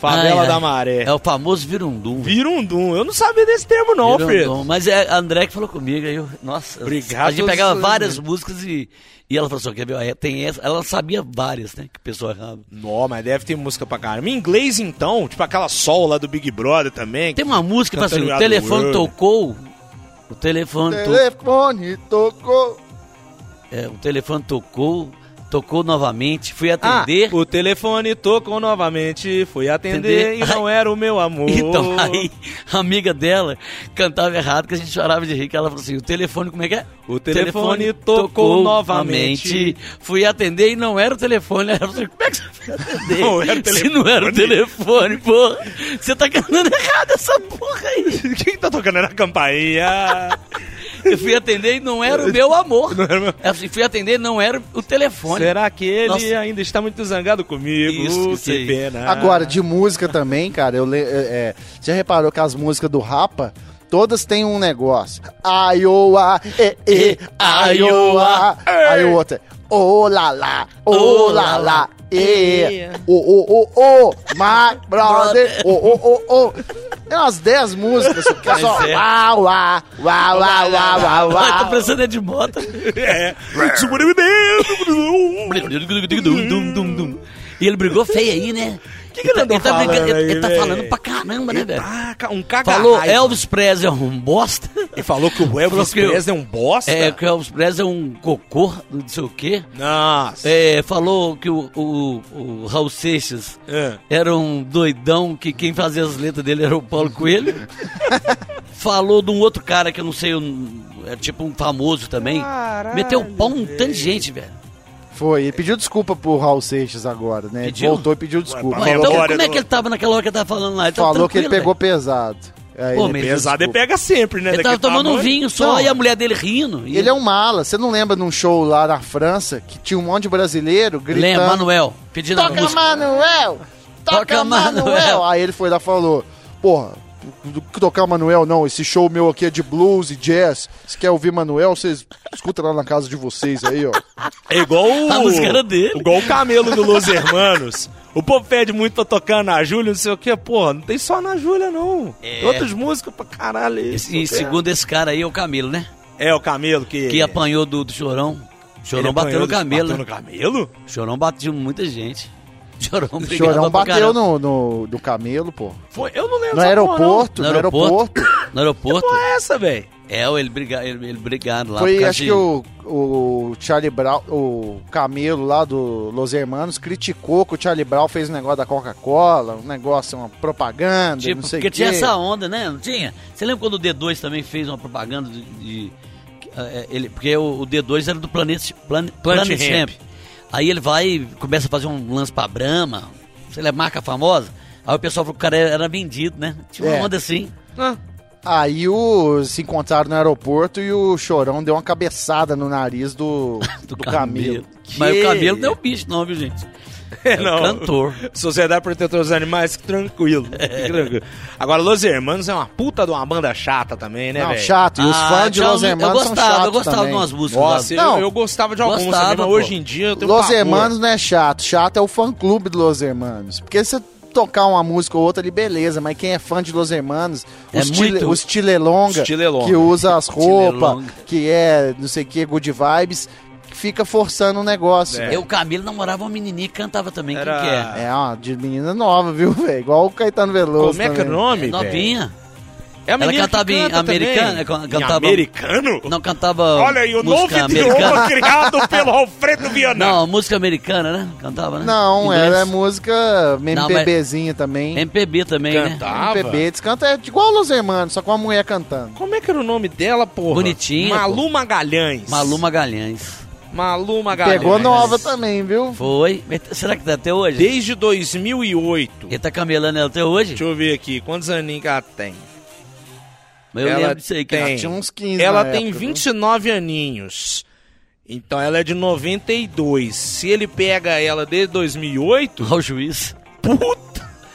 Speaker 3: Favela
Speaker 1: Ai, ai.
Speaker 3: da Maré.
Speaker 1: É o famoso virundum. velho.
Speaker 3: Virundum. Eu não sabia desse termo, não, Fred.
Speaker 1: Virundum. Mas é a André que falou comigo aí. eu- Nossa,
Speaker 3: Obrigado,
Speaker 1: a gente pegava
Speaker 3: Zé.
Speaker 1: várias músicas e, e ela falou assim: ó, quer ver? ó, é, Tem essa. Ela sabia várias, né? Que o pessoal errava.
Speaker 3: Nó, mas deve ter música pra caramba.
Speaker 6: Em inglês, então, tipo aquela sol lá do Big Brother também.
Speaker 1: Tem uma música que fala assim:
Speaker 6: Cantando
Speaker 1: o
Speaker 6: We Are the
Speaker 1: telefone
Speaker 6: World.
Speaker 1: tocou. O telefone tocou.
Speaker 2: Telefone tocou.
Speaker 1: É, o telefone tocou, tocou novamente, fui
Speaker 3: Ah,
Speaker 1: atender.
Speaker 3: o telefone tocou novamente, fui atender
Speaker 1: Atender.
Speaker 3: e não era o meu amor.
Speaker 1: Então,
Speaker 3: *laughs*
Speaker 1: aí a amiga dela cantava errado, que a gente chorava de rir, que ela falou assim, o telefone, como é que é?
Speaker 3: O telefone tocou novamente.
Speaker 1: Fui atender e não era o telefone. Ela falou assim, como é que você foi atender?
Speaker 6: Não era o
Speaker 1: *laughs* Se não era o telefone, porra. Você tá cantando errado essa porra aí.
Speaker 6: Quem tá tocando na campainha?
Speaker 1: Eu fui atender e não era o meu amor. Ela falou assim, fui atender e não era o telefone.
Speaker 3: Será que ele
Speaker 1: Nossa.
Speaker 3: ainda está muito zangado comigo?
Speaker 1: Isso, isso
Speaker 3: que
Speaker 1: aí.
Speaker 3: pena.
Speaker 2: *laughs*
Speaker 3: *laughs*
Speaker 2: Agora, de música também, cara, eu le... é, é, já reparou que as músicas do Rapa, todas têm um negócio. Aioa, e, e, aioa. Aí o outro é, ô lá lá, ô lá lá, e, ô, ô, ô, ô, my brother, ô, ô, ô, ô. Tem umas 10 músicas, que é só
Speaker 1: é.
Speaker 2: uau, uau, uau, uau, uau,
Speaker 1: *laughs*
Speaker 2: uau,
Speaker 1: Ai, tá
Speaker 2: uau.
Speaker 1: pensando é de moto.
Speaker 3: É.
Speaker 1: E ele brigou feio aí, né?
Speaker 3: Que que ele andou
Speaker 1: tá
Speaker 3: falando
Speaker 1: brigando-
Speaker 3: aí,
Speaker 1: ele tá
Speaker 3: velho?
Speaker 1: falando pra caramba, né, velho?
Speaker 3: Taca, um caga
Speaker 1: Falou Elvis Presley é um bosta.
Speaker 6: Ele falou que o Elvis
Speaker 1: Falou que eu-
Speaker 6: Presley é um bosta.
Speaker 1: É, que o Elvis Presley é um cocô, não sei o quê.
Speaker 6: Nossa.
Speaker 1: É, falou que o, o, o Raul Seixas
Speaker 6: É.
Speaker 1: era um doidão, que quem fazia as letras dele era o Paulo *laughs* Coelho. falou de um outro cara que eu não sei, um, é tipo um famoso também. Meteu o pau um tanto de gente, velho.
Speaker 2: Foi, ele pediu desculpa pro Raul Seixas agora, né? Ele
Speaker 1: Pediu?
Speaker 2: Voltou e pediu
Speaker 6: Ué,
Speaker 2: desculpa.
Speaker 1: Ué,
Speaker 6: Falou
Speaker 1: Então,
Speaker 6: glória
Speaker 1: como é
Speaker 6: do-
Speaker 1: que ele tava naquela hora que ele tava falando lá? Ele tava
Speaker 2: Falou que ele pegou
Speaker 1: tranquilo,
Speaker 2: pesado. Aí
Speaker 1: Pô, mas
Speaker 2: ele pediu
Speaker 6: Pesado
Speaker 3: é
Speaker 6: ele
Speaker 2: desculpa.
Speaker 6: pega sempre, né?
Speaker 1: velho. Ele tava
Speaker 6: Daquele
Speaker 1: tomando um
Speaker 6: tamanho.
Speaker 1: vinho só
Speaker 2: Não.
Speaker 1: e a mulher dele rindo. E
Speaker 2: Ele é um mala. Você não lembra num show lá na França que tinha um monte de brasileiro
Speaker 1: Lembra,
Speaker 2: gritando:
Speaker 1: Manuel, pedindo a
Speaker 2: Toca
Speaker 1: música.
Speaker 2: Manuel! Toca,
Speaker 1: Toca
Speaker 2: Manuel!
Speaker 1: Manuel!
Speaker 2: Aí ele foi lá e falou: Porra, do- do- tocar Manuel não, esse show meu aqui é de blues e jazz. Se quer ouvir Manuel, vocês escutam lá na casa de vocês
Speaker 1: *laughs*
Speaker 2: aí, ó.
Speaker 6: É igual o.
Speaker 1: A música era dele.
Speaker 6: Igual o camelo do Los Hermanos.
Speaker 3: O povo pede muito pra tocar na Júlia, não sei o quê. Pô, não tem só na Júlia, não. Tem outras músicas pra caralho. aí.
Speaker 1: É. Esse- E segundo esse cara aí é o Camilo, né?
Speaker 3: É o Camelo que...
Speaker 1: Que apanhou do, do Chorão. Chorão
Speaker 3: Ele
Speaker 1: bateu
Speaker 3: apanhou
Speaker 1: no
Speaker 3: do-
Speaker 1: Camelo. né?
Speaker 3: bateu no Camelo?
Speaker 1: Chorão bateu em muita gente. *laughs* Chorão,
Speaker 2: O
Speaker 1: brigava
Speaker 2: Chorão
Speaker 1: pra
Speaker 2: bateu
Speaker 1: caramba.
Speaker 2: no, no, no camelo, pô.
Speaker 3: Foi, eu não lembro.
Speaker 2: No
Speaker 3: dessa porra,
Speaker 2: aeroporto,
Speaker 1: No
Speaker 2: no
Speaker 1: aeroporto.
Speaker 2: aeroporto.
Speaker 1: *coughs* No aeroporto?
Speaker 3: não. Porra, é essa, velho?
Speaker 1: É, ele, briga, ele, ele brigaram lá. por
Speaker 2: Foi,
Speaker 1: causa
Speaker 2: acho
Speaker 1: de-
Speaker 2: que o, o Charlie Brown, o Camelo lá do Los Hermanos, criticou que o Charlie Brown fez um negócio da Coca-Cola, um negócio, uma propaganda,
Speaker 1: Tipo,
Speaker 2: não sei o
Speaker 1: porque
Speaker 2: quê.
Speaker 1: tinha essa onda, né? Não tinha? Você lembra quando o D2 também fez uma propaganda de... de- que, eh, ele, porque o, o D2 era do Planet, Plan, Planet, Hemp.
Speaker 3: Hemp.
Speaker 1: Aí ele vai e começa a fazer um lance pra Brahma, sei lá, marca famosa. Aí o pessoal falou que o cara era vendido, né? Tinha uma
Speaker 2: É.
Speaker 1: onda assim.
Speaker 3: Ah,
Speaker 2: Aí o, se encontraram no aeroporto e o Chorão deu uma cabeçada no nariz
Speaker 1: *laughs*
Speaker 2: do, do, Camilo.
Speaker 1: Mas o Camilo não é o bicho, não, viu, gente?
Speaker 3: É,
Speaker 1: É o cantor.
Speaker 3: *laughs* Sociedade Protetora dos Animais,
Speaker 1: *laughs*
Speaker 3: tranquilo. Fique tranquilo. Agora, Los Hermanos é uma puta de uma banda chata também, né,
Speaker 2: não,
Speaker 3: velho?
Speaker 2: chato. E os
Speaker 1: Ah,
Speaker 2: fãs de
Speaker 1: tchau,
Speaker 2: Los
Speaker 1: eu
Speaker 2: Hermanos são
Speaker 1: gostava, eu
Speaker 2: chatos
Speaker 1: gostava de
Speaker 2: também.
Speaker 1: umas músicas lá.
Speaker 3: Nossa, eu-
Speaker 2: Não.
Speaker 3: eu, gostava de alguns
Speaker 1: Gostava,
Speaker 3: também, mas
Speaker 1: pô.
Speaker 3: hoje em dia eu tenho
Speaker 2: Los
Speaker 3: pavor.
Speaker 2: Hermanos não é chato. Chato é o fã-clube do Los Hermanos. Porque se você tocar uma música ou outra ali, beleza. Mas quem é fã de Los Hermanos,
Speaker 1: É
Speaker 2: os, tile-
Speaker 1: muito-
Speaker 2: os tilelonga,
Speaker 3: Os tilelonga.
Speaker 2: que usa
Speaker 3: *laughs*
Speaker 2: as roupas,
Speaker 1: Tilelonga.
Speaker 2: que é não sei o que, good vibes, fica forçando o negócio.
Speaker 3: É.
Speaker 2: velho.
Speaker 1: Eu, o Camilo namorava uma menininha que cantava também,
Speaker 3: Era-
Speaker 1: quem que é?
Speaker 2: É, ó, de menina nova, viu, velho? Igual o Caetano Veloso.
Speaker 3: Como é que é o
Speaker 2: também.
Speaker 3: nome,
Speaker 1: É
Speaker 3: velho?
Speaker 1: novinha.
Speaker 3: É a
Speaker 1: Ela
Speaker 3: menina que
Speaker 1: cantava em
Speaker 3: canta também.
Speaker 1: americana, é, can-
Speaker 3: Em
Speaker 1: cantava-
Speaker 3: americano?
Speaker 1: Não cantava
Speaker 5: Olha aí, o novo
Speaker 1: música
Speaker 5: idioma
Speaker 1: americana.
Speaker 5: criado pelo Alfredo Viana.
Speaker 1: Não, música americana, né? Cantava, né?
Speaker 2: Não,
Speaker 1: Inglês.
Speaker 2: ela é música MPBzinha também.
Speaker 1: MPB também, né?
Speaker 3: Cantava?
Speaker 2: MPB, eles cantam é igual Los Hermanos, só com a mulher cantando.
Speaker 3: Como é que era o nome dela, porra?
Speaker 1: Bonitinha,
Speaker 3: Malu Magalhães.
Speaker 1: Malu Magalhães.
Speaker 3: Malu Magalhães.
Speaker 2: Pegou nova também, viu?
Speaker 1: Foi. Será que tá até hoje?
Speaker 3: Desde 2008.
Speaker 1: Ele tá camelando ela até hoje?
Speaker 3: Deixa eu ver aqui, quantos aninhos que ela tem?
Speaker 1: Mas eu
Speaker 3: Ela
Speaker 1: lembro disso aí, cara.
Speaker 3: tem.
Speaker 2: Tinha uns 15
Speaker 3: Ela
Speaker 2: na
Speaker 3: tem
Speaker 2: época, viu?
Speaker 3: 29 aninhos. Então ela é de 92. Se ele pega ela desde 2008,
Speaker 1: Olha o juiz.
Speaker 3: puta!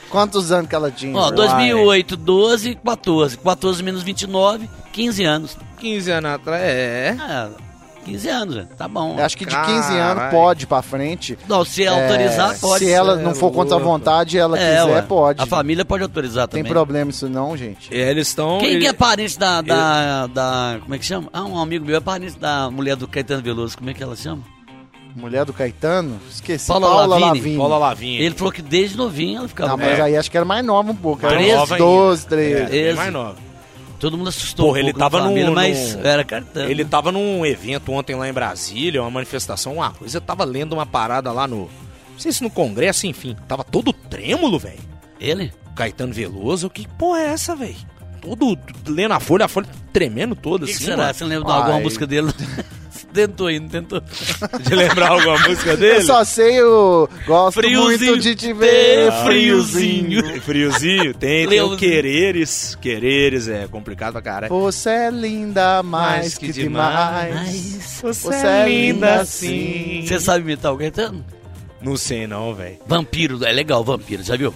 Speaker 2: Quantos anos que ela tinha?
Speaker 1: Ó, 2008, 12, 14. 14 menos 29, 15 anos.
Speaker 3: 15 anos atrás, é.
Speaker 1: Ah, 15 anos, velho. Tá bom.
Speaker 2: Eu Acho que de 15 anos
Speaker 3: Caralho.
Speaker 2: pode pra frente.
Speaker 1: Não, se
Speaker 2: É,
Speaker 1: autorizar, pode.
Speaker 2: Se ela
Speaker 3: ser
Speaker 2: não for contra a
Speaker 3: louco.
Speaker 2: vontade, ela
Speaker 1: É,
Speaker 2: quiser,
Speaker 1: ué.
Speaker 2: pode.
Speaker 1: A
Speaker 2: Não
Speaker 1: família pode autorizar
Speaker 2: tem
Speaker 1: também.
Speaker 2: problema isso não, gente.
Speaker 3: É, Eles estão.
Speaker 1: Quem
Speaker 3: ele-
Speaker 1: que é parente da, da, da- Como é que chama? Ah, um amigo meu é parente da mulher do Caetano Veloso. Como é que ela chama?
Speaker 2: Mulher do Caetano? Esqueci.
Speaker 1: Paula Lavigne.
Speaker 3: Paula Lavinha.
Speaker 1: Ele falou que desde novinho ela ficava.
Speaker 2: Não, mas
Speaker 3: É.
Speaker 2: aí acho que era mais nova um pouco.
Speaker 3: Mais
Speaker 2: Era uns
Speaker 3: nova
Speaker 2: 12, 13.
Speaker 3: é,
Speaker 1: esse.
Speaker 3: mais nova.
Speaker 1: Todo mundo assustou.
Speaker 3: Porra,
Speaker 1: um
Speaker 3: ele
Speaker 1: pouco na
Speaker 3: tava num-
Speaker 1: família, Mas
Speaker 3: num-
Speaker 1: era Caetano.
Speaker 3: Ele tava num evento ontem lá em Brasília, uma manifestação, uma coisa. Tava lendo uma parada lá no. Não sei se no Congresso, enfim. Tava todo trêmulo, velho.
Speaker 1: Ele?
Speaker 3: Caetano Veloso, que porra é essa, velho? Todo lendo a folha, a folha tremendo toda,
Speaker 1: O que, que
Speaker 3: assim,
Speaker 1: será?
Speaker 3: mano.
Speaker 1: Você não lembra de alguma
Speaker 2: Ai.
Speaker 1: música dele? *laughs* tentou aí, não tentou.
Speaker 3: De lembrar alguma *laughs* música
Speaker 2: Eu
Speaker 3: dele?
Speaker 2: só sei o. Gosto
Speaker 1: Friozinho.
Speaker 2: muito de te
Speaker 1: Ter
Speaker 2: ver. Friozinho.
Speaker 1: friozinho.
Speaker 3: é Ah. *laughs* Friozinho, tem, tem o
Speaker 1: Leozinho.
Speaker 3: Quereres. Quereres é complicado pra caralho.
Speaker 2: Você é linda mais,
Speaker 3: Mais
Speaker 2: que,
Speaker 3: que
Speaker 2: demais.
Speaker 1: Mas...
Speaker 2: Você é linda assim.
Speaker 1: Você sabe imitar o Caetano?
Speaker 3: Não sei não, velho.
Speaker 1: Vampiro, é legal, Vampiro, já viu?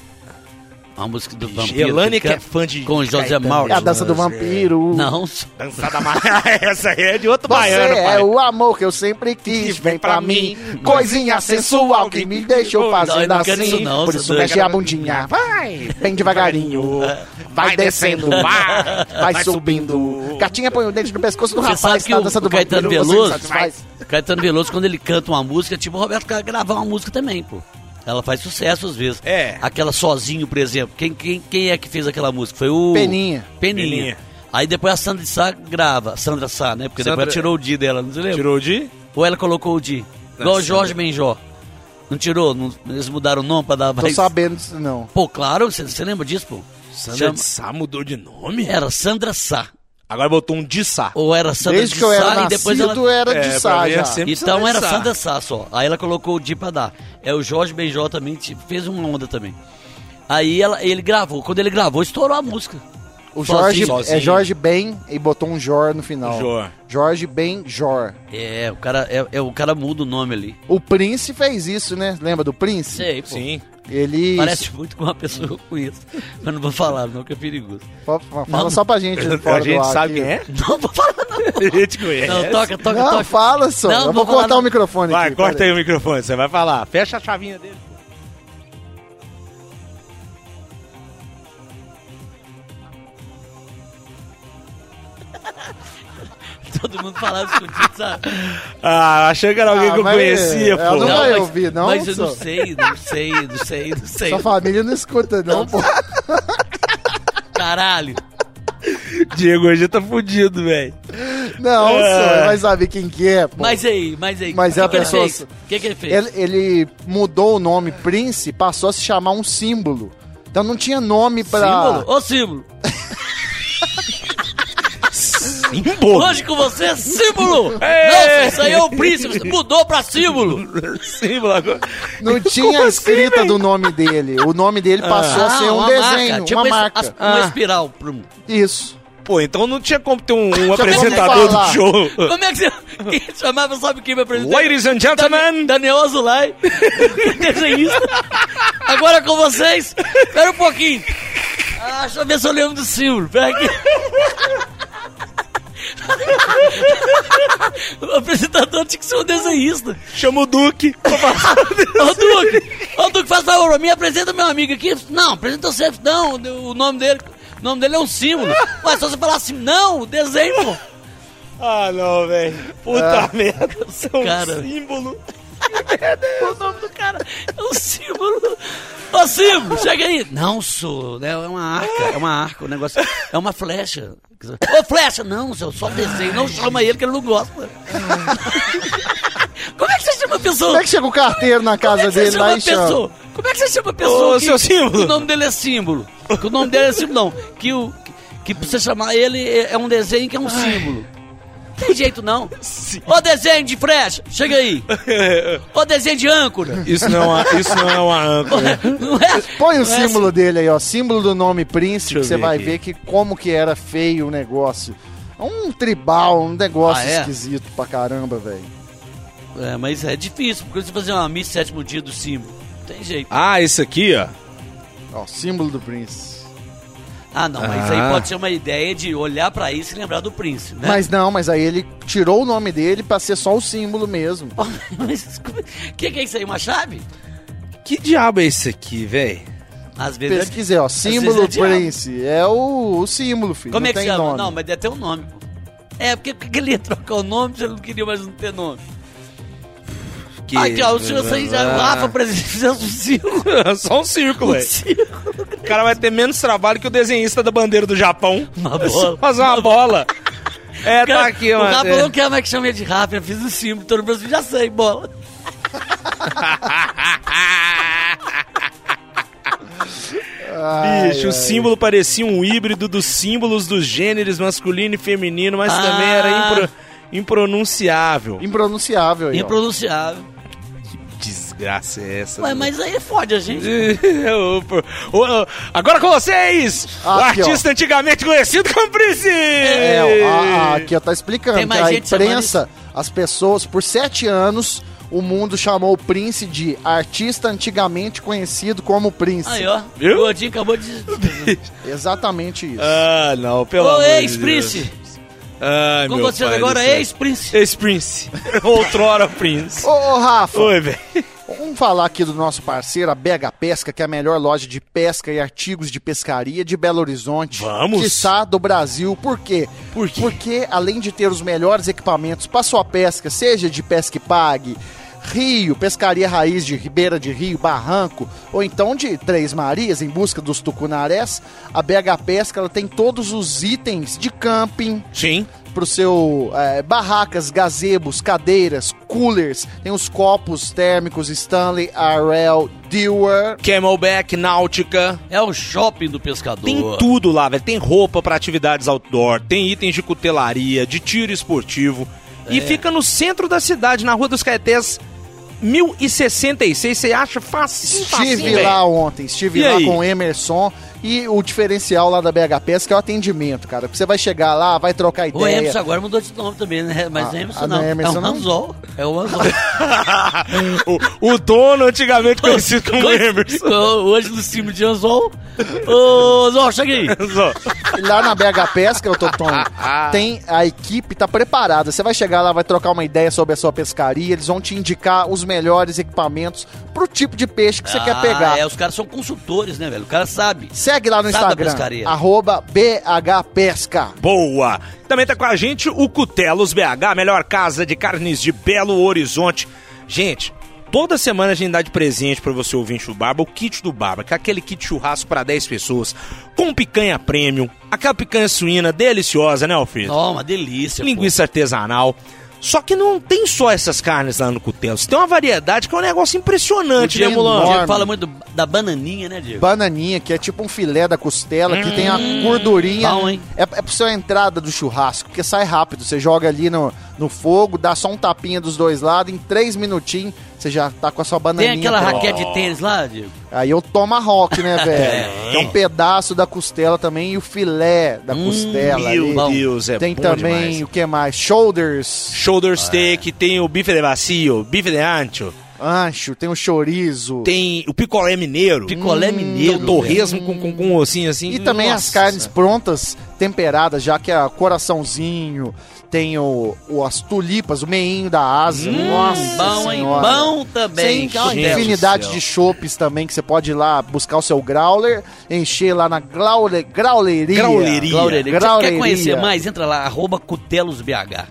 Speaker 1: A música do Vampiro.
Speaker 3: Elane que
Speaker 1: canta
Speaker 3: é fã de
Speaker 1: Com José
Speaker 3: Caetano
Speaker 1: Mauro.
Speaker 2: É a dança do vampiro.
Speaker 1: Não,
Speaker 3: Dançada Maria. *laughs* Essa aí é de outro
Speaker 2: Você
Speaker 3: baiano,
Speaker 2: é
Speaker 3: pai.
Speaker 2: o amor que eu sempre quis, vem pra mim. Coisinha sensual que me deixou fazendo
Speaker 1: Não, eu não quero
Speaker 2: assim.
Speaker 1: isso não,
Speaker 2: Por
Speaker 1: seu
Speaker 2: isso
Speaker 1: doido.
Speaker 2: mexe a bundinha. Vai, bem devagarinho. Vai descendo, vai, vai subindo. Gatinha põe o dente no pescoço do
Speaker 1: Você
Speaker 2: rapaz
Speaker 1: sabe que
Speaker 2: na
Speaker 1: o,
Speaker 2: dança
Speaker 1: o
Speaker 2: do
Speaker 1: Caetano
Speaker 2: vampiro, você me
Speaker 1: Veloso,
Speaker 2: satisfaz.
Speaker 1: Caetano Veloso, quando ele canta uma música, é tipo o Roberto Carlos gravar uma música também, pô. Ela faz sucesso às vezes.
Speaker 3: É.
Speaker 1: Aquela sozinho, por exemplo. Quem, quem, quem é que fez aquela música? Foi o.
Speaker 2: Peninha.
Speaker 1: Peninha.
Speaker 3: Peninha.
Speaker 1: Aí depois a Sandra Sá grava. Sandra Sá, né? Porque
Speaker 3: Sandra-
Speaker 1: depois ela tirou o D dela, não se lembra?
Speaker 3: Tirou de...
Speaker 1: Ou ela colocou o D. Igual o Jorge Benjó. Não tirou? Não- eles mudaram o nome pra dar
Speaker 2: Tô
Speaker 1: mais-
Speaker 2: sabendo disso não.
Speaker 1: Pô, claro, você- você lembra disso, pô?
Speaker 3: Sandra É.
Speaker 1: Chama-
Speaker 3: de Sá mudou de nome?
Speaker 1: Era Sandra Sá.
Speaker 3: Agora botou um de Sá.
Speaker 1: Ou era Sandra
Speaker 2: Desde
Speaker 1: de
Speaker 2: que eu era
Speaker 1: Sá e depois ela.
Speaker 2: nascido, era
Speaker 3: É,
Speaker 2: de
Speaker 3: pra
Speaker 2: Sá
Speaker 3: mim é
Speaker 2: já.
Speaker 3: sempre- Sempre
Speaker 1: Então
Speaker 3: Sandra
Speaker 1: era
Speaker 3: Sá.
Speaker 1: Sandra Sá só. Aí ela colocou o Di pra dar. É o Jorge Benjó também tipo, fez uma onda também. Aí ela- ele gravou. Quando ele gravou, estourou a música.
Speaker 2: O
Speaker 1: assim,
Speaker 2: Jorge
Speaker 3: sozinho.
Speaker 2: é Jorge Ben e botou um Jor no final.
Speaker 3: Jor.
Speaker 2: Jorge Ben Jor.
Speaker 1: É, o cara, é, é, o cara muda o nome ali.
Speaker 2: O Prince fez isso, né? Lembra do Prince?
Speaker 1: Sei, pô.
Speaker 3: Sim.
Speaker 2: Ele
Speaker 1: Parece muito com uma pessoa que eu conheço. Mas não vou falar, não, que é perigoso.
Speaker 2: Fa- fa- Fala só pra gente. fora
Speaker 3: *laughs* A
Speaker 2: do
Speaker 3: gente
Speaker 2: ar aqui.
Speaker 3: sabe quem é? *laughs*
Speaker 1: Não vou falar, não.
Speaker 3: A gente conhece.
Speaker 1: Não, toca, toca,
Speaker 2: É? Não,
Speaker 1: toca.
Speaker 2: fala só.
Speaker 1: Não,
Speaker 2: eu
Speaker 1: vou
Speaker 2: vou
Speaker 1: falar
Speaker 2: cortar
Speaker 1: não.
Speaker 2: o microfone
Speaker 3: Vai,
Speaker 2: aqui.
Speaker 3: corta
Speaker 2: peraí.
Speaker 3: aí o microfone, você vai falar. Fecha a chavinha dele.
Speaker 1: Todo mundo falava escondido, sabe?
Speaker 3: Ah, achei que era alguém
Speaker 2: Ah,
Speaker 3: que eu
Speaker 2: mas,
Speaker 3: conhecia,
Speaker 2: ela
Speaker 3: pô.
Speaker 2: não vai
Speaker 1: mas-
Speaker 2: ouvir, não,
Speaker 1: Mas eu não
Speaker 2: só?
Speaker 1: sei, não sei, não sei, não sei.
Speaker 2: Sua família não escuta, não, pô.
Speaker 1: Caralho.
Speaker 3: Diego hoje tá fudido, velho.
Speaker 2: Não,
Speaker 3: *laughs* É.
Speaker 2: só. Vai saber quem que é, pô.
Speaker 1: Mas aí, mas aí.
Speaker 2: Mas
Speaker 1: que
Speaker 2: é a
Speaker 1: que ele
Speaker 2: pessoa-
Speaker 1: fez? O que, que ele fez?
Speaker 2: Ele, ele mudou o nome Prince e passou a se chamar um símbolo. Então não tinha nome pra...
Speaker 1: Símbolo? Ô, símbolo.
Speaker 3: Símbolo.
Speaker 1: Hoje com você, símbolo.
Speaker 3: É.
Speaker 1: Nossa, isso aí é o príncipe. Você mudou pra símbolo.
Speaker 3: *laughs* Símbolo agora. *laughs*
Speaker 2: Não
Speaker 3: assim,
Speaker 2: tinha a escrita do nome
Speaker 3: Ah.
Speaker 2: dele. O nome dele passou a ser um
Speaker 1: Ah, uma
Speaker 2: desenho,
Speaker 1: marca. Tipo
Speaker 2: uma
Speaker 1: esse-
Speaker 2: marca.
Speaker 1: as- Uma espiral. Pro...
Speaker 2: Isso.
Speaker 3: Pô, então não tinha como ter um, um
Speaker 2: como
Speaker 3: apresentador do
Speaker 2: falar.
Speaker 3: show.
Speaker 1: *laughs*
Speaker 3: *laughs*
Speaker 1: Como é que você *laughs* quem chamava, sabe quem me apresentou?
Speaker 3: Ladies and gentlemen,
Speaker 1: Daniel Azulay, desenhista. Agora com vocês, espera um pouquinho. Ah, deixa eu ver se eu lembro do símbolo. Pera aqui. *laughs* O apresentador tinha que ser um desenhista.
Speaker 3: chama o Duque.
Speaker 1: Ô, Duque, ô, Duque, faz favor pra mim, apresenta meu amigo aqui. Não, apresenta você. Não, o nome dele, o nome dele é um símbolo. Mas só você falar assim, não, o desenho, pô.
Speaker 3: Ah, não, velho. Puta merda, são
Speaker 1: Cara.
Speaker 3: símbolo.
Speaker 1: O nome do cara é um símbolo. Ô, símbolo, chega aí. Não, sou. né, É uma arca, é uma arca, o negócio. É uma flecha. Ô, flecha, não, seu, só desenho. Não chama ele que ele não gosta. Como é que você chama a pessoa?
Speaker 2: Como é que chega o carteiro na
Speaker 1: Como é
Speaker 2: casa
Speaker 1: que você
Speaker 2: dele lá
Speaker 1: chama
Speaker 2: e
Speaker 1: a
Speaker 2: chama?
Speaker 1: pessoa? Como é que você chama a pessoa?
Speaker 3: Ô,
Speaker 1: que-
Speaker 3: seu símbolo.
Speaker 1: que O nome dele é símbolo. Que o nome dele é símbolo, não. Que, o, que pra você chamar ele é é um desenho que é um símbolo. Não tem jeito, não. Ô, desenho de flecha, chega aí. Ô, desenho de âncora.
Speaker 3: Isso não é, isso não é uma âncora.
Speaker 1: Não é?
Speaker 2: Põe o
Speaker 1: Não é
Speaker 2: símbolo dele aí, ó. Símbolo do nome príncipe,
Speaker 3: Deixa eu
Speaker 2: que você
Speaker 3: ver
Speaker 2: vai
Speaker 3: aqui.
Speaker 2: ver que como que era feio o negócio. É Um tribal, um negócio
Speaker 1: Ah, é?
Speaker 2: esquisito pra caramba, velho.
Speaker 1: assim. É, mas é difícil, porque você fazer uma missa sétimo dia do símbolo. Não tem jeito.
Speaker 3: Ah, esse aqui, ó.
Speaker 2: Ó, símbolo do príncipe.
Speaker 1: Ah, não, mas isso aí
Speaker 3: Ah.
Speaker 1: pode ser uma ideia de olhar pra isso e lembrar do príncipe, né?
Speaker 2: Mas não, mas aí ele tirou o nome dele pra ser só o símbolo mesmo.
Speaker 1: *laughs* Mas o que, que é isso aí? Uma chave?
Speaker 3: Que diabo é esse aqui, velho?
Speaker 1: Às vezes. é
Speaker 2: Pesquisei, ó. Símbolo
Speaker 1: é diabo.
Speaker 2: príncipe. É o, o símbolo, filho.
Speaker 1: Como
Speaker 2: não
Speaker 1: é que
Speaker 2: tem
Speaker 1: chama?
Speaker 2: nome.
Speaker 1: Não, mas deve ter um nome, pô. É, porque porque ele ia *laughs* trocar o nome, você não queria mais não ter nome.
Speaker 3: Que... Ah.
Speaker 1: Aqui, ó, o senhor sai já. O Rafa presidente fizesse um círculo.
Speaker 3: *laughs* Só um círculo,
Speaker 1: Um
Speaker 3: velho.
Speaker 1: círculo.
Speaker 3: O cara vai ter menos trabalho que o desenhista da bandeira do Japão.
Speaker 1: Uma
Speaker 3: É só
Speaker 1: bola.
Speaker 3: *laughs* Fazer uma bola. É, tá
Speaker 1: Cara,
Speaker 3: aqui,
Speaker 1: o
Speaker 3: ó.
Speaker 1: Rafa não quer mais que chame ele de Rafa, eu fiz o símbolo, todo mundo já sei, bola.
Speaker 2: Ai,
Speaker 3: Bicho, o símbolo parecia um híbrido dos símbolos dos gêneros masculino e feminino, mas
Speaker 1: Ah.
Speaker 3: também era impro- impronunciável.
Speaker 2: Impronunciável aí, ó.
Speaker 1: Impronunciável.
Speaker 3: Desgraça é essa?
Speaker 1: Ué,
Speaker 2: né?
Speaker 3: do-
Speaker 1: mas aí fode a gente.
Speaker 3: O- o- o- Agora com vocês, o
Speaker 2: Ah, Aqui,
Speaker 3: artista antigamente conhecido como Príncipe!
Speaker 2: É, ó, a- a- aqui ó, tá explicando.
Speaker 1: Tem mais
Speaker 2: que a
Speaker 1: gente chamando
Speaker 2: imprensa, as pessoas, por sete anos, o mundo chamou o Prince de artista antigamente conhecido como Prince.
Speaker 1: Aí, ó.
Speaker 3: Viu?
Speaker 1: O Godinho acabou de.
Speaker 2: Exatamente isso.
Speaker 3: Ah, não, pelo
Speaker 1: Ô,
Speaker 3: amor de Deus.
Speaker 1: ex-prince.
Speaker 3: Ai,
Speaker 1: Com
Speaker 3: meu
Speaker 1: vocês
Speaker 3: pai
Speaker 1: agora, é
Speaker 3: do céu.
Speaker 1: ex-prince.
Speaker 3: Ex-Prince. *laughs* Outrora Prince.
Speaker 2: Ô, ô, Rafa,
Speaker 3: Oi, velho.
Speaker 2: vamos falar aqui do nosso parceiro, a BH Pesca, que é a melhor loja de pesca e artigos de pescaria de Belo Horizonte.
Speaker 3: Vamos.
Speaker 2: Quiçá do Brasil. Por quê?
Speaker 3: Por quê?
Speaker 2: Porque além de ter os melhores equipamentos para sua pesca, seja de pesca e pague, rio, pescaria raiz de ribeira de rio, barranco, ou então de Três Marias em busca dos tucunarés, a BH Pesca ela tem todos os itens de camping,
Speaker 3: Sim.
Speaker 2: pro seu eh, barracas, gazebos, cadeiras, coolers, tem os copos térmicos Stanley, Arel, Dewar.
Speaker 3: Camelback, Náutica.
Speaker 1: É o shopping do pescador.
Speaker 3: Tem tudo lá, velho. Tem roupa pra atividades outdoor, tem itens de cutelaria, de tiro esportivo.
Speaker 2: É.
Speaker 3: E fica no centro da cidade, na Rua dos Caetés, 1066. Você acha fácil,
Speaker 2: Estive
Speaker 3: facinho,
Speaker 2: lá ontem, estive
Speaker 3: E
Speaker 2: lá
Speaker 3: aí?
Speaker 2: com o Emerson e o diferencial lá da BH Pesca é o atendimento, cara. Você vai chegar lá, vai trocar
Speaker 1: O
Speaker 3: É.
Speaker 2: ideia.
Speaker 1: Emerson agora mudou de nome também, né? Mas
Speaker 2: Ah,
Speaker 1: Emerson
Speaker 2: ah,
Speaker 1: não.
Speaker 2: não, Emerson
Speaker 1: é um
Speaker 2: não.
Speaker 1: anzol. É um anzol.
Speaker 3: velho. o, o dono antigamente conhecido como Emerson. *laughs*
Speaker 1: Hoje no cimo de anzol. Ô, anzol, chega aí.
Speaker 3: Só.
Speaker 2: Lá na BH Pesca, ô Toton, é
Speaker 1: *laughs*
Speaker 2: tem a equipe, tá preparada. Você vai chegar lá, vai trocar uma ideia sobre a sua pescaria, eles vão te indicar os melhores equipamentos pro tipo de peixe que você
Speaker 1: Ah,
Speaker 2: quer pegar.
Speaker 1: É, os caras são consultores, né, velho? O cara sabe.
Speaker 2: Segue lá no
Speaker 1: Sabe da
Speaker 2: Instagram,
Speaker 1: pescaria.
Speaker 2: arroba BH Pesca.
Speaker 3: Boa! Também tá com a gente o Cutelos BH, a melhor casa de carnes de Belo Horizonte. Gente, toda semana a gente dá de presente pra você ouvinte do Barba, o kit do Barba, que é aquele kit churrasco pra 10 pessoas, com picanha premium, aquela picanha suína deliciosa, né, Alfredo?
Speaker 1: Ó, uma delícia. pô.
Speaker 3: linguiça artesanal. Só que não tem só essas carnes lá no Cutelos, tem uma variedade que é um negócio impressionante, né,
Speaker 2: Podia
Speaker 3: Mulan?
Speaker 1: O Diego
Speaker 2: enorme.
Speaker 1: fala muito do- da bananinha, né, Diego?
Speaker 2: Bananinha, que é tipo um filé da costela, que tem a gordurinha.
Speaker 1: Hum, bom, hein?
Speaker 2: É, é pra sua entrada do churrasco, porque sai rápido. Você joga ali no, no fogo, dá só um tapinha dos dois lados, em três minutinhos você já tá com a sua
Speaker 1: Tem
Speaker 2: bananinha.
Speaker 1: aquela
Speaker 2: pronta.
Speaker 1: raquete de tênis lá, Diego?
Speaker 2: Aí eu tomo a rock,
Speaker 1: *laughs*
Speaker 2: né, velho? É um pedaço da costela também e o filé da
Speaker 1: Hum,
Speaker 2: costela. ali.
Speaker 1: bom.
Speaker 3: Deus, é
Speaker 2: Tem
Speaker 3: bom
Speaker 2: também
Speaker 3: demais.
Speaker 2: o que mais? Shoulders,
Speaker 3: Shoulder steak, tem o bife de bacio, bife de ancho,
Speaker 2: ancho, tem o chorizo.
Speaker 3: tem o picolé mineiro, Hum.
Speaker 1: Picolé
Speaker 3: tem
Speaker 1: mineiro.
Speaker 3: o torresmo com, com, com um ossinho assim.
Speaker 2: E também as
Speaker 3: Nossa.
Speaker 2: carnes prontas, temperadas, já que é coraçãozinho, tem o, o- as tulipas, o meinho da Ásia. Nossa
Speaker 1: Hum, Bom, hein?
Speaker 2: senhora.
Speaker 1: Bom também. é
Speaker 2: Tem uma
Speaker 1: Meu Deus
Speaker 2: infinidade
Speaker 1: do
Speaker 2: de
Speaker 1: céu.
Speaker 2: chopes também que você pode ir lá buscar o seu growler, encher lá na graule, grauleria.
Speaker 3: Grauleria.
Speaker 1: Glaureira. Você
Speaker 2: Grauleria.
Speaker 1: quer conhecer mais? Entra lá, arroba cutelosbh.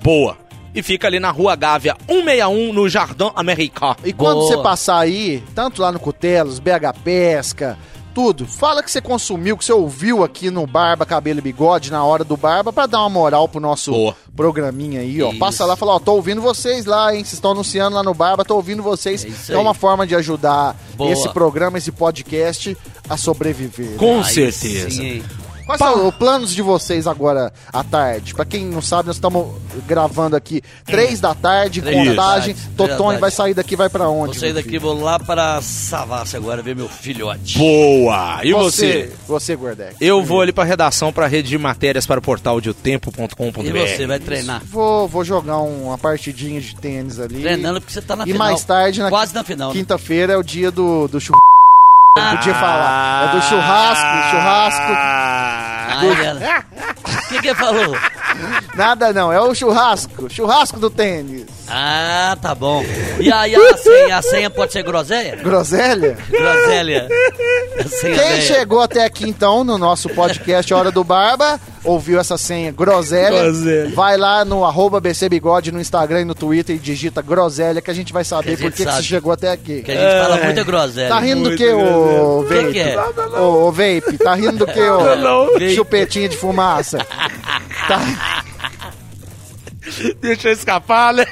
Speaker 3: Boa. E fica ali na rua Gávea 161, no Jardim Americá.
Speaker 2: E quando
Speaker 1: Boa.
Speaker 2: você passar aí, tanto lá no Cutelos, BH Pesca, tudo, fala que você consumiu, que você ouviu aqui no Barba, Cabelo e Bigode, na hora do Barba, pra dar uma moral pro nosso
Speaker 3: Boa.
Speaker 2: programinha aí, ó.
Speaker 1: Isso.
Speaker 2: Passa lá e fala, ó, tô ouvindo vocês lá, hein? Vocês estão anunciando lá no Barba, tô ouvindo vocês.
Speaker 1: É isso
Speaker 2: É, uma
Speaker 1: aí.
Speaker 2: forma de ajudar
Speaker 1: Boa.
Speaker 2: esse programa, esse podcast a sobreviver.
Speaker 3: Com
Speaker 1: Aí
Speaker 3: certeza.
Speaker 1: sim, hein?
Speaker 2: Quais são os planos de vocês agora à tarde? Pra quem não sabe, nós estamos gravando aqui três da tarde,
Speaker 1: Três da
Speaker 2: contagem.
Speaker 1: tarde,
Speaker 2: Totonho
Speaker 1: verdade.
Speaker 2: vai sair daqui, vai pra onde?
Speaker 1: Vou sair
Speaker 2: meu
Speaker 1: daqui,
Speaker 2: filho?
Speaker 1: vou lá para Savassi agora ver meu filhote.
Speaker 3: Boa. E você?
Speaker 2: Você, Gordek.
Speaker 3: Eu vou ali pra redação, pra rede de matérias para o portal de otempo.com.br.
Speaker 1: E você, vai treinar?
Speaker 2: Vou, vou jogar um, uma partidinha de tênis ali.
Speaker 1: Treinando porque você tá na
Speaker 2: E
Speaker 1: final.
Speaker 2: mais tarde, na
Speaker 1: Quase na final. né? Ah!
Speaker 2: Quinta-feira é o dia do, do churrasco. Não
Speaker 3: Ah.
Speaker 2: podia falar. É do churrasco, churrasco.
Speaker 3: churrasco.
Speaker 1: Ai, ela. O que que falou?
Speaker 2: Nada não, é o churrasco. Churrasco do tênis.
Speaker 1: Ah, tá bom. E aí *laughs* a senha, a senha pode ser groselha?
Speaker 2: Groselha?
Speaker 1: *laughs* Groselha. A senha
Speaker 2: Quem
Speaker 1: velha.
Speaker 2: chegou até aqui então no nosso podcast Hora do Barba, ouviu essa senha groselha,
Speaker 3: Groselha.
Speaker 2: vai lá no arroba BC Bigode no Instagram e no Twitter e digita groselha que a gente vai saber
Speaker 1: Que a gente
Speaker 2: por que que você
Speaker 1: sabe.
Speaker 2: chegou até aqui.
Speaker 1: Que a gente fala
Speaker 3: É.
Speaker 1: muita groselha.
Speaker 2: Tá rindo do
Speaker 3: Muito
Speaker 2: que, ô
Speaker 1: groselha.
Speaker 2: Vape?
Speaker 1: Que que é? Não,
Speaker 2: Ô, ô, Vape, tá rindo do que, ô chupetinha de fumaça?
Speaker 3: Deixa eu escapar, né?